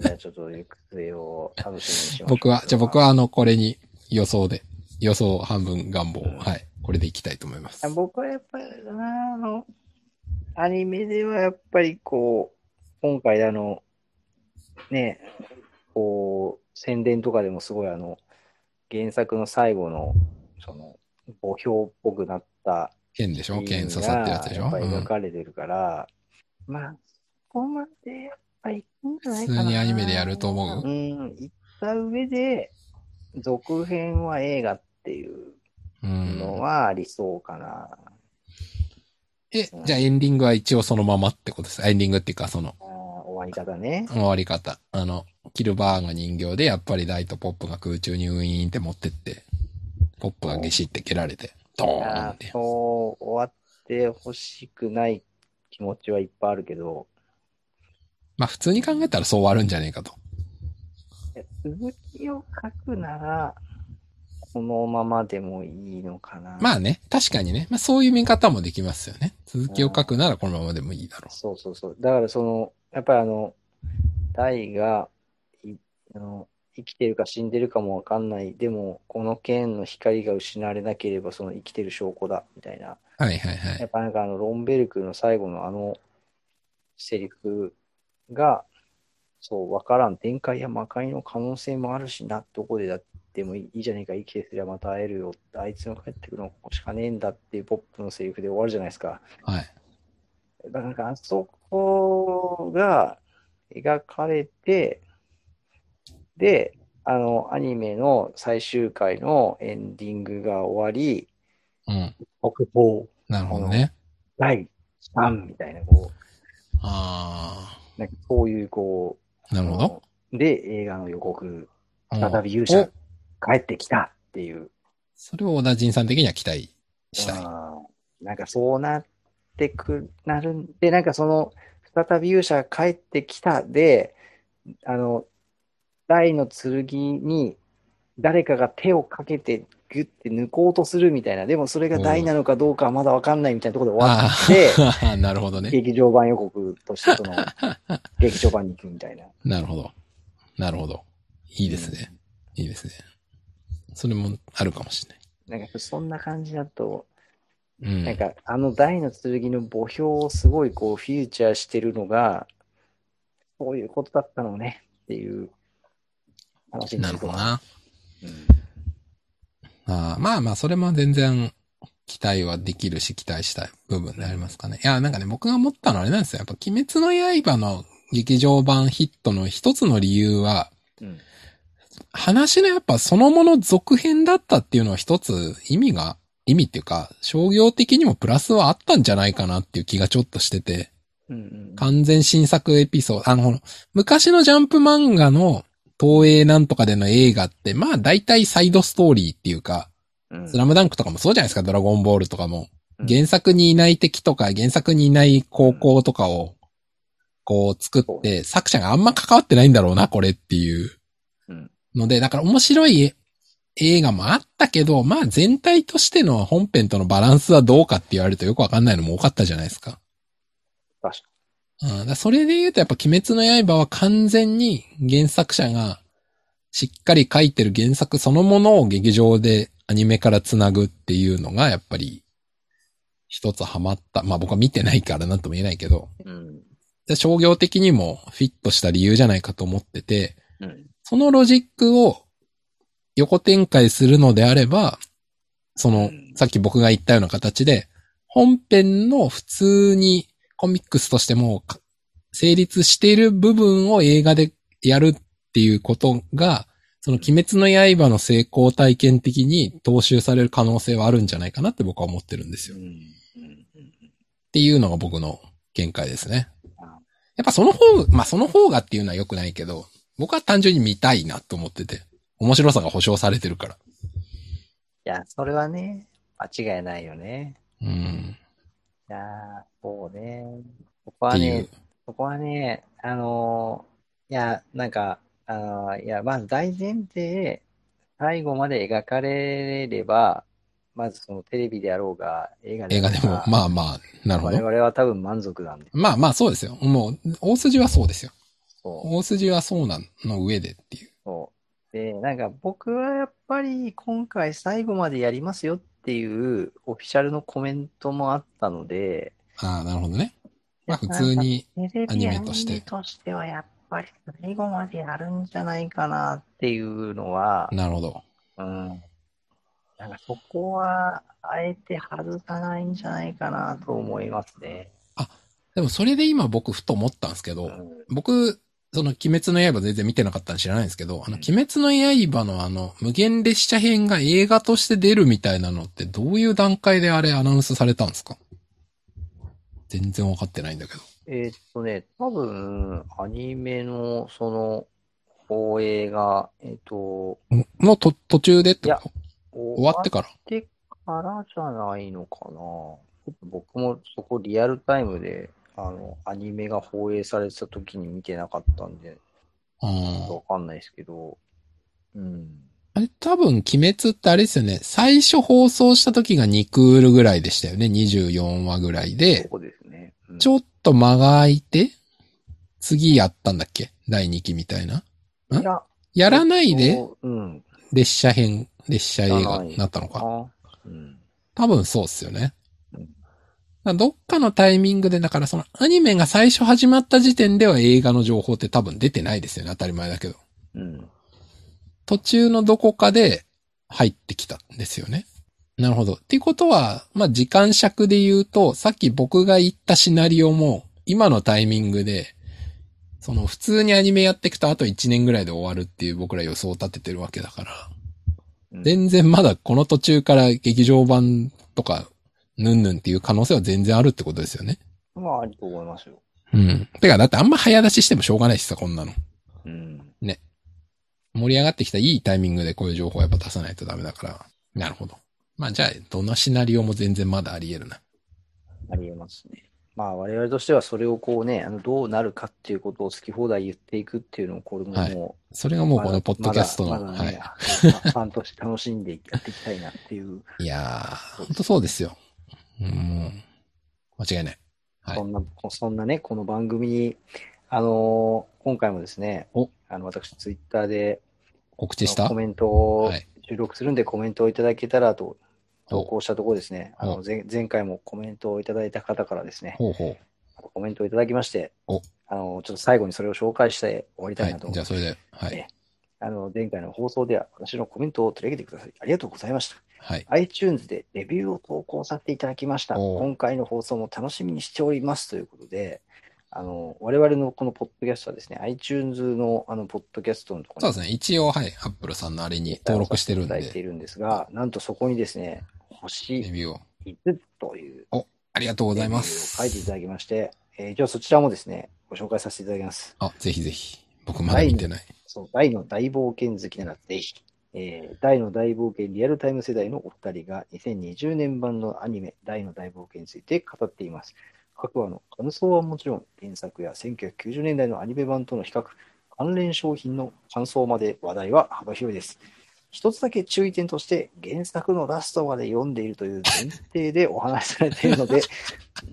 Speaker 2: じゃあちょっと行く末を楽しみにしましょう。
Speaker 1: 僕は、じゃあ僕はあの、これに予想で、予想半分願望、はい、これでいきたいと思います。
Speaker 2: 僕はやっぱり、あの、アニメではやっぱりこう、今回あの、ね、こう、宣伝とかでもすごいあの、原作の最後の、その、墓標っぽくなった
Speaker 1: 剣でしょ剣刺さってるやつでしょ、
Speaker 2: やっぱ
Speaker 1: う
Speaker 2: 描
Speaker 1: ん、
Speaker 2: かれてるから、まあ、そこまでやっぱいくんじゃないかな。
Speaker 1: 普通にアニメでやると思う
Speaker 2: うん、いった上で、続編は映画っていう
Speaker 1: う
Speaker 2: の
Speaker 1: ん。
Speaker 2: はありそうかな。
Speaker 1: え、じゃあエンディングは一応そのままってことです。エンディングっていうかその、
Speaker 2: あー終わり方ね。
Speaker 1: 終わり方。あの、キルバーンが人形で、やっぱりダイとポップが空中にウィーンって持ってって、ポップがゲシって蹴られて、ドーン
Speaker 2: あ
Speaker 1: っ
Speaker 2: ー
Speaker 1: て。
Speaker 2: そう、終わってほしくない気持ちはいっぱいあるけど、
Speaker 1: まあ普通に考えたらそう終わるんじゃねえかと。
Speaker 2: いや続きを書くなら、このままでもいいのかな。
Speaker 1: まあね、確かにね、まあそういう見方もできますよね。続きを書くならこのままでもいいだろ
Speaker 2: そうそうそう。だからその、やっぱりあの、ダイが、いあの生きてるか死んでるかもわかんない。でも、この剣の光が失われなければ、その生きてる証拠だ、みたいな。
Speaker 1: う。はいはいはい
Speaker 2: や。っぱなんかあの、ロンベルクの最後のあの、セリフが、そう、わからん。展開や魔界の可能性もあるしな、どこでだってもいいいいじゃねえか、生きてすればまた会えるよ。あいつの帰ってくるのここしかねえんだっていうポップのセリフで終わるじゃないですか。
Speaker 1: はい。
Speaker 2: だからなんかあそこが描かれて、で、あの、アニメの最終回のエンディングが終わり、
Speaker 1: うん。
Speaker 2: 北方
Speaker 1: なるほどね。
Speaker 2: 第3みたいな、こ
Speaker 1: あ
Speaker 2: う、なんかそういう、こ
Speaker 1: あ、な
Speaker 2: う、
Speaker 1: るほど。
Speaker 2: で、映画の予告、
Speaker 1: うん
Speaker 2: 再び勇者
Speaker 1: お、
Speaker 2: 帰ってきたっていう、
Speaker 1: それを小田人さん的には期待したい。
Speaker 2: うんなんかそうなってく、なるんで、なんかその、再び勇者が帰ってきたで、あの、大の剣に誰かが手をかけて、ギュッて抜こうとするみたいな、でもそれが大なのかどうかはまだわかんないみたいなところで終わ
Speaker 1: あ
Speaker 2: って、
Speaker 1: あ、 [LAUGHS] なるほどね。
Speaker 2: [LAUGHS] 劇場版予告とし
Speaker 1: [LAUGHS]
Speaker 2: て、その、劇場版に行くみたいな。
Speaker 1: なるほど。なるほど。いいですね。いいですね。それもあるかもしれ
Speaker 2: なんかそんな感じだと、
Speaker 1: な。
Speaker 2: ないん
Speaker 1: うん。
Speaker 2: かあの大の剣の墓標をすごいこうフィーチャーしてるのが、そういうことだったのねっていう話に
Speaker 1: なる
Speaker 2: る
Speaker 1: ほど
Speaker 2: な。
Speaker 1: な。
Speaker 2: うん
Speaker 1: あーまあまあ、それも全然期待はできるし、期待したい部分でありますかね。いや、なんかね、僕が思ったのはあれなんですよ。やっぱ、鬼滅の刃の劇場版ヒットの一つの理由は、
Speaker 2: うん
Speaker 1: 話のやっぱそのもの続編だったっていうのは一つ意味が、意味っていうか、商業的にもプラスはあったんじゃないかなっていう気がちょっとしてて、
Speaker 2: うんうん
Speaker 1: 完全新作エピソード、あの、ほら昔のジャンプ漫画の東映なんとかでの映画って、まあ大体サイドストーリーっていうか、
Speaker 2: うん
Speaker 1: スラムダンクとかもそうじゃないですか、ドラゴンボールとかも。
Speaker 2: うん
Speaker 1: 原作にいない敵とか、原作にいない高校とかを、こう作って、作者があんま関わってないんだろうな、これっていう。
Speaker 2: うん
Speaker 1: ので、だから面白い映画もあったけど、まあ全体としての本編とのバランスはどうかって言われるとよくわかんないのも多かったじゃないですか。
Speaker 2: 確か
Speaker 1: うん、だからそれで言うとやっぱ鬼滅の刃は完全に原作者がしっかり書いてる原作そのものを劇場でアニメから繋ぐっていうのがやっぱり一つハマった。まあ僕は見てないからなんとも言えないけど、
Speaker 2: にうん
Speaker 1: で商業的にもフィットした理由じゃないかと思ってて、
Speaker 2: うん
Speaker 1: そのロジックを横展開するのであれば、そうの
Speaker 2: ん、
Speaker 1: さっき僕が言ったような形で、本編の普通にコミックスとしてもか成立している部分を映画でやるっていうことが、その鬼滅の刃の成功体験的に踏襲される可能性はあるんじゃないかなって僕は思ってるんです
Speaker 2: う
Speaker 1: よ。っ
Speaker 2: んうん
Speaker 1: ていうのが僕の見解ですね。やっぱその方、まあその方がっていうのは良くないけど、僕は単純に見たいなと思ってて、面白さが保証されてるから。
Speaker 2: や、それはね、間違いないよね。
Speaker 1: うん。
Speaker 2: いやーそうね。ここ
Speaker 1: っ
Speaker 2: は
Speaker 1: てい
Speaker 2: ね
Speaker 1: う、。
Speaker 2: ここはね、あのーいや、なんか、あのーいや、まず大前提、最後まで描かれれば、まずそのテレビであろうが、映画で
Speaker 1: 映画でも、
Speaker 2: あ
Speaker 1: まあまあ、なるほ
Speaker 2: 我
Speaker 1: ど。
Speaker 2: 々は多分満足なんで、
Speaker 1: まあまあそうですよ。もう、大筋はそうですよ。
Speaker 2: そう。
Speaker 1: 大筋はそうなの上でっていう。
Speaker 2: そう。で、なんか僕はやっぱり今回最後までやりますよっていうオフィシャルのコメントもあったので、
Speaker 1: ああ、なるほどね。まあ普通に、
Speaker 2: テレビ
Speaker 1: アニメとして
Speaker 2: アニメとしてはやっぱり最後までやるんじゃないかなっていうのは、
Speaker 1: なるほど。
Speaker 2: うん。なんかそこはあえて外さないんじゃないかなと思いますね。
Speaker 1: でもそれで今僕ふと思ったんですけど、
Speaker 2: うん
Speaker 1: 僕、その鬼滅の刃全然見てなかったんで知らないんですけど、あの
Speaker 2: うん
Speaker 1: 鬼滅の刃のあの無限列車編が映画として出るみたいなのってどういう段階であれアナウンスされたんですか全然わかってないんだけど。
Speaker 2: えーっとね、多分、アニメのその放映が、えーっと、
Speaker 1: のと途中でって
Speaker 2: いや
Speaker 1: こと終
Speaker 2: 終
Speaker 1: わってから。
Speaker 2: ってからじゃないのかな。ちょっと僕もそこリアルタイムで、あの、アニメが放映されてた時に見てなかったんで、
Speaker 1: うん
Speaker 2: わかんないですけど、うん。
Speaker 1: あれ多分、鬼滅ってあれですよね。最初放送した時が2クールぐらいでしたよね。24話ぐらい
Speaker 2: そ
Speaker 1: で。
Speaker 2: こですね。うん
Speaker 1: ちょっと間が空いて、次やったんだっけ第2期みたいな。ん
Speaker 2: いや、
Speaker 1: やらない
Speaker 2: え
Speaker 1: で
Speaker 2: っ、とうん。
Speaker 1: 列車編、列車映
Speaker 2: やら
Speaker 1: 画
Speaker 2: ない
Speaker 1: になったのか。
Speaker 2: あ、うん。
Speaker 1: 多分そうっすよね
Speaker 2: うん。
Speaker 1: だからどっかのタイミングで、だからそのアニメが最初始まった時点では映画の情報って多分出てないですよね。当たり前だけど。
Speaker 2: うん。
Speaker 1: 途中のどこかで入ってきたんですよね。なるほど。っていうことは、まあ、時間尺で言うと、さっき僕が言ったシナリオも、今のタイミングで、その普通にアニメやっていくとあと1年ぐらいで終わるっていう僕ら予想を立ててるわけだから、
Speaker 2: うん
Speaker 1: 全然まだこの途中から劇場版とか、ぬんぬんっていう可能性は全然あるってことですよね。
Speaker 2: まあ、ありと思いますよ。
Speaker 1: うん。てか、だってあんま早出ししてもしょうがないしさ、こんなの。
Speaker 2: うん。
Speaker 1: 盛り上がってきたいいタイミングでこういう情報をやっぱ出さないとダメだから。なるほど。まあじゃあ、どのシナリオも全然まだあり得るな。
Speaker 2: ありえますね。まあ、我々としてはそれをこうね、あのどうなるかっていうことを好き放題言っていくっていうのを、これももう、
Speaker 1: はいそれがもう
Speaker 2: まだ
Speaker 1: このポッドキャストの、
Speaker 2: まだまだ
Speaker 1: は
Speaker 2: ね
Speaker 1: い。
Speaker 2: [LAUGHS] ファンとして楽しんでやっていきたいなっていう、
Speaker 1: いやー、ほんとそうですよ。うん。間違いない。 [LAUGHS] はい
Speaker 2: そんな、そんなね、この番組に、あのー今回もですね
Speaker 1: お、
Speaker 2: あの私、ツイッターで
Speaker 1: 告知した
Speaker 2: コメントを
Speaker 1: はい
Speaker 2: 収録するんで、コメントをいただけたらと投
Speaker 1: ほう
Speaker 2: 稿したところですね、あ
Speaker 1: お
Speaker 2: の前前回もコメントをいただいた方からですね、
Speaker 1: ほうほ
Speaker 2: コメントをいただきまして
Speaker 1: お、
Speaker 2: あのちょっと最後にそれを紹介して終わり
Speaker 1: う。
Speaker 2: た
Speaker 1: はい
Speaker 2: ないと。
Speaker 1: じゃあそれで、はい。
Speaker 2: ねあの前回の放送では私のコメントを取り上げてくださりありがとうございました。
Speaker 1: はい。
Speaker 2: iTunes でレビューを投稿させていただきました。
Speaker 1: おう
Speaker 2: 今回の放送も楽しみにしておりますということで、あの我々のこのポッドキャストはですね、iTunes のあのポッドキャストのとこ
Speaker 1: そ
Speaker 2: ろ
Speaker 1: うですね。一応、はい。アップルさんのあれに
Speaker 2: に
Speaker 1: 登録してるん
Speaker 2: いただいて
Speaker 1: で、
Speaker 2: いるんですが、なんとそこにですね、
Speaker 1: レ
Speaker 2: 星
Speaker 1: ビューを。
Speaker 2: 5つという
Speaker 1: ありがとうご
Speaker 2: ご
Speaker 1: ざいま
Speaker 2: 書いてい
Speaker 1: す。
Speaker 2: ただきまして、えーじゃあそちらもですね、ご紹介させていただきます。
Speaker 1: あ、ぜひぜひ。僕まだ見てない。
Speaker 2: そう大の大冒険好きならぜひ。えー大の大冒険リアルタイム世代のお二人が2020年版のアニメ大の大冒険について語っています。各話の感想はもちろん、原作や1990年代のアニメ版との比較、関連商品の感想まで話題は幅広いです。一つだけ注意点として、原作のラストまで読んでいるという前提でお話しされているので、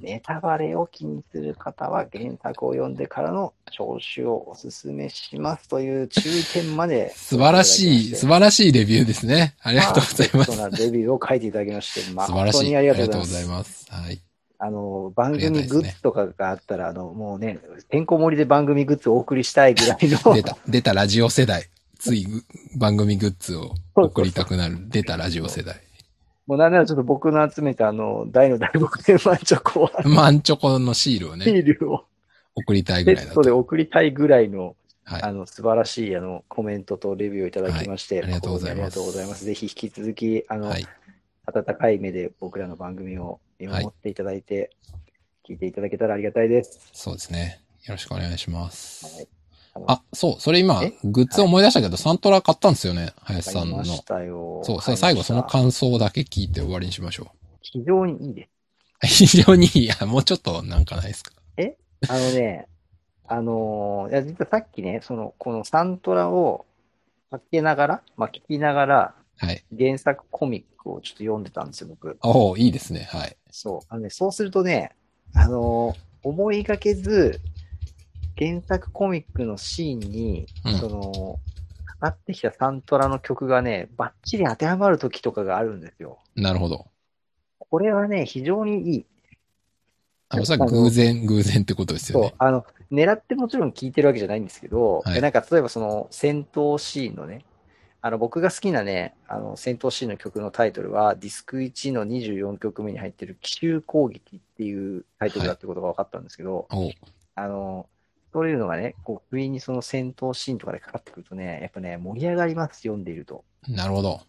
Speaker 2: ネタバレを気にする方は原作を読んでからの聴取をお勧めしますという注意点まで。
Speaker 1: 素晴らしい、素晴らしいレビューですね。ありがとうございます。
Speaker 2: そん
Speaker 1: 素
Speaker 2: なレビューを書いていただきまして、
Speaker 1: 晴
Speaker 2: 誠
Speaker 1: らし
Speaker 2: に
Speaker 1: い。
Speaker 2: あ
Speaker 1: あ
Speaker 2: り
Speaker 1: り
Speaker 2: が
Speaker 1: が
Speaker 2: と
Speaker 1: とう
Speaker 2: う
Speaker 1: ご
Speaker 2: ござ
Speaker 1: ざ
Speaker 2: い
Speaker 1: い
Speaker 2: ます。
Speaker 1: ます。はい。
Speaker 2: あの、番
Speaker 1: ありがたい
Speaker 2: 組
Speaker 1: です
Speaker 2: グ
Speaker 1: ね
Speaker 2: ッズとかがあったら、あの、もうね、てんこ盛りで番組グッズをお送りしたいぐらいの
Speaker 1: [LAUGHS] 出、た、出たラジオ世代。つい番組グッズを送りたくなる、出たラジオ世代。
Speaker 2: もうなんならちょっと僕の集めたあの、大の大冒険マンチョコは、
Speaker 1: マンチョコのシールを
Speaker 2: シ
Speaker 1: ね、
Speaker 2: ールを
Speaker 1: [LAUGHS] 送りたいぐ
Speaker 2: セ
Speaker 1: らい
Speaker 2: ッ
Speaker 1: だ
Speaker 2: トで
Speaker 1: と。
Speaker 2: 送りたいぐらいの、
Speaker 1: はい。
Speaker 2: あの、素晴らしい、あの、コメントとレビューをいただきまして、
Speaker 1: はいありがとうございます
Speaker 2: 誠にありがとうございます。ぜひ引き続き、あの、
Speaker 1: はい。
Speaker 2: 温かい目で僕らの番組を見守っていただいて、聞いていただけたらありがたいです。
Speaker 1: そうですね。よろしくお願いします。
Speaker 2: はい
Speaker 1: あ、そう、それ今
Speaker 2: え、
Speaker 1: グッズ思い出したけど、サントラ買ったんですよね、林さん
Speaker 2: 買いま
Speaker 1: の。
Speaker 2: したよ。
Speaker 1: そう、
Speaker 2: 買
Speaker 1: さ
Speaker 2: い
Speaker 1: 最後
Speaker 2: ました
Speaker 1: その感想だけ聞いて終わりにしましょ
Speaker 2: 非常にいいです。
Speaker 1: う。 [LAUGHS] 非常にいい、いや、もうちょっとなんかないですか。
Speaker 2: あの
Speaker 1: [LAUGHS]
Speaker 2: ね、あのーいや、実はさっきね、その、このサントラをかけながら、まあ、聞きながら、
Speaker 1: はい。
Speaker 2: 原作コミックをちょっと読んでたんですよ、僕。
Speaker 1: おおいいですね、はい。
Speaker 2: そう。あのね、そうするとね、あのー思いがけず、原作コミックのシーンに、
Speaker 1: うん
Speaker 2: その、かかってきたサントラの曲がね、バッチリ当てはまる時とかがあるんですよ。
Speaker 1: なるほど。
Speaker 2: これはね、非常にいい。
Speaker 1: あ、それは偶然、偶然ってことですよ
Speaker 2: そう
Speaker 1: ね。、
Speaker 2: あの、狙ってもちろん聞いてるわけじゃないんですけど、
Speaker 1: はい
Speaker 2: いやなんか例えばその戦闘シーンのね、あの僕が好きなね、あの戦闘シーンの曲のタイトルは、ディスク1の24曲目に入ってる奇襲攻撃っていうタイトルだってことが分かったんですけど、
Speaker 1: おう
Speaker 2: あの、そういうのがね、こう、不意にその戦闘シーンとかでかかってくるとね、やっぱね、盛り上がります、読んでいると。
Speaker 1: なるほど。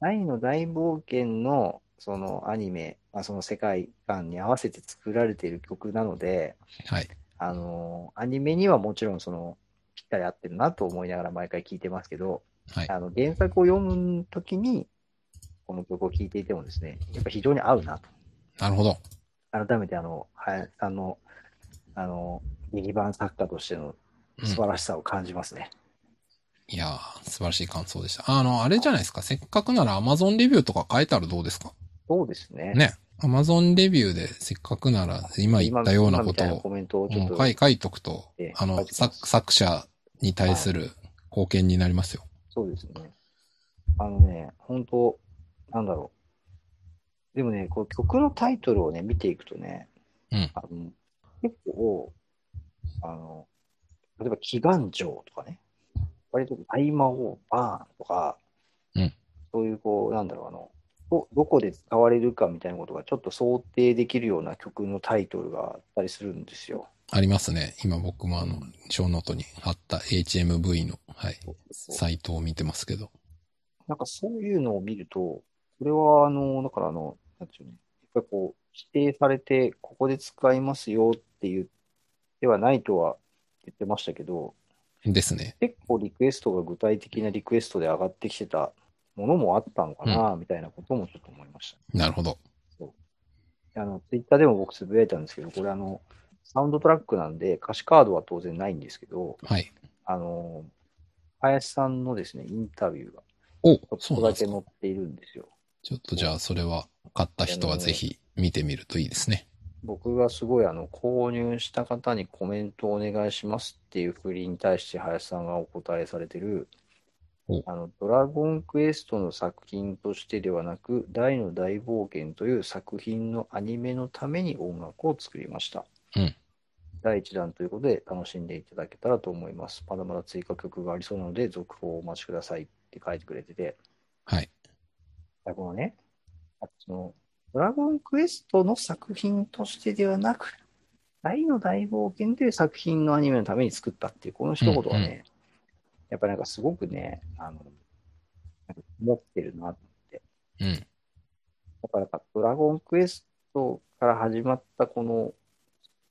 Speaker 2: 愛の大冒険の、そのアニメ、まあ、その世界観に合わせて作られている曲なので、
Speaker 1: はい。
Speaker 2: あのーアニメにはもちろんその、ぴったり合ってるなと思いながら毎回聞いてますけど、
Speaker 1: はい。
Speaker 2: あの、原作を読むときに、この曲を聴いていてもですね、やっぱ非常に合うなと。
Speaker 1: なるほど。
Speaker 2: 改めてあの、林さんの、あの、劇版作家としての
Speaker 1: うん
Speaker 2: 素晴らしさを感じますね。
Speaker 1: いやー、素晴らしい感想でした。あの、あれじゃないですか。せっかくなら Amazon レビューとか書いたらどうですか
Speaker 2: そうですね。
Speaker 1: ね。Amazon レビューでせっかくなら今言ったようなこ
Speaker 2: 今
Speaker 1: と
Speaker 2: みたいなコ
Speaker 1: を、
Speaker 2: メントをちょっ
Speaker 1: も
Speaker 2: と
Speaker 1: う書い書いとくと
Speaker 2: ええ、
Speaker 1: あ
Speaker 2: 書い
Speaker 1: の、
Speaker 2: てきます
Speaker 1: 作作者に対する貢献になりますよ。
Speaker 2: そうですね。あのね、本当なんだろう。でもね、こう曲のタイトルをね、見ていくとね、
Speaker 1: うん
Speaker 2: あの結構、あの、例えば、祈願城とかね、割と大魔王バーンとか、
Speaker 1: うん
Speaker 2: そういう、こう、なんだろう、あの、どどこで使われるかみたいなことがちょっと想定できるような曲のタイトルがあったりするんですよ。
Speaker 1: ありますね。今僕もあの、小ノートに貼った HMV の、はい、サイトを見てますけど。
Speaker 2: なんかそういうのを見ると、これは、あの、だから、あの、なんていうの、やっぱりこう、指定されて、ここで使いますよっていう、ではないとは言ってましたけど、
Speaker 1: ですね。
Speaker 2: 結構リクエストが具体的なリクエストで上がってきてたものもあったのかな、みたいなこともちょっと思いまし
Speaker 1: なるほど。
Speaker 2: た。あの、ツイッターでも僕つぶやいたんですけど、これあの、サウンドトラックなんで歌詞カードは当然ないんですけど、
Speaker 1: はい。
Speaker 2: あの、林さんのですね、インタビューが
Speaker 1: お
Speaker 2: ちょ
Speaker 1: そ
Speaker 2: っ
Speaker 1: う
Speaker 2: と
Speaker 1: なん
Speaker 2: だ
Speaker 1: で
Speaker 2: け
Speaker 1: す
Speaker 2: 載
Speaker 1: か。
Speaker 2: っているんですよ。
Speaker 1: ちょっとじゃあそれは買った人はぜひ見てみるといいですね。
Speaker 2: 僕がすごいあの購入した方にコメントをお願いしますっていう振りに対して林さんがお答えされてる
Speaker 1: お
Speaker 2: あのドラゴンクエストの作品としてではなく大の大冒険という作品のアニメのために音楽を作りました、
Speaker 1: うん
Speaker 2: 第1弾ということで楽しんでいただけたらと思いますまだまだ追加曲がありそうなので続報をお待ちくださいって書いてくれてて
Speaker 1: はい。
Speaker 2: あこのね、あその、ドラゴンクエストの作品としてではなく、大の大冒険という作品のアニメのために作ったっていう、この一言はね、
Speaker 1: うんう
Speaker 2: やっぱなんかすごくね、あの、なんか持ってるな。
Speaker 1: うん。
Speaker 2: だからなんかドラゴンクエストから始まったこの、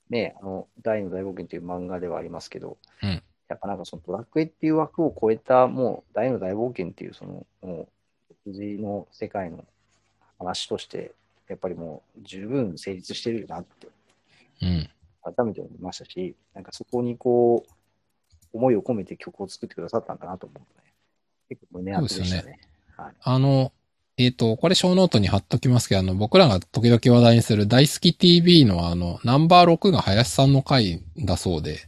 Speaker 2: ね、あの、大の大冒険という漫画ではありますけど、
Speaker 1: うん
Speaker 2: やっぱなんかそのドラクエっていう枠を超えた、もう大の大冒険っていうその、もう、独自の世界の話として、やっぱりもう十分成立してるよなって
Speaker 1: うん。
Speaker 2: 改めて思いましたし、なんかそこにこう、思いを込めて曲を作ってくださったんだなと思うとね、結構胸熱でした
Speaker 1: そうです
Speaker 2: ね。はい。
Speaker 1: あの、えっ、と、これ小ノートに貼っときますけど、あの、僕らが時々話題にする大好き TV のあの、ナンバー6が林さんの回だそうで、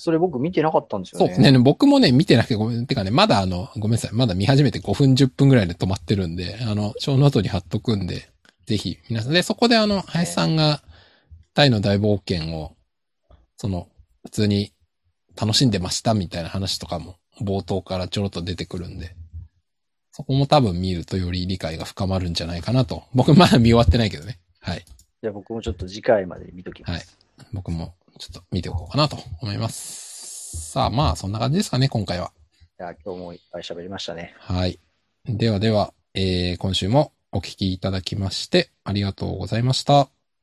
Speaker 2: それ僕見てなかったんですよ
Speaker 1: そう
Speaker 2: ね。
Speaker 1: ですね。僕もね、見てなくて、ごめん、てかね、まだあの、ごめんなさい。まだ見始めて5分、10分ぐらいで止まってるんで、あの、ショーノートに貼っとくんで、ぜひ、皆さん。で、そこであの、林さんが、タイの大冒険を、その、普通に楽しんでましたみたいな話とかも、冒頭からちょろっと出てくるんで、そこも多分見るとより理解が深まるんじゃないかなと。僕まだ見終わってないけどね。はい。
Speaker 2: じゃあ僕もちょっと次回まで見ときます。
Speaker 1: はい僕も、ちょっと見ておこうかなと思います。さあ、まあ、そんな感じですかね、今回は。
Speaker 2: じゃあ今日もいっぱい喋りましたね。
Speaker 1: はい。ではでは、えー今週もお聞きいただきまして、ありがとうございました。